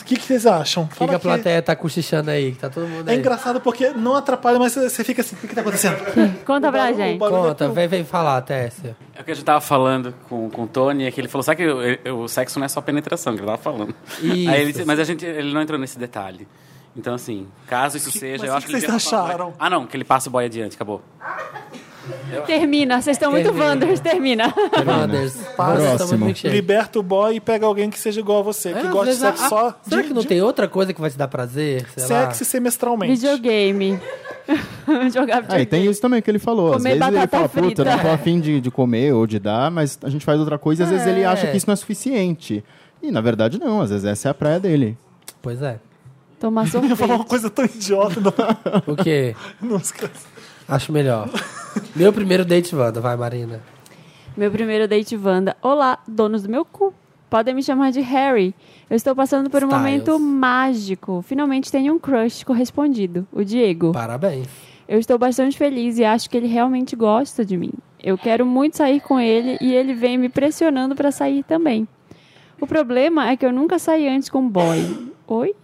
O que, que vocês acham?
O que, que
Fala
a plateia tá cochichando aí? Que tá todo mundo
É
aí.
engraçado porque não atrapalha, mas você fica assim, o que, que tá acontecendo?
Conta pra gente.
né,
Conta, vem, vem falar, Tessia.
É o que a gente tava falando com, com o Tony, é que ele falou, sabe que eu- eu- o sexo não é só penetração, que ele tava falando.
Isso.
Aí ele disse- mas a gente, ele não entrou nesse detalhe. Então, assim, caso isso seja,
mas
eu
o
acho
que
que ele
vocês
devia passar o
acharam?
boy- Ah, não, que ele passa o boy adiante, acabou.
Termina, vocês estão muito
Termina.
Wanders, termina.
Brothers. Brothers são tá muito
Próximo.
milkshake.
Liberta o boy e pega alguém que seja igual a você,
É,
que
às
gosta de
vezes,
sexo
ah,
só.
Será
de-
que não
de
tem outra coisa que vai te dar prazer? Sei lá.
Sexo semelmente.
Videogame. Jogar videogame.
Ah, e tem isso também que ele falou.
Comer
às vezes ele
batata
fala, puta,
frita.
eu não tô afim de, de comer ou de dar, mas a gente faz outra coisa e às vezes
É.
ele acha que isso não é suficiente. E na verdade não, às vezes essa é a praia dele.
Pois é.
Tomar
Eu ia falar
sorvete.
uma coisa tão idiota. Não,
O quê?
não esquece.
Acho melhor. Meu primeiro date, Wanda. Vai, Marina.
Meu primeiro date Wanda. Olá, donos do meu cu. Podem me chamar de Harry. Eu estou passando por um
Styles.
momento mágico. Finalmente tenho um crush correspondido, o Diego.
Parabéns.
Eu estou bastante feliz e acho que ele realmente gosta de mim. Eu quero muito sair com ele e ele vem me pressionando para sair também. O problema é que eu nunca saí antes com um boy. Oi?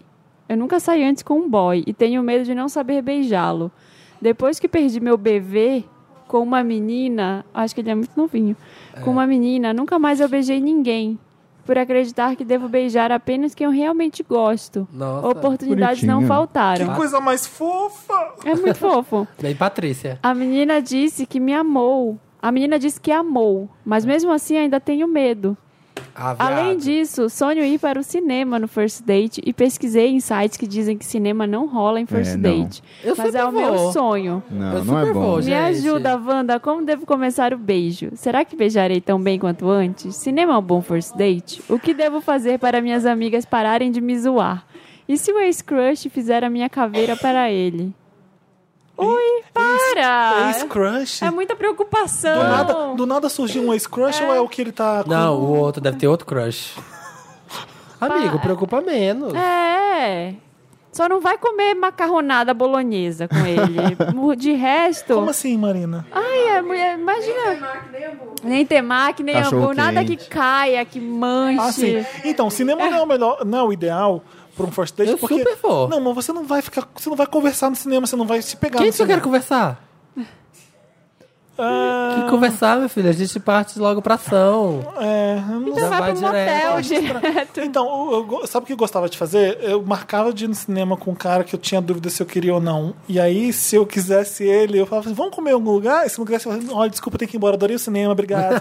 Eu nunca saí antes com um boy e tenho medo de não saber beijá-lo. Depois que perdi meu bebê com uma menina, acho que ele é muito novinho, com uma menina, nunca mais eu beijei ninguém. Por acreditar que devo beijar apenas quem eu realmente gosto.
Nossa.
Oportunidades não
Bonitinho.
faltaram.
um
Que coisa mais fofa!
É muito fofo.
Bem, Patrícia.
A menina disse que me amou. A menina disse que amou, mas mesmo assim ainda tenho medo.
Ah,
Além
viado.
disso, sonho ir para o cinema no first date e pesquisei em sites que dizem que cinema não rola em first
É, não.
date.
Eu
mas
sempre
é o meu
vou.
sonho.
Não,
Eu
não é
super
bom.
vou,
Me
Gente.
ajuda, Wanda, como devo começar o beijo? Será que beijarei tão bem quanto antes? Cinema é um bom first date? O que devo fazer para minhas amigas pararem de me zoar? E se o ex-crush fizer a minha caveira para ele? Ui,
Ah,
para!
Ex-crush?
É muita preocupação.
Do nada, do nada surgiu um ex-crush ou é o que ele tá. com-
Não, o outro deve ter outro crush. Amigo, preocupa menos.
É. Só não vai comer macarronada bolonhesa com ele. De resto.
Como assim, Marina?
Ai, é, mulher, imagina. Nem temaki, nem
Cachorro
hambúrguer. Nada que
quente.
caia, que manche.
Ah, sim. Então, cinema não é o melhor, não é o ideal pra um first date,
Eu
porque.
super vou.
Não, mas você não vai ficar. Você não vai conversar no cinema, você não vai se pegar
Quem é
no
que eu
cinema.
quero conversar?
Ah,
Que conversar, meu filho? A gente parte logo pra ação.
é, eu não
Então
Já
vai
vai
pro
direto.
motel direto.
Então, eu- eu go- sabe o que eu gostava de fazer? Eu marcava de ir no cinema com um cara que eu tinha dúvida se eu queria ou não. E aí, se eu quisesse ele, eu falava assim, vamos comer em algum lugar? E se não quisesse, eu falava, assim, olha, desculpa, eu tenho que ir embora, adorei o cinema, obrigado.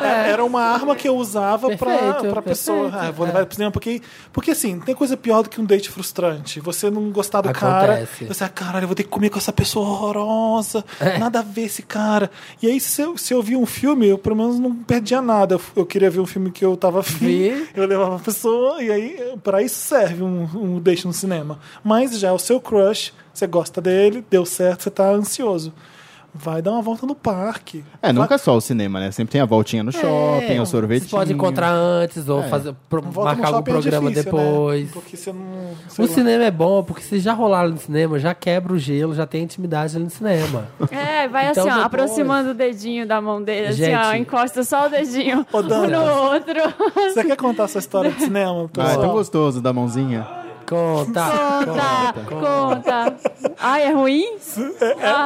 É, era uma arma que eu usava pra,
Perfeito,
pra pessoa.
perfeito,
Ah, vou levar ele pro cinema, porque, porque assim, tem coisa pior do que um date frustrante. Você não gostar do cara.
Acontece.
Você, ah, caralho, eu vou ter que comer com essa pessoa horrorosa.
É.
Nada a ver esse cara. E aí, se eu, se eu vi um filme, eu pelo menos não perdia nada. Eu, eu queria ver um filme que eu tava afim.
Vi.
Eu levava a pessoa e aí pra isso serve um, um date no cinema. Mas já é o seu crush, você gosta dele, deu certo, você tá ansioso. Vai dar uma volta no parque.
É, nunca é só o cinema, né? Sempre tem a voltinha no shopping, um É. o sorvete.
Você pode É. encontrar antes ou fazer, pro-
Volta no
marcar algum
shopping é
programa
difícil, né?
depois.
Porque você não. sei
O
lá.
cinema é bom porque se já rolaram no cinema, já quebra o gelo, já tem intimidade ali no cinema.
É, vai
Então
assim, ó,
depois-
aproximando o dedinho da mão dele, assim, ó,
Gente.
encosta só o dedinho
Ô,
um
Dana,
no outro.
você quer contar a sua história de cinema?
Ah, é tão
pessoal?
gostoso da mãozinha.
Conta!
Conta, conta. Ai, é ruim?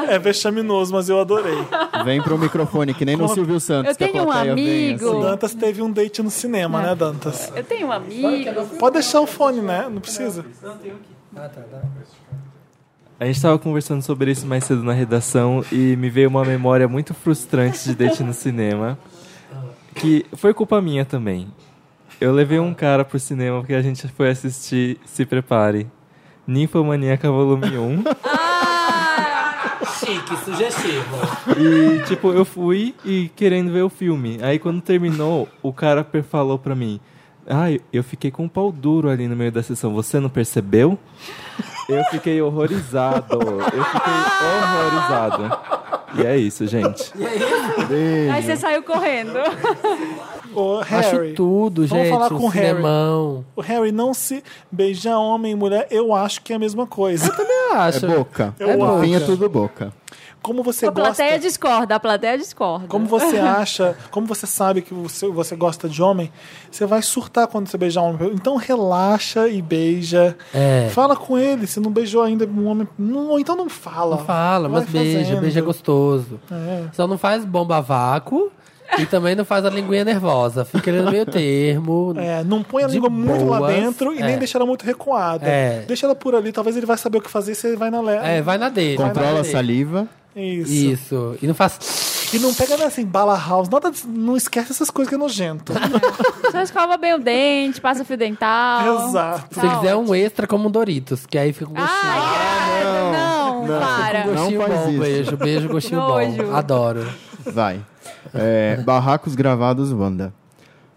é, é vexaminoso, mas eu adorei.
Vem pro microfone, que nem no Silvio Santos.
Eu
que a
tenho um
plateia vem,
amigo.
O Dantas teve um date no
É.
cinema, né, Dantas?
Eu tenho um amigo.
Pode deixar o fone, né? Não precisa.
A gente tava conversando sobre isso mais cedo na redação e me veio uma memória muito frustrante de date no cinema. Que foi culpa minha também. Eu levei um cara pro cinema porque a gente foi assistir Se Prepare. Ninfomaníaca Volume 1.
Chique, sugestivo.
E, tipo, eu fui e querendo ver o filme. Aí, quando terminou, o cara per- falou pra mim: Ai, eu fiquei com um pau duro ali no meio da sessão, você não percebeu? Eu fiquei horrorizado. Eu fiquei horrorizado. E é isso, gente.
Aí você saiu correndo.
O
Acho
Harry.
tudo,
Vamos
gente.
falar com
um
o Harry.
cinemão.
O Harry não se beijar homem e mulher, eu acho que é a mesma coisa.
Eu acho.
É boca.
Eu
no fim é
acho.
tudo boca.
Como você
A
gosta.
é
plateia discorda, a plateia discorda.
Como você acha, como você sabe que você, você gosta de homem, você vai surtar quando você beijar um homem. Então relaxa e beija.
É.
Fala com ele, se não beijou ainda um homem. Não, ou então não fala.
Não fala,
Vai
mas é beija,
fazendo. É.
beija gostoso. Só não faz bomba vácuo E também não faz a linguinha nervosa. Fica ali no meio termo.
É, não põe a
De
língua muito lá
boas,
dentro e
é.
nem deixa ela muito recuada.
É.
Deixa ela por ali, talvez ele vai saber o que fazer se ele vai na leva.
É, vai na dele. vai
Controla
na
a
dele.
saliva.
Isso.
Isso. E não faz.
E não pega né, assim, bala house, nada, disso- não esquece essas coisas que é nojento.
Só escova bem o dente, passa fio dental.
Exato.
Se
Tá
quiser um
ótimo.
extra, como um Doritos, que aí fica um gostinho.
Ai, credo, não, para.
Não
Gostinho
faz
bom,
isso.
beijo, beijo, gostinho bom.
Nojo.
Adoro.
Vai. É, barracos gravados, Wanda.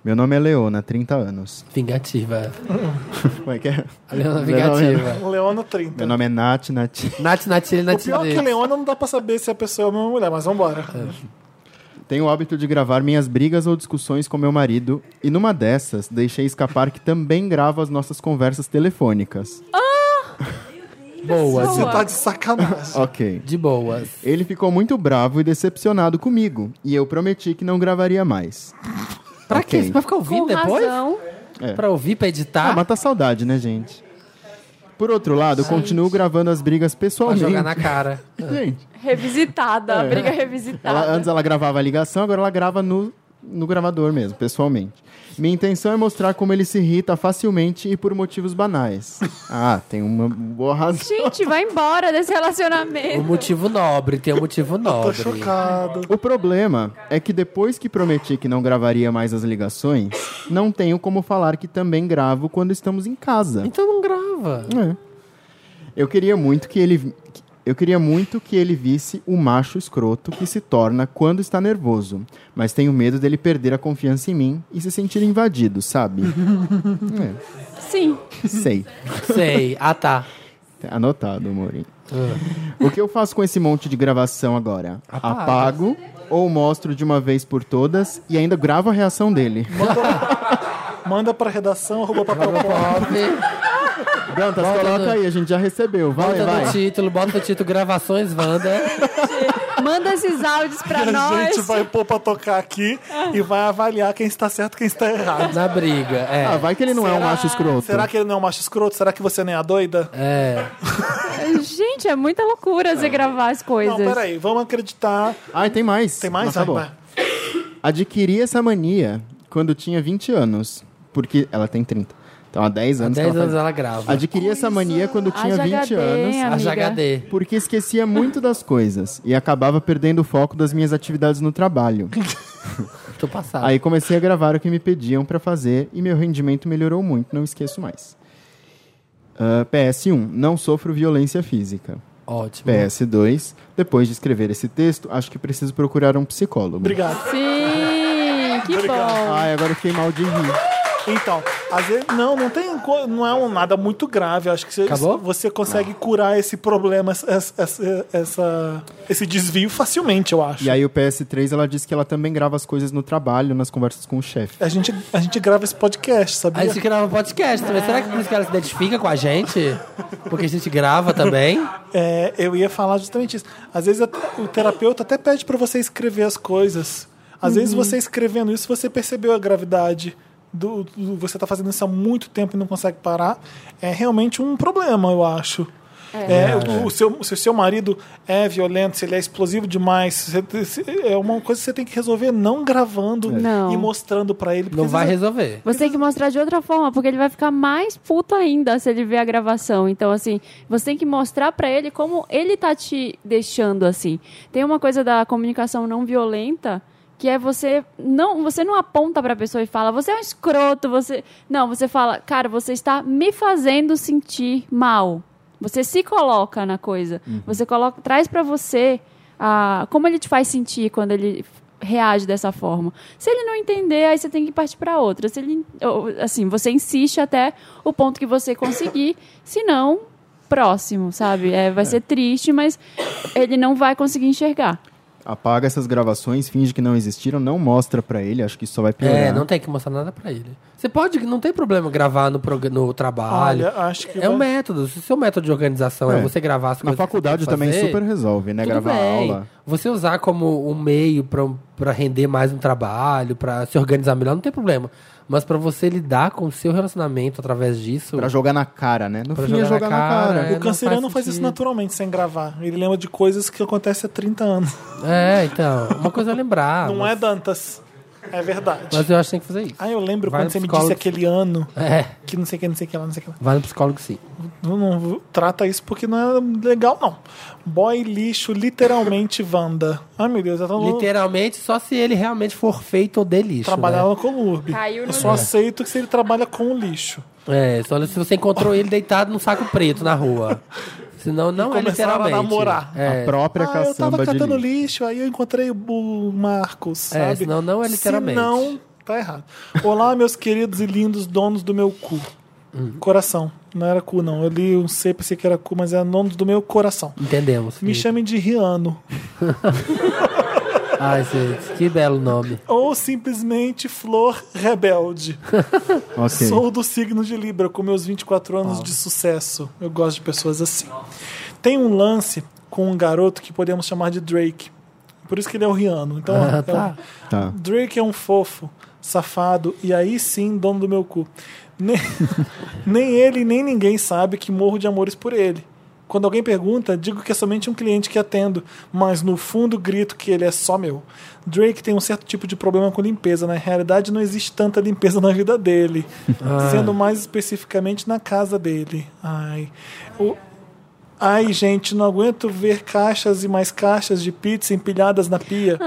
Meu nome é Leona, 30 anos.
Vingativa.
Como é que é?
A Leona
Meu nome é-
Vingativa.
Leona
Meu
30.
nome é Nath, Nath.
Nath, Nath, ele,
O
Nath,
pior é que
Nath.
Leona não dá pra saber se a pessoa é homem ou mulher, mas vambora.
É.
Tenho o hábito de gravar minhas brigas ou discussões com meu marido, e numa dessas deixei escapar que também gravo as nossas conversas telefônicas.
Boas.
Você tá de sacanagem.
Ok.
De boas.
Ele ficou muito bravo e decepcionado comigo, e eu prometi que não gravaria mais.
Pra
Ok.
quê? Você vai ficar ouvindo
Com
depois?
razão.
Pra ouvir, pra
Ah,
editar,
mata a saudade, né, gente? Por outro lado, eu continuo gravando as brigas
pra
pessoalmente.
jogar na cara.
Gente,
Revisitada,
É.
a briga revisitada.
ela- antes ela gravava a ligação, agora ela grava no, no gravador mesmo, pessoalmente. Minha intenção é mostrar como ele se irrita facilmente e por motivos banais. Ah, tem uma boa razão.
Gente, vai embora desse
Um
relacionamento.
motivo nobre, tem um motivo
Tô
nobre.
chocado.
O problema é que depois que prometi que não gravaria mais as ligações, não tenho como falar que também gravo quando estamos em casa.
Então não grava.
É. Eu queria muito que ele eu queria muito que ele visse o macho escroto que se torna quando está nervoso, mas tenho medo dele perder a confiança em mim e se sentir invadido, sabe? É.
Sim.
Sei.
Sei. Ah, tá.
Tá Anotado, Morim. O que eu faço com esse monte de gravação agora?
Apaga.
Apago ou mostro de uma vez por todas e ainda gravo a reação dele?
Manda pra redação, arroba papel pop.
Pop,
Dantas,
Bota no-
coloca aí, a gente já recebeu. Vai,
Bota
vai.
no título, bota no título Gravações Wanda.
Manda esses áudios pra
A
nós. Ah.
gente vai pôr pra tocar aqui e vai avaliar quem está certo e quem está errado.
Na briga, é.
Ah, vai que ele não é um macho escroto.
Será que ele não é um macho escroto? Será que você nem é a doida?
É.
Gente, é muita loucura você gravar as coisas.
Não, peraí, vamos acreditar.
Ai, tem mais.
Tem mais?
Mas acabou.
Vai, vai.
Adquiri essa mania quando tinha 20 anos. Porque ela tem 30. Então há 10
Há
anos. que
10
ela faz-
anos ela grava.
Adquiri essa mania quando tinha
Haja
20
HD,
anos.
A
amiga.
JHD.
Porque esquecia muito das coisas e acabava perdendo o foco das minhas atividades no trabalho.
Tô passado.
Aí comecei a gravar o que me pediam pra fazer e meu rendimento melhorou muito, não esqueço mais. Ah, PS1, não sofro violência física.
Ótimo.
PS2, depois de escrever esse texto, acho que preciso procurar um psicólogo.
Obrigado.
Sim, que bom.
Ai, agora eu fiquei mal de rir.
Então, às vezes, não, não tem, co- não é um nada muito grave. Acho que você,
Acabou?
você consegue curar esse problema, essa, essa- essa- esse desvio facilmente, eu acho.
E aí o PS3, ela disse que ela também grava as coisas no trabalho, nas conversas com o chefe.
A gente, a gente grava esse podcast,
A
sabia?
gente grava um podcast também. Será que por isso que ela se identifica com a gente? Porque a gente grava também?
É, eu ia falar justamente isso. Às vezes até- o terapeuta até pede pra você escrever as coisas. Às vezes você escrevendo isso, você percebeu a gravidade. Do, do- você tá fazendo isso há muito tempo e não consegue parar. É realmente um problema, eu acho. É, o, o seu, se o seu marido é violento, se ele é explosivo demais, se- se- é uma coisa que você tem que resolver não gravando
Não.
e mostrando pra ele. porque
Não
às
vai
vezes-
resolver.
Você tem que mostrar de outra forma, porque ele vai ficar mais puto ainda se ele ver a gravação. Então, assim, você tem que mostrar pra ele como ele tá te deixando assim. Tem uma coisa da comunicação não violenta que é você não você não aponta pra pessoa e fala você é um escroto você não você fala cara você está me fazendo sentir mal você se coloca na coisa você coloca traz pra você a como ele te faz sentir quando ele reage dessa forma. Se ele não entender, aí você tem que partir para outra. Se ele, ou, assim, você insiste até o ponto que você conseguir, se não, próximo, sabe? É, vai ser triste, mas ele não vai conseguir enxergar.
Apaga essas gravações, finge que não existiram, não mostra pra ele, acho que isso só vai piorar.
É, não tem que mostrar nada pra ele. Você pode, não tem problema gravar no, prog- no trabalho.
Olha, acho que
é um
vai-
método. Se o seu método de organização é,
É.
você gravar as
Na
coisas. que você
faculdade é
tem que
também
fazer,
super resolve, né?
tudo
Gravar
bem.
aula.
Você usar como um meio pra, pra render mais um trabalho, pra se organizar melhor, não tem problema. Mas pra você lidar com o seu relacionamento através disso.
Pra jogar na cara, né? No
Pra
fim é jogar na cara.
é,
o
não
canceriano faz, isso
sentido.
naturalmente, sem gravar. Ele lembra de coisas que acontecem há 30 anos.
É, então. Uma coisa é lembrar.
não
mas,
é Dantas. É verdade.
Mas eu acho que tem que fazer isso.
Ah, eu lembro
Vai
quando
no
você me
psicólogo.
disse aquele ano
É.
que não sei o que, não sei o que lá, não sei o que lá.
Vai no psicólogo sim.
Não, não trata isso porque não é legal, não. Boy lixo, literalmente Wanda. Ai, meu Deus, eu tô
Literalmente, só se ele realmente for feito ou de lixo.
trabalhava
né?
com o Lurb.
Caiu no
Eu só
lixo.
aceito que se ele trabalha com o lixo.
É, só se você encontrou ele deitado num saco preto na rua. Senão não é
começaram a
literalmente.
namorar.
É.
A própria
ah, eu
caçamba
tava
de
catando
lixo.
lixo. aí eu encontrei o Marcos,
É,
sabe?
senão não é literalmente.
Se não, tá errado. Olá, meus queridos e lindos donos do meu cu.
Uhum.
Coração. Não era cu, não. Eu li um C, pensei que era cu, mas era donos do meu coração.
Entendemos.
Me
Felipe.
chamem de Riano.
Ai, gente, que belo nome.
Ou simplesmente Flor Rebelde.
Ok.
Sou do signo de Libra, com meus 24 anos de sucesso. Eu gosto de pessoas assim. Tem um lance com um garoto que podemos chamar de Drake. Por isso que ele é o Riano. Então,
Ah,
é o-
tá.
Tá.
Drake é um fofo, safado e aí sim dono do meu cu. Nem, nem ele, nem ninguém sabe que morro de amores por ele. Quando alguém pergunta, digo que é somente um cliente que atendo, mas no fundo grito que ele é só meu. Drake tem um certo tipo de problema com limpeza, na realidade não existe tanta limpeza na vida dele, sendo mais especificamente na casa dele. Ai. O, ai, gente, não aguento ver caixas e mais caixas de pizza empilhadas na pia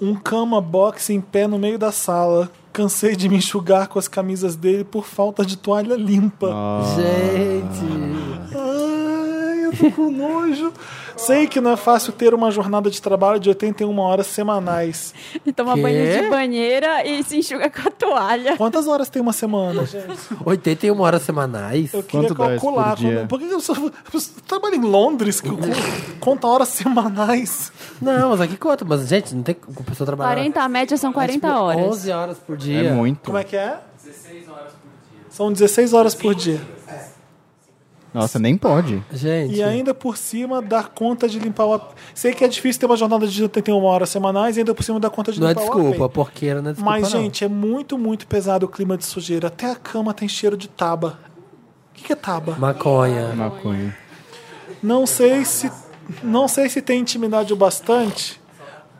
um cama box em pé no meio da sala. Cansei de me enxugar com as camisas dele por falta de toalha limpa.
Ah.
Gente.
Ai, eu tô com nojo. Sei que não é fácil ter uma jornada de trabalho de 81 horas semanais.
E toma
Quê?
banho de banheira e se enxuga com a toalha.
Quantas horas tem uma semana, gente?
81 horas semanais.
Eu queria
Quanto dá isso por
calcular.
dia?
quando- Por que eu, sou, eu trabalho em Londres? Que eu con- conta horas semanais.
Não, mas aqui conta. Mas, gente, não tem como a pessoa trabalhar.
40, a média são
É,
40
tipo,
horas.
11 horas por dia.
É muito.
Como é que é? 16 horas por dia. São 16 horas por dia.
Nossa, nem pode.
Gente.
E ainda por cima dar conta de limpar o AP. Sei que é difícil ter uma jornada de 81 horas semanais e ainda por cima dar conta de
não é
limpar o
desculpa,
AP.
porque não é desculpa.
tá Mas,
não.
gente, é muito, muito pesado o clima de sujeira. Até a cama tem cheiro de taba. O que, que é taba?
Maconha.
Maconha.
Não sei se. Não sei se tem intimidade o bastante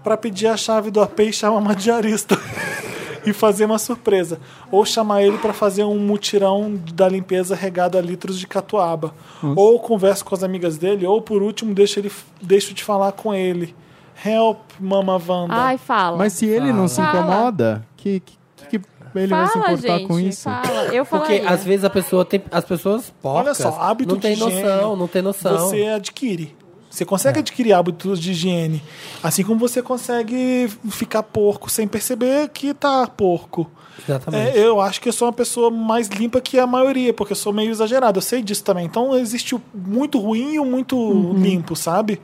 pra pedir a chave do AP e chamar uma diarista. e fazer uma surpresa. Ou chamar ele pra fazer um mutirão da limpeza regado a litros de catuaba. Ou converso com as amigas dele, ou por último, deixo, ele, deixo de falar com ele. Help, mama Wanda.
Ai, fala.
Mas se ele não se
Fala.
incomoda, que, que, que- que ele vai se
fala,
importar
gente.
com isso?
Fala. Eu
Porque
falaria.
às vezes a pessoa tem. As pessoas porcas
Olha só, hábito
não tem
de higiene,
noção, não tem noção. É.
Você é- adquire. Você consegue adquirir hábitos de higiene. Assim como você consegue ficar porco sem perceber que tá porco.
Exatamente.
É, eu acho que eu sou uma pessoa mais limpa que a maioria, porque eu sou meio exagerado. Eu sei disso também. Então existe o muito ruim e o muito
Uhum.
limpo, sabe?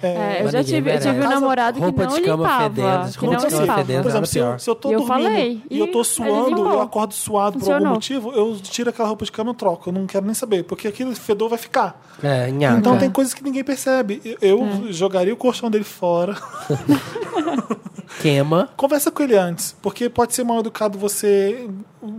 É, eu
Mas
já
ninguém
tive, eu tive
merece.
um namorado que
Roupa
não
de cama
limpava.
fedendo,
que
roupa
não
de cama
limpava.
fedendo.
Por exemplo, se eu,
pior.
se eu tô
E eu
dormindo
falei,
e
e
eu tô
ele
suando,
limpou.
eu acordo suado por algum
Funcionou.
motivo, eu tiro aquela roupa de cama e eu troco. Eu não quero nem saber, porque aquele fedor vai ficar.
É, nhaca.
Então tem coisas que ninguém percebe. Eu-
É.
Eu jogaria o colchão dele fora.
Queima.
Conversa com ele antes, porque pode ser mal educado você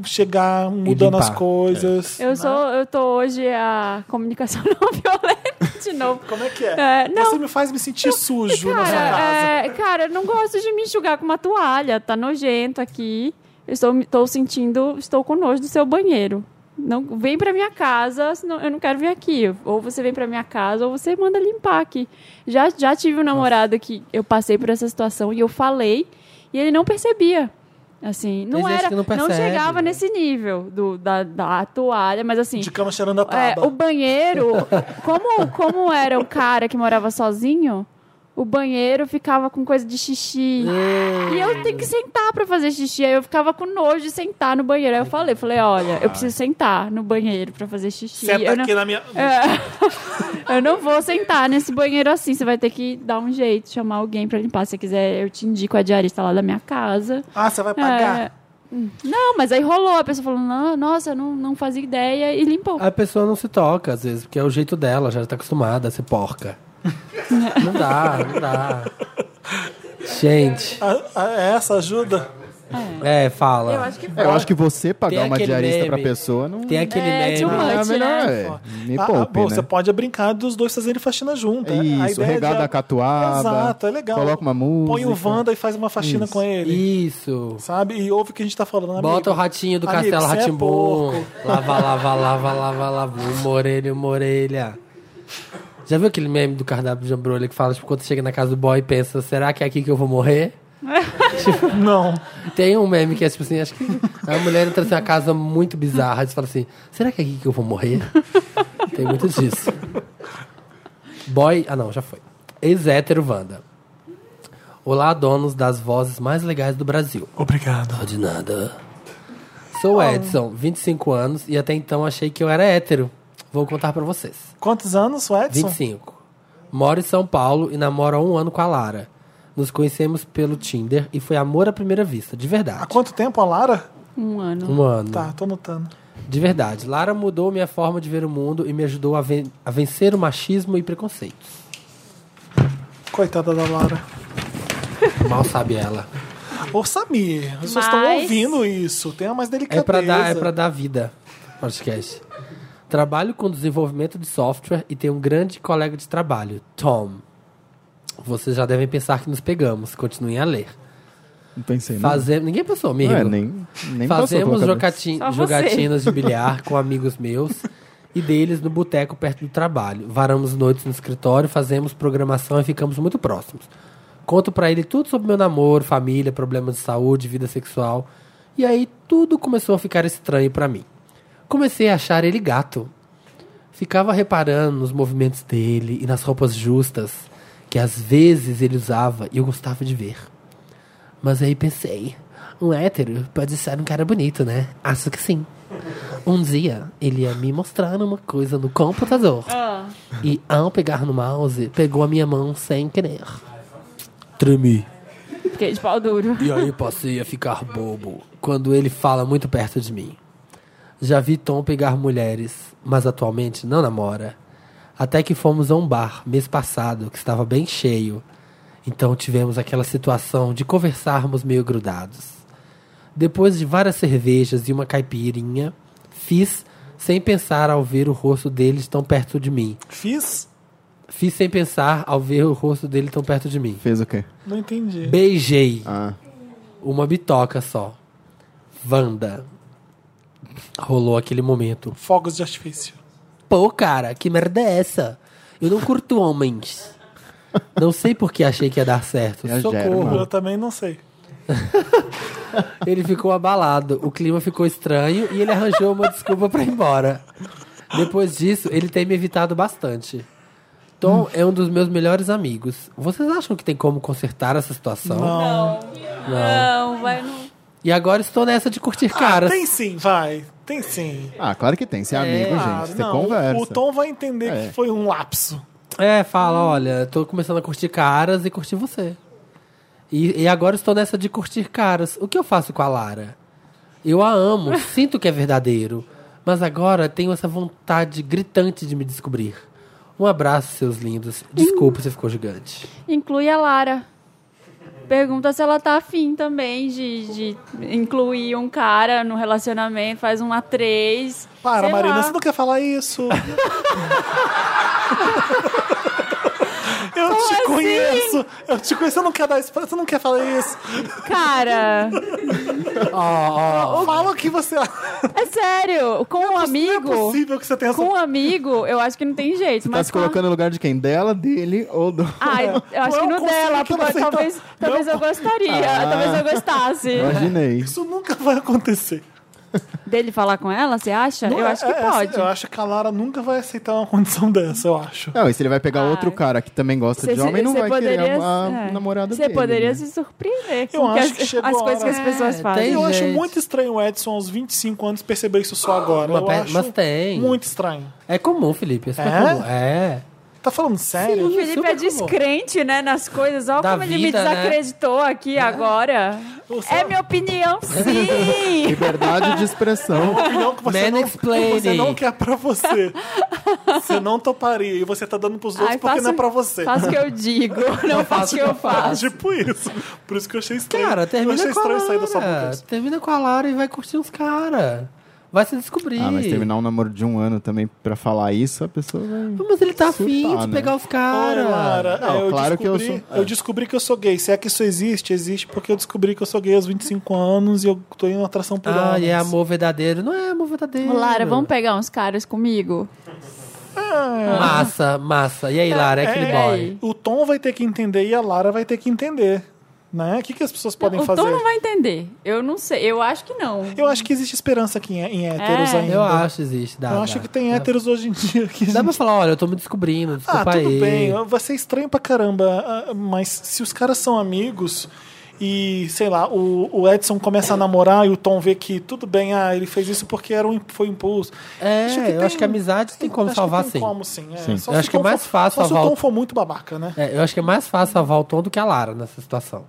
chegar mudando as
é.
limpar.
coisas.
Eu sou, eu tô hoje a comunicação não violenta de novo.
Como é que é?
É, não.
Você me faz me sentir sujo na sua casa.
Cara, é, cara, eu não gosto de me enxugar com uma toalha. Tá nojento aqui. Eu estou, me- tô sentindo, estou com nojo do seu banheiro. Não, vem pra minha casa, senão eu não quero vir aqui. Ou você vem pra minha casa, ou você manda limpar aqui. Já, já tive um namorado que eu passei por essa situação e eu falei, e ele não percebia. Assim, não
gente
era,
que não
não,
percebe.
chegava nesse nível do, da, da toalha, mas assim.
De cama cheirando a
É,
tábua.
o banheiro, como, como era o cara que morava sozinho, o banheiro ficava com coisa de xixi. E eu tenho que sentar pra fazer xixi. Aí eu ficava com nojo de sentar no banheiro. Aí eu falei, falei, olha, eu preciso sentar no banheiro pra fazer xixi.
Senta
eu, não, É.
aqui na minha.
eu não vou sentar nesse banheiro assim. Você vai ter que dar um jeito, chamar alguém pra limpar. Se você quiser, eu te indico a diarista lá da minha casa.
Ah, você vai pagar?
É. Não, mas aí rolou. A pessoa falou, não, nossa, eu não, não fazia ideia. E limpou.
A pessoa não se toca, às vezes, porque é o jeito dela, já tá acostumada a ser porca. não dá, não dá. Gente,
A- a- Ah, essa ajuda?
é, fala.
Eu acho que
É, eu acho que você pagar
Tem
uma
aquele
diarista pra
meme.
pessoa não.
Tem aquele
É, too
meme.
much.
é melhor.
né?
É, me
Ah, ah,
poupe,
bom,
né? É
Você pode brincar dos dois fazerem faxina junto. né? A
Isso,
ideia
regada
de-
a catuaba.
Exato, é legal.
Coloca uma música.
Põe o Wanda e faz uma faxina com ele.
Isso.
Sabe? E ouve o que a gente tá falando. Amigo,
Bota o ratinho do
amigo,
castelo
você é
Ratimbum.
porco.
lava, lava, lava, lava, lava. Uma orelha, uma orelha. Já viu aquele meme do cardápio de jambrolha que fala, tipo, quando chega na casa do boy e pensa, será que é aqui que eu vou morrer?
Não.
Tem um meme que é tipo assim, acho que a mulher entra assim, uma casa muito bizarra e fala assim, será que é aqui que eu vou morrer? Tem muito disso. Boy, ah não, já foi. Ex-hétero Wanda. Olá, donos das vozes mais legais do Brasil.
Obrigado.
Não, Ah, de nada. Sou Edson, 25 anos, e até então achei que eu era hétero. Vou contar pra vocês.
Quantos anos, Edson?
25. Moro em São Paulo e namoro há um ano com a Lara. Nos conhecemos pelo Tinder e foi amor à primeira vista, de
Há
verdade.
quanto tempo a Lara?
um ano.
Um ano.
Tá, tô notando.
De verdade. Lara mudou minha forma de ver o mundo e me ajudou a, ven- a vencer o machismo e preconceitos.
Coitada da Lara.
Mal sabe ela.
Ô, Samir, as
Mas-
pessoas estão ouvindo isso. Tenha mais delicadeza.
É pra dar, é pra dar vida. Podcast. Trabalho com desenvolvimento de software e tenho um grande colega de trabalho, Tom. Vocês já devem pensar que nos pegamos. Continuem a ler.
Não pensei, não.
Fazemos, ninguém pensou,
Não
amigo.
é, nem, nem passou pela
Fazemos
cabeça.
jogati-
Só você.
jogatinas de bilhar com amigos meus e deles no boteco perto do trabalho. Varamos noites no escritório, fazemos programação e ficamos muito próximos. Conto pra ele tudo sobre meu namoro, família, problemas de saúde, vida sexual. E aí tudo começou a ficar estranho pra mim. Comecei a achar ele gato. Ficava reparando nos movimentos dele e nas roupas justas que às vezes ele usava e eu gostava de ver. Mas aí pensei, um hétero pode ser um cara bonito, né? Acho que sim. Um dia, ele ia me mostrando uma coisa no computador. E ao pegar no mouse, pegou a minha mão sem querer. Tremi.
Fiquei de pau duro.
E aí passei a ficar bobo quando ele fala muito perto de mim. Já vi Tom pegar mulheres, mas atualmente não namora. Até que fomos a um bar mês passado que estava bem cheio. Então tivemos aquela situação de conversarmos meio grudados. Depois de várias cervejas e uma caipirinha, fiz sem pensar ao ver o rosto dele tão perto de mim.
Fiz?
Fiz sem pensar ao ver o rosto dele tão perto de mim.
Fez o quê?
Não entendi.
Beijei.
Ah.
Uma bitoca só. Wanda. Rolou aquele momento.
Fogos de artifício.
Pô, cara, que merda é essa? Eu não curto homens. Não sei por que achei que ia dar certo.
É a
Socorro.
Germa.
Eu também não sei.
Ele ficou abalado, o clima ficou estranho e ele arranjou uma desculpa pra ir embora. Depois disso, ele tem me evitado bastante. Tom é um dos meus melhores amigos. Vocês acham que tem como consertar essa situação?
Não.
Não, vai no.
E agora estou nessa de curtir caras.
Tem sim, vai. Tem sim.
Ah, claro que tem. Você é amigo,
Ah,
gente. Você
não.
conversa.
O Tom vai entender que foi um lapso.
É, fala, olha, tô começando a curtir caras e curtir você. E, e agora estou nessa de curtir caras. O que eu faço com a Lara? Eu a amo, sinto que é verdadeiro, mas agora tenho essa vontade gritante de me descobrir. Um abraço, seus lindos. Desculpa se ficou gigante.
Inclui a Lara. Pergunta se ela tá afim também de, de incluir um cara no relacionamento, faz um A3.
Para,
sei
Marina,
lá.
você não quer falar isso. Eu
assim?
te conheço, eu te conheço, você não quer dar isso, pra- você não quer falar isso.
Cara,
Fala o que você
é sério, com um
É
amigo.
possível que você tenha essa.
Com um amigo, eu acho que não tem jeito.
Tá
mas
se
com a-
colocando no lugar de quem? Dela, dele ou do.
Ai, eu acho
Não
que
é um
no
conselho
dela,
que
porque
você tá- Ah.
talvez, talvez eu gostaria, talvez eu gostasse.
Imaginei.
Isso nunca vai acontecer.
Dele falar com ela, você acha? eu acho que
É, essa-
pode.
Eu acho que a Lara nunca vai aceitar uma condição dessa, eu acho.
Não, e se ele vai pegar outro cara que também gosta de homem, não vai querer a, a
é.
namorada
Você
dele.
poderia
né?
se surpreender
Eu
com que
acho
as,
que chegou
as
a
coisas que
hora. um
as pessoas
É,
fazem.
tem-
Eu acho
gente.
muito estranho o Edson aos 25 anos perceber isso só agora.
Mas
Eu
pe-
acho
mas tem.
Muito estranho.
É comum, Felipe. É? super
É?
comum. É.
Tá falando sério?
O Felipe
super
é
comum.
descrente, né, nas coisas. Olha
Da
como ele me
vida, né?
desacreditou aqui agora.
Ou só-
É minha opinião, sim!
Liberdade de expressão.
opinião que você
Man
não,
explaining.
você não quer pra você. você não toparia e você tá dando pros outros
Ai,
porque
faço-
não é pra você.
Faço o que eu digo, não faço o que eu faço.
Tipo isso. Por isso que eu achei estranho.
Cara,
eu achei
termina com a
estranho sair da sua boca.
Lara.
isso.
Termina com a Lara e vai curtir uns caras. Vai se descobrir.
Ah, mas terminar um namoro de um ano também pra falar isso, a pessoa vai.
Mas ele tá
Surtar,
afim de
né?
pegar os
Olha, Lara,
caras.
Não,
é, eu
claro que eu
descobri,
sou-
Eu descobri que eu sou gay. Se é que isso existe, existe porque eu descobri que eu sou gay aos 25 anos e eu tô em uma atração por
Ah,
homens.
e é amor verdadeiro. Não é amor verdadeiro.
Lara, vamos pegar uns caras comigo?
Massa, massa. E aí, Lara, é aquele
é,
boy.
é.
O Tom vai ter que entender e a Lara vai ter que entender. Né? O que, que as pessoas podem
o
fazer?
Tom não vai entender. Eu não sei, eu acho que não.
Eu acho que existe esperança aqui em, em héteros
É.
ainda.
Eu acho, existe. Dá,
Eu
dá.
acho que tem héteros hoje em dia que.
Dá pra falar, olha, eu tô me descobrindo,
Ah,
desculpa
tudo
aí.
bem, vai ser estranho pra caramba, ah, mas se os caras são amigos e, sei lá, o, o Edson começa a namorar e o Tom vê que tudo bem, ah, ele fez isso porque era um, imp- foi um impulso.
É, eu acho que a amizade tem como
um- acho que
salvar,
tem
sim.
como, sim. é.
Sim.
Só
Eu
se
acho
o
que é
Tom
mais
for-
fácil
Só se o
salvar o-
Tom for muito babaca, né?
É, eu acho que é mais fácil salvar o Tom do que a Lara nessa situação.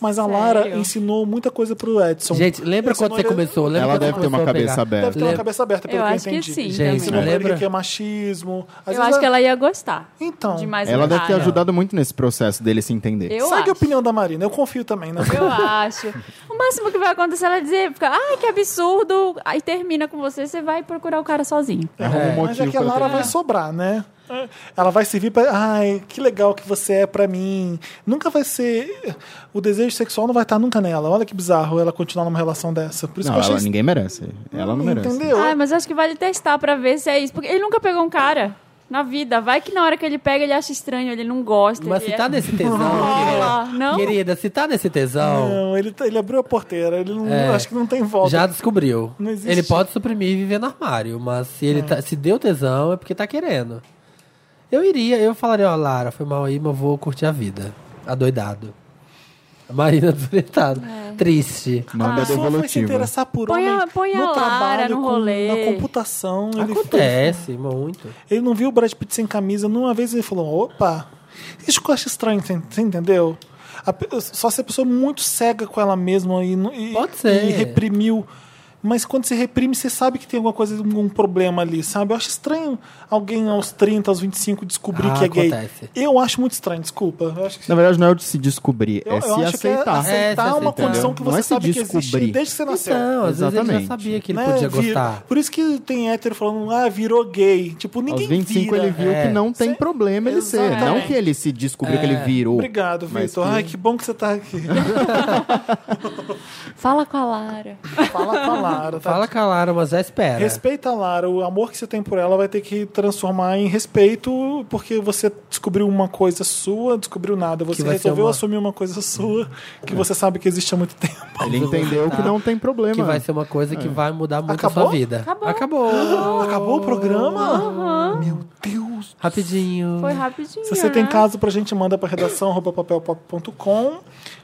Mas a Lara
Sério?
ensinou muita coisa pro Edson.
Gente, lembra
Ensinou
quando você
ele-
começou? Lembra
Ela
quando
deve
você
ter uma
começou a
cabeça
pegar?
Deve
aberta.
ter uma
Lembra-
cabeça aberta, pelo
Eu
que eu
acho que
entendi.
sim,
Gente,
Ensinou pra ele
lembra?
que é machismo. Às
Eu
vezes é
acho que ela ia gostar
Então,
de mais
Ela
um
deve ter
cara.
ajudado muito nesse processo dele se entender.
Eu
segue
acho.
a opinião da Marina. Eu confio também, né?
Eu acho. O máximo que vai acontecer é ela dizer, fica, ai, que absurdo. Aí termina com você, você vai procurar o cara sozinho.
Arruma um
Mas é
motivo
que a
pra
Lara vai sobrar, né? Ela vai servir pra. Ai, que legal que você é pra mim. Nunca vai ser. O desejo sexual não vai estar nunca nela. Olha que bizarro ela continuar numa relação dessa. Por isso
Não,
que eu achei.
ela, ninguém merece. Ela não merece.
Entendeu?
Ai, mas acho que vale testar pra ver se é isso. Porque ele nunca pegou um cara na vida. Vai que na hora que ele pega, ele acha estranho, ele não gosta.
Mas
ele
se tá
é...
nesse tesão,
Rola,
querida,
não?
querida, se tá nesse tesão,
Não, ele, tá- ele abriu a porteira. Ele não,
É.
acho que não tem volta.
já descobriu.
Não existe.
Ele pode suprimir e viver no armário, mas se ele tá- se deu tesão é porque tá querendo. Eu iria, eu falaria, ó, Lara, foi mal aí, mas vou curtir a vida. Adoidado. A Marina desorientada.
É.
Triste.
Manda
A pessoa vai se
devolutiva.
interessar por
Põe a-
homem
põe a
no
Lara
trabalho,
no
com-
rolê.
na computação. Ele, né?
Acontece muito.
ele não viu o Brad Pitt sem camisa. Numa vez ele falou, opa, isso que eu acho estranho, você você entendeu? A pe- só se a pessoa é muito cega com ela mesma e, não- e-
Pode ser.
e reprimiu. Mas quando se reprime, você sabe que tem alguma coisa, algum problema ali, sabe? Eu acho estranho alguém aos 30, aos 25 descobrir
Ah,
que é gay.
acontece.
Eu acho muito estranho, desculpa. Eu acho que
Na verdade, não é o de se descobrir,
eu,
é
eu
se
acho
aceitar.
que é aceitar
É, se
uma
aceitar.
condição que
Não
você
é se
sabe que existe
descobrir.
desde que você nasceu.
Então, às vezes ele já
Exatamente.
sabia que ele
Né?
podia
Vi-
gostar.
Por isso que tem hétero falando, ah, virou gay. Tipo, ninguém
Aos 25
vira.
ele viu
É.
que não tem problema ele ser. Não
Exatamente.
que ele se descobriu que ele virou.
É. Obrigado,
Mas
Vitor.
que-
Ai, que bom que você tá aqui.
é- Fala com a Lara.
Fala com a Lara, tá?
Fala com a Lara, mas já espera.
Respeita a Lara, o amor que você tem por ela vai ter que transformar em respeito, porque você descobriu uma coisa sua, descobriu nada. Você
vai ser
resolveu
uma-
assumir uma coisa sua que você sabe que existe há muito tempo.
Ele entendeu que não tem problema.
Que vai ser uma coisa que vai mudar muito
É.
a
Acabou?
sua vida.
Acabou.
Acabou o programa? Meu Deus!
Rapidinho.
Foi rapidinho,
Se você tem
né?
caso pra gente, manda pra redação arroba papelpop.com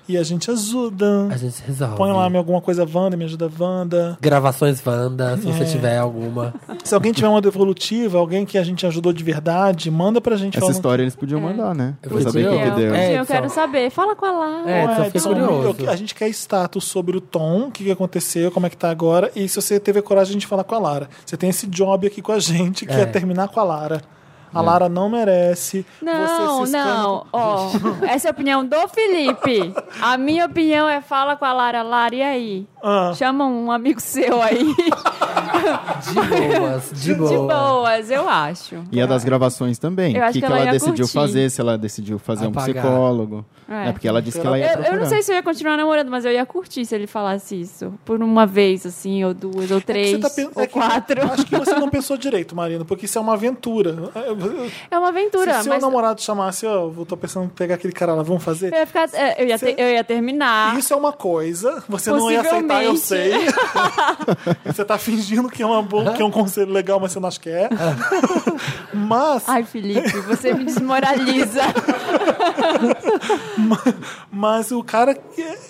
e a gente ajuda.
A gente resolve.
Põe lá minha alguma coisa, Wanda, me ajuda, Wanda.
Gravações Wanda, se
É.
você tiver alguma.
Se alguém tiver uma devolutiva, alguém que a gente ajudou de verdade, manda pra gente
Essa
falando-
história eles podiam
É.
mandar, né? Pra
Podia.
saber o que que deu. tá
É,
Sim, eu
Edson.
quero saber. Fala com a Lara.
É, só fiquei
Edson,
curioso.
eu- a gente quer status sobre o Tom, o que que aconteceu, como é que tá agora, e se você teve a coragem de falar com a Lara. Você tem esse job aqui com a gente, que
É.
é, terminar com a Lara. A Lara não merece.
Não,
você se escana-
não. Ó, essa é a opinião do Felipe. A minha opinião é fala com a Lara. Lara, e aí?
Ah.
Chama um amigo seu aí.
De boas, de boas.
De boas, eu acho.
E a das gravações também.
Eu
O
acho
que,
que
que
ela
ela,
ia
decidiu
curtir.
fazer, se ela decidiu fazer um
Apagar.
psicólogo.
É.
É. porque ela disse que ela ia
Eu,
procurar.
eu não sei se eu ia continuar namorando, mas eu ia curtir se ele falasse isso. Por uma vez, assim, ou duas, ou
É que
três,
você tá pen-
ou
é que-
quatro.
Acho que você não pensou direito, Marina, porque isso é uma aventura.
É uma aventura,
Se seu
mas
namorado chamasse, ó, eu tô pensando em pegar aquele cara lá, vamos fazer?
eu ia, ficar, é, eu, ia
Você-
ter- eu ia terminar.
Isso é uma coisa, você não ia aceitar, eu sei. você tá fingindo que é, uma boa, que é um conselho legal, mas você não acha que é. mas,
Ai, Felipe, você me desmoraliza.
mas o cara,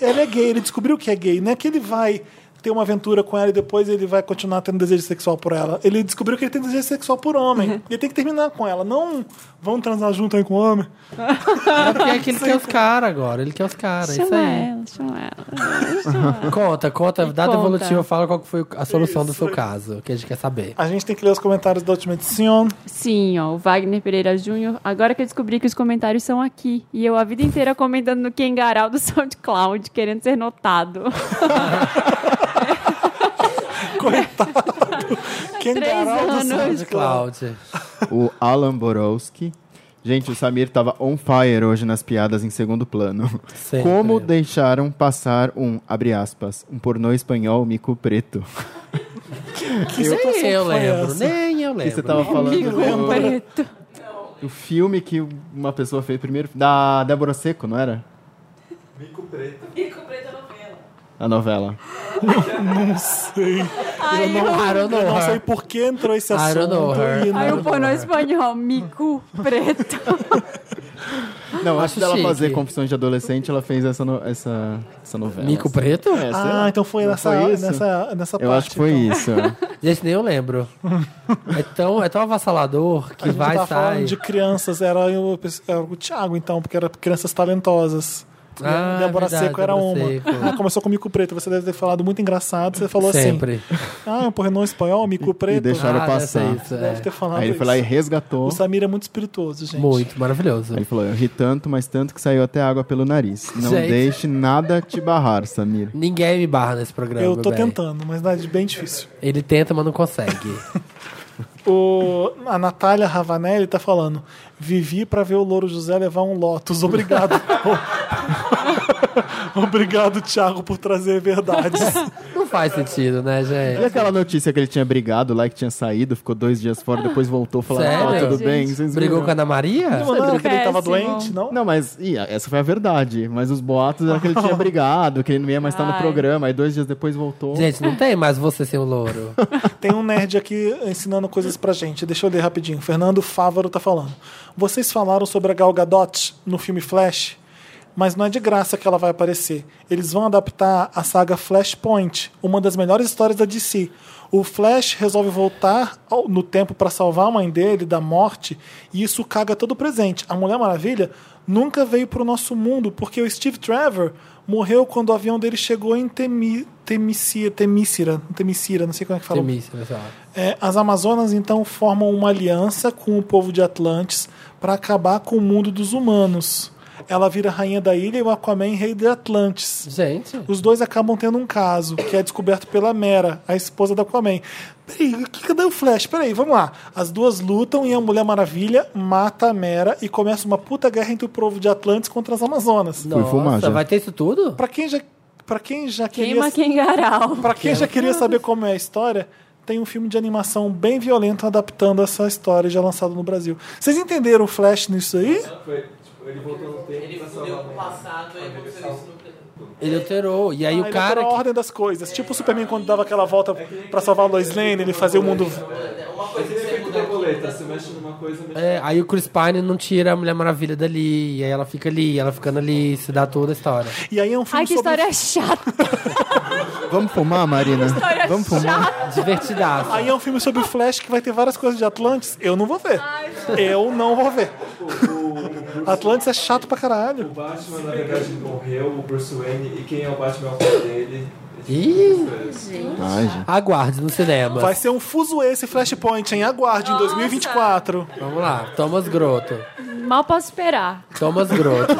ele é gay, ele descobriu que é gay, não é que ele vai ter uma aventura com ela e depois ele vai continuar tendo desejo sexual por ela. Ele descobriu que ele tem desejo sexual por homem.
Uhum.
E ele tem que terminar com ela. Não vão transar junto aí com o homem.
É porque é que ele quer os caras agora. Ele quer os caras. Isso
Chama
é-
aí.
ela, chama ela. Chama ela.
Conta, conta, data
conta.
evolutiva, fala qual que foi a solução do
Isso.
seu caso, que a gente quer saber.
A gente tem que ler os comentários da última edição.
Sim, ó, o Wagner Pereira Júnior. Agora que eu descobri que os comentários são aqui. E eu a vida inteira comentando no Kengarau do SoundCloud, querendo ser notado.
Coitado. Quem
Três anos.
De Cláudia.
O Alan Borowski. Gente, o Samir tava on fire hoje nas piadas em segundo plano.
Sempre.
Como deixaram passar um, abre aspas, um pornô espanhol mico preto?
Nem
situação
eu
foi
lembro,
essa?
nem eu lembro.
Que você tava falando do,
Preto.
do filme que uma pessoa fez primeiro, da Débora Seco, não era?
é
Mico Preto. Mico Preto a novela.
Ai, eu...
I don't know
Eu não sei
her.
por que entrou esse
I
assunto.
don't know her.
e
Aí o
não-
pornô espanhol, mico preto.
A novela. Não,
Acho
antes dela
chique.
fazer Confissões de Adolescente, ela fez essa, no- essa, essa novela.
Mico preto?
É, sei lá.
Ah, então foi
Não
nessa,
foi isso?
nessa, nessa
Eu
parte.
acho que foi
então.
isso.
Gente, nem eu lembro. É tão, é tão avassalador
A
que
gente
vai
tava
e sai.
falando de crianças, era, eu- era o Thiago, então, porque era crianças talentosas. E
Ah,
a Débora
verdade,
Seco era
Débora
uma.
Seco.
Ela começou com mico preto, você deve ter falado muito engraçado. Você falou
Sempre.
assim: Ah, um porrenão espanhol, mico preto.
E deixaram
Ah,
passar.
deve ser isso,
Deve ter
é.
falado.
Aí ele foi lá e
isso.
resgatou.
O Samir é muito espirituoso, gente.
Muito maravilhoso.
Aí ele falou, eu ri tanto, mas tanto que saiu até água pelo nariz. Não
Gente.
deixe nada te barrar, Samir.
Ninguém me barra nesse programa.
Eu tô
meu bem.
tentando, mas é bem difícil.
Ele tenta, mas não consegue.
O, a Natália Ravanelli tá falando: Vivi pra ver o Louro José levar um Lotus. Obrigado. Obrigado, Thiago, por trazer verdades.
não faz sentido, né, gente?
E aquela notícia que ele tinha brigado lá, que tinha saído, ficou dois dias fora, depois voltou falando,
Sério?
ah, tudo
Gente.
bem, vocês
Brigou com a
viram?
Ana Maria?
Não, não era que ele
Péssimo.
tava doente, não?
Não, mas e, essa foi a verdade. Mas os boatos era que ele tinha brigado, que ele não ia mais estar no
Ai.
programa, aí dois dias depois voltou.
Gente, não tem mais você sem o louro.
Tem um nerd aqui ensinando coisas pra gente. Deixa eu ler rapidinho. Fernando Fávaro tá falando. Vocês falaram sobre a Gal Gadot no filme Flash, mas não é de graça que ela vai aparecer. Eles vão adaptar a saga Flashpoint, uma das melhores histórias da DC. O Flash resolve voltar ao- no tempo pra salvar a mãe dele da morte, e isso caga todo o presente. A Mulher Maravilha nunca veio pro nosso mundo, porque o Steve Trevor morreu quando o avião dele chegou em Temi, Temícia, Temícira, Temícira, não sei como é que fala.
Temícia, pessoal.
É, as Amazonas então formam uma aliança com o povo de Atlantis para acabar com o mundo dos humanos. Ela vira rainha da ilha e o Aquaman rei de Atlantis.
Gente,
Os dois acabam tendo um caso, que é descoberto pela Mera, a esposa da Aquaman. Peraí, o que cadê o Flash? Peraí, vamos lá. As duas lutam e a Mulher Maravilha mata a Mera e começa uma puta guerra entre o povo de Atlantis contra as Amazonas.
nossa,
fumar já.
vai ter isso tudo?
Pra quem já, pra quem já queria...
Queima Kengarau.
Pra quem já queria saber como é a história, tem um filme de animação bem violento adaptando essa história já lançado no Brasil. Vocês entenderam o Flash nisso aí?
Ele alterou. E aí
Ah,
o
ele alterou
cara.
a ordem das coisas. Tipo o Superman quando dava aquela volta pra salvar a Lois Lane, ele fazia o mundo...
que- é, aí o Chris Pine não tira a Mulher Maravilha dali. E aí ela fica ali, ela ficando ali, se dá toda a história.
E aí é um filme
Ai, que
sobre...
história chata.
Vamos fumar, Marina?
História
Vamos fumar?
Divertidaço.
Aí é um filme sobre o Flash que vai ter várias coisas de Atlantis. Eu não vou ver. Eu não vou ver. Atlantis é chato pra caralho.
O Batman, na verdade, morreu, o Bruce Wayne, e quem é o Batman é o pai dele.
Ih,
Ai, gente.
aguarde no cinema.
Vai ser um fuso esse Flashpoint, hein? Aguarde em 2024.
Vamos lá, Thomas Groto.
Mal posso esperar.
Thomas Groto.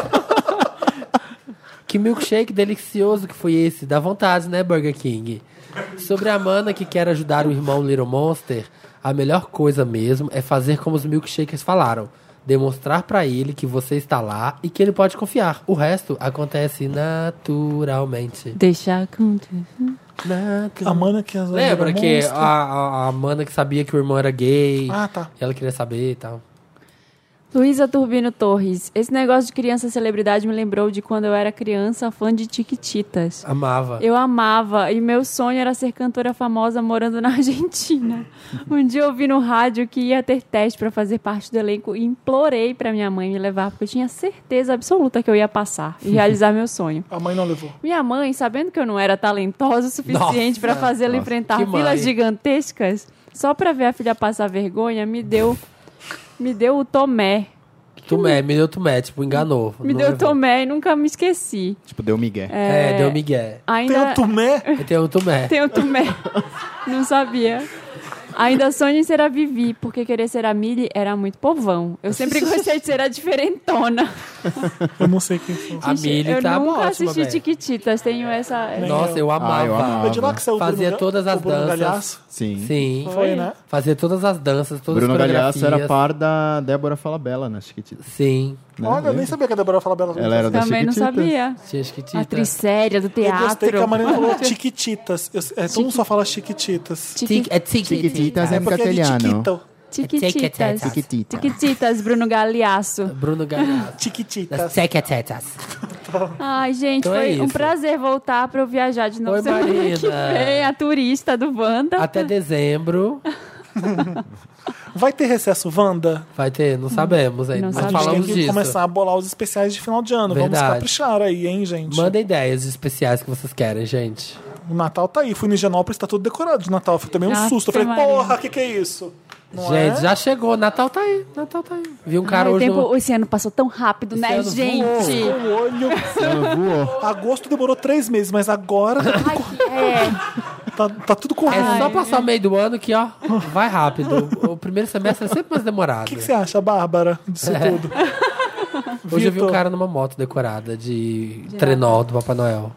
que milkshake delicioso que foi esse. Dá vontade, né, Burger King? Sobre a Amanda que quer ajudar o irmão Little Monster, a melhor coisa mesmo é fazer como os milkshakers falaram. Demonstrar pra ele que você está lá e que ele pode confiar. O resto acontece naturalmente.
Deixar acontecer.
A
Natural.
mana que as
Lembra
era
que
monstro.
Ah.
a, a, a Amanda que sabia que o irmão era gay,
Ah, tá.
ela queria saber e tal.
Luísa Turbino Torres. Esse negócio de criança celebridade me lembrou de quando eu era criança, fã de Tiquititas.
Amava.
Eu amava e meu sonho era ser cantora famosa morando na Argentina. Um dia eu vi no rádio que ia ter teste para fazer parte do elenco e implorei para minha mãe me levar porque eu tinha certeza absoluta que eu ia passar e realizar meu sonho.
A mãe não levou.
Minha mãe, sabendo que eu não era talentosa o suficiente para fazê-la enfrentar
que mãe.
filas gigantescas, só para ver a filha passar vergonha, me deu me deu o Tomé.
Tomé, me deu Tomé, tipo, enganou.
Me
Não
deu o
levou.
Tomé e nunca me esqueci.
Tipo, deu migué.
É, deu Miguel.
Tem
Ainda
o Tumé?
E tem o Tomé.
Tem o Tomé. Não sabia. Ainda sonho em ser a Vivi, porque querer ser a Millie era muito povão. Eu sempre gostei de ser a diferentona.
Eu não sei quem foi.
A Millie
eu
tá
nunca
ótima,
assisti
velho.
Tiquititas, tenho essa...
Nossa, eu amava.
Ah, eu amava.
Foi de lá que saiu o
Fazia
Bruno Ga-
todas as
o Bruno
danças.
Galhaço?
Sim.
Sim.
Foi, né?
Fazia todas as danças, todas
Bruno
as coreografias.
Galhaço era par da Débora Falabella nas Chiquititas.
Sim.
né?
Olha, eu nem sabia que a Débora falava bela.
Ela era da
Também não
Chiquititas.
sabia.
Tinha Chiquitita.
Atriz séria do
é
Eu
teatro.
gostei que a Marina falou Chiquititas. Eu, é, todo mundo só fala Chiquititas.
Tiqui-
Tic- é tic-
Chiquititas
É
é
porque é de
castelhano.
Chiquito.
Tiquititas.
Chiquitita.
Tiquititas, Bruno Galeaço.
Bruno Galhaço. Das
Chiquititas.
Tecatetas.
Ai, gente,
Então é
foi um
isso.
prazer voltar pra eu viajar de novo
Oi,
semana que
Marina.
vem. A turista do Wanda.
Até dezembro
Vai ter recesso, Wanda?
vai ter, não sabemos ainda.
Não
Não
sabemos.
A gente tem
falamos
que
disso.
começar a bolar os especiais de final de ano. Vamos
Verdade.
caprichar aí, hein, gente?
Manda ideias de especiais que vocês querem, gente.
O Natal tá aí. Fui no Higienópolis, tá tudo decorado de Natal. Fui também um
Ah,
susto. Eu falei,
Maria.
porra, o que, que é isso? Não
gente,
é?
já chegou. Natal tá aí. Natal tá aí. Vi um cara
Ai, o
hoje
tempo,
no...
Esse ano passou tão rápido, né,
ano voou.
gente?
Com o olho.
Ela voou.
Agosto demorou três meses, mas agora tá tudo,
Ai, que é.
tá- tá tudo
É
correndo.
só passar o meio do ano que, ó, vai rápido. O primeiro semestre é sempre mais demorado.
O que, que você acha, Bárbara, disso tudo?
É. Hoje eu vi um
Vitor?
cara numa moto decorada de, trenó do Papai Noel.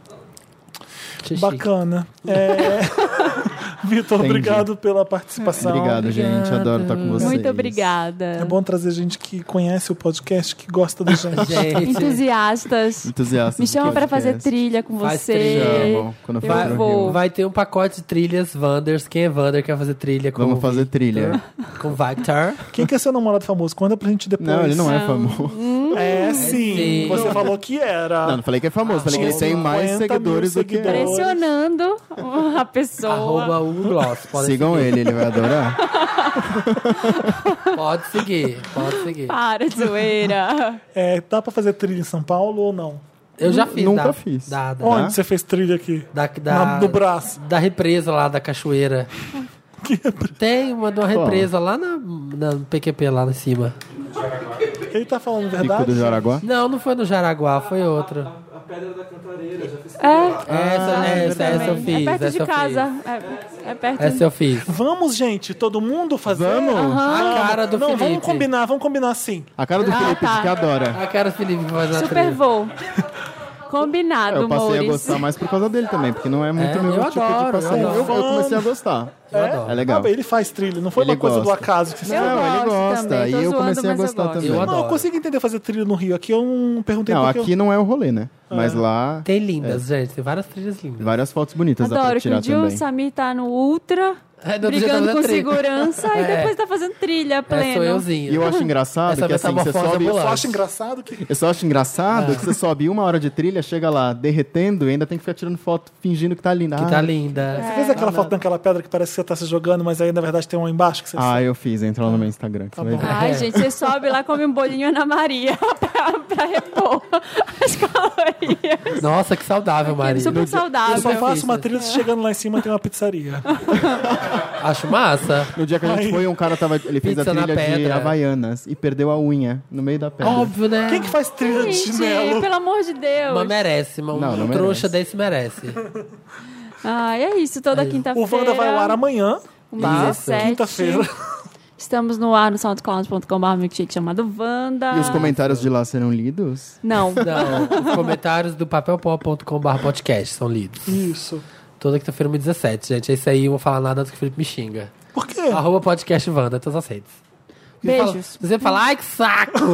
Achei chique.
Bacana. É... Vitor,
Entendi.
obrigado pela participação.
Obrigado, gente. Adoro estar com vocês.
Muito obrigada.
É bom trazer gente que conhece o podcast, que gosta da gente.
Gente,
Entusiastas.
Entusiasta.
Me chama pra fazer trilha com
Faz
você.
trilha.
Chamam. Quando eu
Eu
for pro
vou.
Rio.
vai ter um pacote de trilhas Wanders. Quem é Wander quer fazer trilha com
Vamos
o
fazer trilha.
Victor, com o Victor.
Quem que é seu namorado famoso? Conta pra gente depois.
Não, ele não é famoso.
Hum,
É sim.
sim.
Você falou que era.
Não, não falei que é famoso. Falei que ele tem mais
50 mil
seguidores do que eu.
seguidores.
Pressionando a pessoa.
Arroba Hugo Gloss. Podem
Sigam ele, ele vai adorar.
seguir. Pode seguir, pode seguir.
Para, de zoeira.
É, dá pra fazer trilha em São Paulo ou não?
Eu já fiz.
Nunca
da-
fiz.
Da, da,
Onde você fez trilha aqui?
da,
Na-
da,
no braço.
da represa lá da cachoeira. Tem uma, uma represa lá na, na PQP, lá em cima.
Ele tá falando a
Pico
verdade?
do Jaraguá.
Não, não foi no Jaraguá, foi outro.
A Pedra da Cantareira, já fiz
É,
essa, essa, essa eu
é
fiz.
perto
essa
de
eu
casa.
Fiz.
É, é perto.
Essa eu fiz.
Vamos, gente, todo mundo fazer.
Vamos?
Ah,
A cara do
não,
Felipe.
vamos combinar, vamos combinar sim.
A cara do Felipe
tá.
de que adora.
A cara do Felipe pra fazer a
Super
trilha.
voo. Combinado,
Eu passei a
Mouris.
gostar mais por causa dele também, porque não é muito
É,
meu
eu
tipo
adoro,
de
eu
passeio. Eu,
adoro.
eu comecei a gostar.
Eu adoro.
É legal.
Ah, ele faz trilha, não foi
Ele
uma coisa do
gosta.
acaso que você
Eu
não, ele
gosto
gosta.
também, tô
e eu
zoando,
comecei a
mas eu
gostar
gosto.
também.
Eu
Não, eu
adoro.
consigo entender fazer trilha no Rio. Aqui eu não perguntei
Não,
porque
aqui não é o rolê, né?
Ah.
Mas lá,
Tem lindas,
É.
gente. Tem várias trilhas lindas.
várias fotos bonitas dá pra
Adoro que
tirar
um dia o
também.
Samir tá no Ultra,
É, no outro dia tá
brigando
fazendo
com
trilha.
segurança e
É.
depois tá fazendo trilha
É, sou
pleno.
euzinho.
E eu acho engraçado
Essa
que assim, você
metamorfose é
sobe...
eu só
ambulante.
acho engraçado que
Eu só
Ah.
acho engraçado que você sobe uma hora de trilha, chega lá derretendo e ainda tem que ficar tirando foto fingindo que tá linda.
Que
Ah,
tá linda.
Você fez aquela foto daquela pedra que parece que você tá se jogando, mas aí na verdade tem uma embaixo que você
Ah, eu fiz. Entra lá no meu Instagram. que
Tá
você vai ver.
Ai, gente, você sobe lá, come um bolinho Ana Maria pra, pra repor as calorias.
Nossa, que saudável, Maria.
É. Super
Eu só
saudável.
faço
fiz,
uma
né?
trilha se chegando lá em cima tem uma pizzaria.
Acho massa.
No dia que a gente
Ai.
foi, um cara tava. Ele fez
Pizza
a
na
trilha de
pedra.
Havaianas e perdeu a unha no meio da pedra.
Óbvio, né?
Quem que faz trilha de
Gente,
chinelo?
pelo amor de Deus.
Mas merece, mas um
Não, não
trouxa
merece.
desse merece.
Ai, é isso. Toda
O
quinta-feira.
Wanda vai ao ar amanhã,
uma às
Isso.
sete.
quinta-feira.
Estamos no ar no soundcloud.com.br milkshake chamado Wanda.
E os comentários de lá serão lidos?
Não.
Não, os comentários do papelpó.com.br podcast são lidos.
Isso.
Toda quinta-feira, 17, gente. É isso aí, eu vou falar nada antes que o Felipe me xinga.
Por quê?
Arroba podcast Wanda, todas as redes.
Beijos.
Você fala, você fala ai que saco!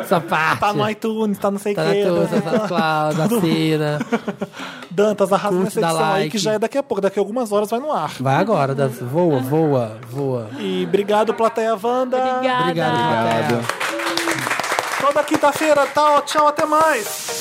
Essa parte.
Tá no iTunes, tá não sei o
Tá na
quê.
Tusa,
tá-
na Cláudia, na Cina.
Dantas, arrasa na
Curte, dá
secção aí que
like.
já é daqui a pouco. Daqui a algumas horas vai no ar.
Vai agora, Dantas. Voa, voa, voa.
E obrigado, plateia Wanda.
Obrigada.
Obrigado,
Obrigado.
Obrigado.
da quinta-feira, tal. Tchau, até mais.